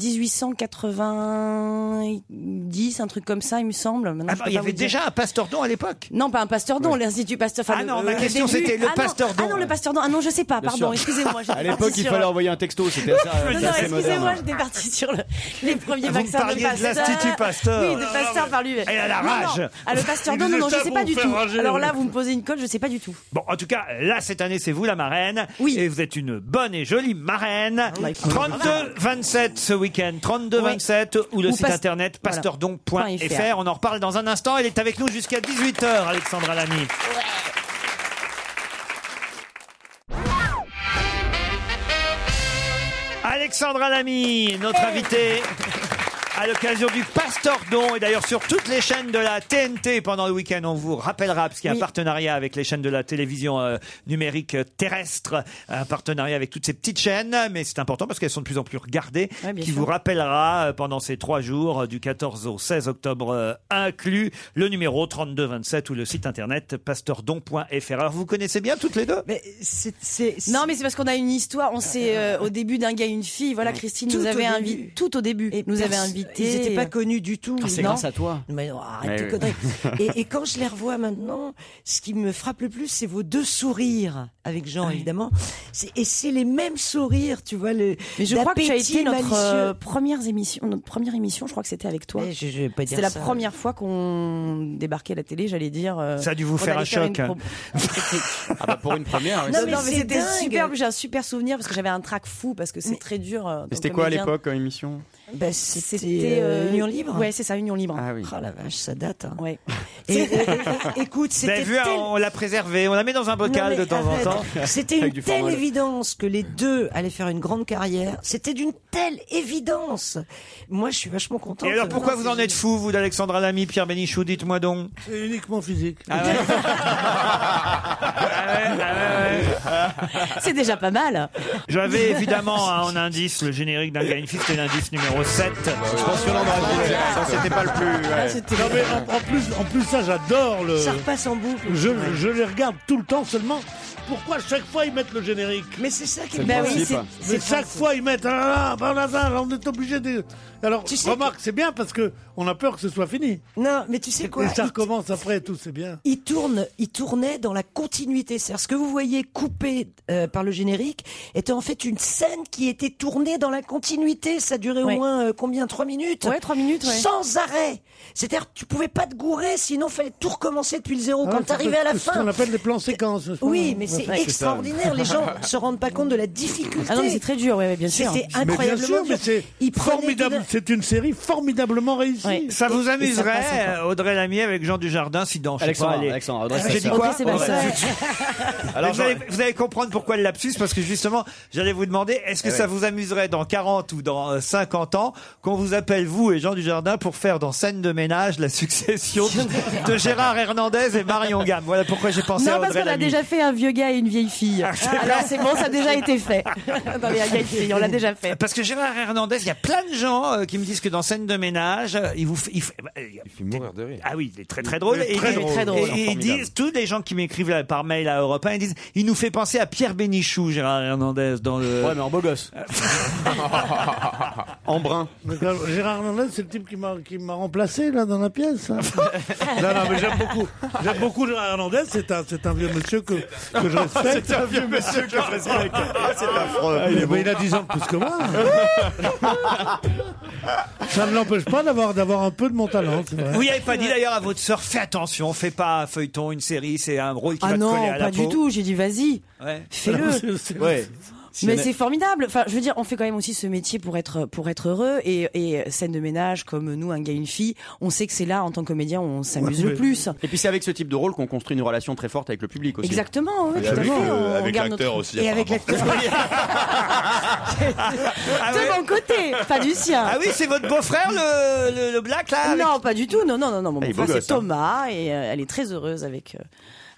Speaker 26: 1890, un truc comme ça, il me semble. Maintenant, je
Speaker 3: bah,
Speaker 26: peux
Speaker 3: il y
Speaker 26: pas
Speaker 3: avait
Speaker 26: vous dire.
Speaker 3: déjà un pasteur don à l'époque.
Speaker 26: Non, pas un pasteur don, l'Institut Pasteur. enfin,
Speaker 3: Ah
Speaker 26: le-
Speaker 3: non, ma
Speaker 26: le
Speaker 3: question,
Speaker 26: début.
Speaker 3: c'était le
Speaker 26: Ah non,
Speaker 3: pasteur don.
Speaker 26: Ah non, le pasteur don. Ah non, je sais pas,
Speaker 4: Bien
Speaker 26: pardon,
Speaker 4: sûr.
Speaker 26: excusez-moi. j'étais
Speaker 4: À l'époque,
Speaker 26: partie
Speaker 4: il
Speaker 26: sur-
Speaker 4: fallait envoyer un texto. C'était assez,
Speaker 26: Non,
Speaker 4: assez
Speaker 26: non,
Speaker 4: moderne. Ah,
Speaker 26: excusez-moi, j'étais partie sur le- les premiers
Speaker 4: Vous
Speaker 26: vaccins
Speaker 4: parliez de
Speaker 26: de Pasteur.
Speaker 4: l'Institut Pasteur.
Speaker 26: Oui, de Pasteur par lui.
Speaker 3: Elle a la
Speaker 26: Non,
Speaker 3: rage.
Speaker 26: non. Ah, le Pasteur, non, non, non, je sais pas du tout. Alors là, vous me posez une colle, je sais pas du tout.
Speaker 3: Bon, en tout cas, là, cette année, c'est vous la marraine. Oui. Et vous êtes une bonne et jolie
Speaker 26: Ah,
Speaker 3: marraine.
Speaker 26: bah,
Speaker 3: 32-27 ce week-end. 32-27 ou le
Speaker 9: Ou
Speaker 3: site
Speaker 9: pas-
Speaker 3: internet
Speaker 9: voilà.
Speaker 3: pasteurdon.fr. On en reparle dans un instant. Elle est avec nous jusqu'à 18h, Alexandra Lamy. Alexandra Lamy, notre invitée à l'occasion du Pasteur Don et d'ailleurs sur toutes les chaînes de la TNT pendant le week-end on vous rappellera parce qu'il y a un partenariat avec les chaînes de la télévision euh, numérique euh, terrestre un partenariat avec toutes ces petites chaînes mais c'est important parce qu'elles sont de plus en plus regardées qui vous rappellera euh, pendant ces trois jours euh, du 14 au 16 octobre euh, inclus le numéro 3227 ou le site internet pasteurdon.fr alors vous connaissez bien toutes les deux
Speaker 26: Non, mais c'est parce qu'on a une histoire. On s'est euh, au début d'un gars et une fille. Voilà, Christine
Speaker 8: Tout
Speaker 26: nous
Speaker 8: au
Speaker 26: avait
Speaker 8: début.
Speaker 26: invité tout au début. nous avait invités.
Speaker 8: Ils n'étaient pas connus du tout.
Speaker 26: Ah, c'est
Speaker 8: non.
Speaker 26: grâce à toi.
Speaker 8: Mais non, arrête
Speaker 26: Mais
Speaker 8: de
Speaker 26: oui.
Speaker 8: conneries. et, et quand je les revois maintenant, ce qui me frappe le plus, c'est vos deux sourires avec Jean, évidemment. C'est- Et c'est les mêmes sourires, tu vois. Le,
Speaker 26: Mais je crois que tu as
Speaker 8: d'appétit
Speaker 26: été notre euh,
Speaker 8: malicieux.
Speaker 26: première émission, notre première émission. Je crois que c'était avec toi.
Speaker 8: Eh, je- je vais pas dire
Speaker 26: C'était la
Speaker 8: ça.
Speaker 26: première fois qu'on débarquait à la télé. J'allais dire. euh,
Speaker 3: Ça a dû vous
Speaker 26: on
Speaker 3: faire
Speaker 26: allait
Speaker 3: un
Speaker 26: une
Speaker 3: choc.
Speaker 26: pro-
Speaker 4: Ah bah, pour une première. oui.
Speaker 26: non, mais, non, mais
Speaker 8: c'est
Speaker 26: c'était
Speaker 8: dingue.
Speaker 26: superbe. J'ai un super souvenir parce que j'avais un trac fou parce que c'est très dur. euh,
Speaker 4: Et C'était
Speaker 26: donc,
Speaker 4: quoi à
Speaker 26: comédien.
Speaker 4: l'époque comme émission
Speaker 8: Bah, c'était
Speaker 26: C'était
Speaker 8: euh,
Speaker 26: euh,
Speaker 8: Union Libre.
Speaker 26: Ouais, c'est ça, Union Libre.
Speaker 4: Ah oui.
Speaker 8: Oh la vache, ça date. hein.
Speaker 26: Ouais.
Speaker 8: Et- et- et- écoute,
Speaker 3: Vous avez
Speaker 8: c'était
Speaker 3: Ben, vu,
Speaker 8: tel-
Speaker 3: on l'a préservée, on la met dans un
Speaker 8: Non,
Speaker 3: bocal
Speaker 8: mais
Speaker 3: de temps en
Speaker 8: arrête.
Speaker 3: temps.
Speaker 8: C'était
Speaker 3: Avec
Speaker 8: une
Speaker 3: du
Speaker 8: telle
Speaker 3: formol.
Speaker 8: évidence que les deux allaient faire une grande carrière. C'était d'une telle évidence. Moi, je suis vachement contente.
Speaker 3: Et alors pourquoi vous en êtes fou, vous d'Alexandra Lamy, Pierre Bénichou, dites-moi donc.
Speaker 5: C'est uniquement physique.
Speaker 3: Ah
Speaker 26: C'est déjà pas mal.
Speaker 3: J'avais évidemment hein, en indice le générique d'un gars et une fille, c'était l'indice numéro 7. Je pense que
Speaker 21: Ça, c'était pas le plus.
Speaker 8: Ah,
Speaker 21: ouais.
Speaker 5: Non, mais en, en plus, en plus, ça, j'adore le.
Speaker 8: Ça repasse en boucle.
Speaker 5: Je,
Speaker 8: Ouais.
Speaker 5: je les regarde tout le temps seulement. Pourquoi chaque fois ils mettent le générique
Speaker 8: Mais c'est ça
Speaker 5: qui
Speaker 8: C'est le Bah oui, principe. c'est- c'est
Speaker 5: Mais
Speaker 8: le
Speaker 5: chaque
Speaker 8: principe.
Speaker 5: fois ils mettent. Ah, là là, ah, là là, on est obligé de. Alors, remarque, c'est bien parce que on a peur que ce soit fini.
Speaker 8: Non, mais tu sais quoi
Speaker 5: Et ça
Speaker 8: Il-
Speaker 5: recommence après et tout, c'est bien.
Speaker 8: Il tourne, il tournait dans la continuité. C'est-à-dire ce que vous voyez coupé euh, par le générique était en fait une scène qui était tournée dans la continuité. Ça durait
Speaker 26: Ouais.
Speaker 8: au moins euh, combien Trois minutes.
Speaker 26: Ouais, trois minutes, ouais.
Speaker 8: Sans arrêt. C'est-à-dire que tu pouvais pas te gourer, sinon fallait tout recommencer depuis le zéro
Speaker 5: Ah ouais,
Speaker 8: quand t'arrivais à la
Speaker 5: c'est ce
Speaker 8: fin.
Speaker 5: qu'on appelle les plans séquences. n'est-ce pas
Speaker 8: Oui, mais c'est
Speaker 5: Ouais.
Speaker 8: extraordinaire. Les gens se rendent pas compte de la difficulté.
Speaker 26: Ah non, mais c'est très dur, ouais, ouais, bien sûr.
Speaker 8: C'était
Speaker 5: Mais
Speaker 8: incroyablement
Speaker 5: bien sûr, mais
Speaker 8: dur.
Speaker 5: c'est
Speaker 8: Il prenait
Speaker 5: formidable.
Speaker 8: une-
Speaker 5: C'est une série formidablement réussie.
Speaker 3: Ça vous amuserait, euh, Audrey Lamy avec Jean Dujardin, si dans je sais
Speaker 4: Alexandre,
Speaker 3: pas, elle est-
Speaker 4: Alexandre, Audrey,
Speaker 26: Ah,
Speaker 3: J'ai
Speaker 4: c'est
Speaker 3: dit
Speaker 4: ça.
Speaker 3: quoi
Speaker 4: Ok, Sébastien.
Speaker 3: Audrey. Alors, vous, allez, vous allez comprendre pourquoi le lapsus, parce que justement, j'allais vous demander, est-ce que
Speaker 4: Eh
Speaker 3: ça
Speaker 4: ouais.
Speaker 3: vous amuserait dans 40 ou dans euh, 50 ans qu'on vous appelle, vous et Jean Dujardin, pour faire dans scène de ménage la succession de- de Gérard Hernandez et Marion Gamme Voilà pourquoi j'ai pensé à
Speaker 26: Non,
Speaker 3: Audrey
Speaker 26: parce qu'on a
Speaker 3: Lamy. Ah,
Speaker 26: déjà fait un vieux gars et une vieille fille. Alors c'est bon, ça a déjà été fait. Non, mais un gars et une fille, on l'a déjà fait.
Speaker 3: Parce que Gérard Hernandez, il y a plein de gens euh, qui me disent que dans scène de ménage, euh, il vous fait, il fait, bah, il-
Speaker 11: mourir de rire.
Speaker 3: Ah oui, il est très très drôle.
Speaker 11: Il est
Speaker 3: Et
Speaker 11: très
Speaker 3: ils-
Speaker 11: drôle. Très drôle.
Speaker 3: et- et ils
Speaker 11: Formidable.
Speaker 3: disent, tous les gens qui m'écrivent là, par mail à Europe 1, ils disent, il nous fait penser à Pierre Bénichou, Gérard Hernandez, dans le.
Speaker 4: Ouais, mais en beau gosse. en brun.
Speaker 5: Mais quand- Gérard Hernandez, c'est le type qui m'a qui m'a remplacé là dans la pièce. hein. non, non, mais j'aime beaucoup. J'aime beaucoup Gérard Hernandez. C'est un, c'est un vieux monsieur que, que je respecte.
Speaker 21: C'est un vieux monsieur que je respecte. Ah, c'est Ah, affreux.
Speaker 5: Ah, il, est- mais il a 10 ans de plus que moi. Ça ne l'empêche pas d'avoir d'avoir un peu de mon talent. c'est vrai.
Speaker 3: Vous n'y avez pas dit d'ailleurs à votre sœur, fais attention, fais pas un feuilleton, une série, c'est un rôle qui
Speaker 26: Ah
Speaker 3: va te
Speaker 26: non,
Speaker 3: coller à la
Speaker 26: pas du
Speaker 3: peau.
Speaker 26: tout. J'ai dit vas-y,
Speaker 3: Ouais.
Speaker 26: fais-le.
Speaker 3: Ouais.
Speaker 26: Mais c'est formidable. Enfin, je veux dire, on fait quand même aussi ce métier pour être pour être heureux et, et scène de ménage comme nous, un gars, une fille. On sait que c'est là en tant que comédien, où on s'amuse le plus.
Speaker 21: Et puis c'est avec ce type de rôle qu'on construit une relation très forte avec le public aussi.
Speaker 26: Exactement, oui,
Speaker 21: Et
Speaker 26: tout à
Speaker 21: avec,
Speaker 26: fait.
Speaker 21: euh,
Speaker 26: on
Speaker 21: avec
Speaker 26: garde
Speaker 21: l'acteur
Speaker 26: notre-
Speaker 21: aussi,
Speaker 26: Et avec l'acteur. de mon côté, pas du sien.
Speaker 3: Ah oui, c'est votre beau-frère, le, le, le black, là avec-
Speaker 26: Non, pas du tout. Non, non, non, non. Mon
Speaker 3: Ah, il est
Speaker 26: beau-frère,
Speaker 3: beau
Speaker 26: c'est
Speaker 3: gosse, hein.
Speaker 26: Thomas et euh, elle est très heureuse avec. euh,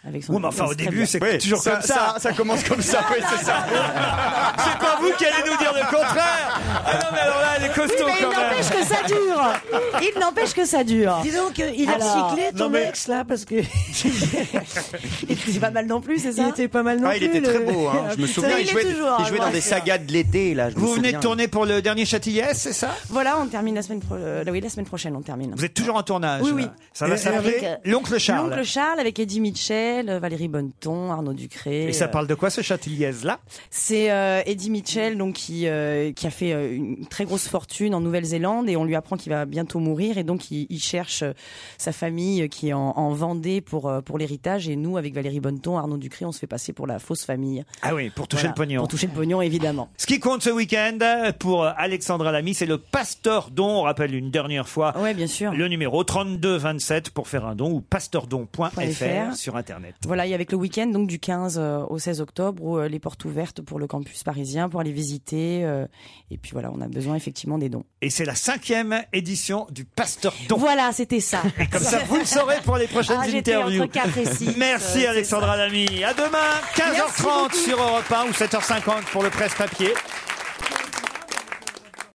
Speaker 26: avec son
Speaker 3: Oui, mais enfin, au
Speaker 26: très
Speaker 3: début,
Speaker 26: bien.
Speaker 3: c'est Oui, toujours ça- comme ça. ça- ça commence comme ça, oui, c'est ça. C'est pas vous qui allez nous dire le contraire. Ah non, mais alors là, elle est costaud
Speaker 26: Oui, mais
Speaker 3: quand
Speaker 26: il
Speaker 3: même.
Speaker 26: n'empêche que ça dure. Il n'empêche que ça dure.
Speaker 8: Dis donc, euh, il a
Speaker 26: Alors-
Speaker 8: recyclé ton ex là parce que.
Speaker 26: C'est pas mal non plus, c'est ça
Speaker 8: Il était pas mal non
Speaker 21: Ah, il
Speaker 8: plus,
Speaker 21: était très
Speaker 8: le-
Speaker 21: beau, hein. je me
Speaker 26: Putain,
Speaker 21: souviens,
Speaker 26: il
Speaker 21: il
Speaker 26: est
Speaker 21: jouait,
Speaker 26: toujours,
Speaker 21: il jouait
Speaker 26: hein,
Speaker 21: dans
Speaker 26: je
Speaker 21: des
Speaker 26: vois.
Speaker 21: sagas de l'été, là. je me
Speaker 3: Vous venez de
Speaker 21: souviens.
Speaker 3: tourner pour le dernier Châtillès, c'est ça
Speaker 26: Voilà, on termine la semaine, pro- euh, oui, la semaine prochaine, on termine.
Speaker 3: Vous êtes toujours en tournage
Speaker 26: Oui, oui.
Speaker 3: là. Ça va
Speaker 26: Et-
Speaker 3: s'appeler
Speaker 26: avec, euh,
Speaker 3: L'Oncle Charles.
Speaker 26: L'oncle Charles avec Eddie Mitchell, euh, Valérie Bonneton, Arnaud Ducré.
Speaker 3: Et ça
Speaker 26: euh,
Speaker 3: parle de quoi ce Châtillès-là
Speaker 26: C'est euh, Eddie Mitchell donc qui euh, qui a fait euh, une très grosse fortune en Nouvelle-Zélande et on lui apprend qu'il va bientôt mourir et donc il, il cherche euh, sa famille euh, qui est en, en Vendée pour euh, pour l'héritage et nous avec Valérie Bonneton, Arnaud Ducré, on se fait passer pour la fausse famille.
Speaker 3: Ah oui, pour toucher
Speaker 26: Voilà,
Speaker 3: le pognon.
Speaker 26: Pour toucher le pognon évidemment.
Speaker 3: Ce qui compte ce week-end pour Alexandra Lamy, c'est le Pasteur Don. On rappelle une dernière fois le numéro 3227 pour faire un don ou pasteurdon.fr sur Internet.
Speaker 26: Voilà, et avec le week-end donc du 15 euh, au 16 octobre où euh, les portes ouvertes pour le campus parisien pour aller visiter euh, et puis voilà, on a besoin effectivement des dons.
Speaker 3: Et c'est la cinquième édition du Pasteur Don.
Speaker 26: Voilà, c'était ça.
Speaker 3: Comme ça, vous le saurez pour les prochaines
Speaker 26: Ah, j'étais
Speaker 3: interviews.
Speaker 26: entre quatre et six, euh,
Speaker 3: Merci
Speaker 26: c'est
Speaker 3: Alexandra Lamy. À demain,
Speaker 26: Merci
Speaker 3: 15h30
Speaker 26: beaucoup.
Speaker 3: sur Europe 1 ou 7h50 pour le presse-papier.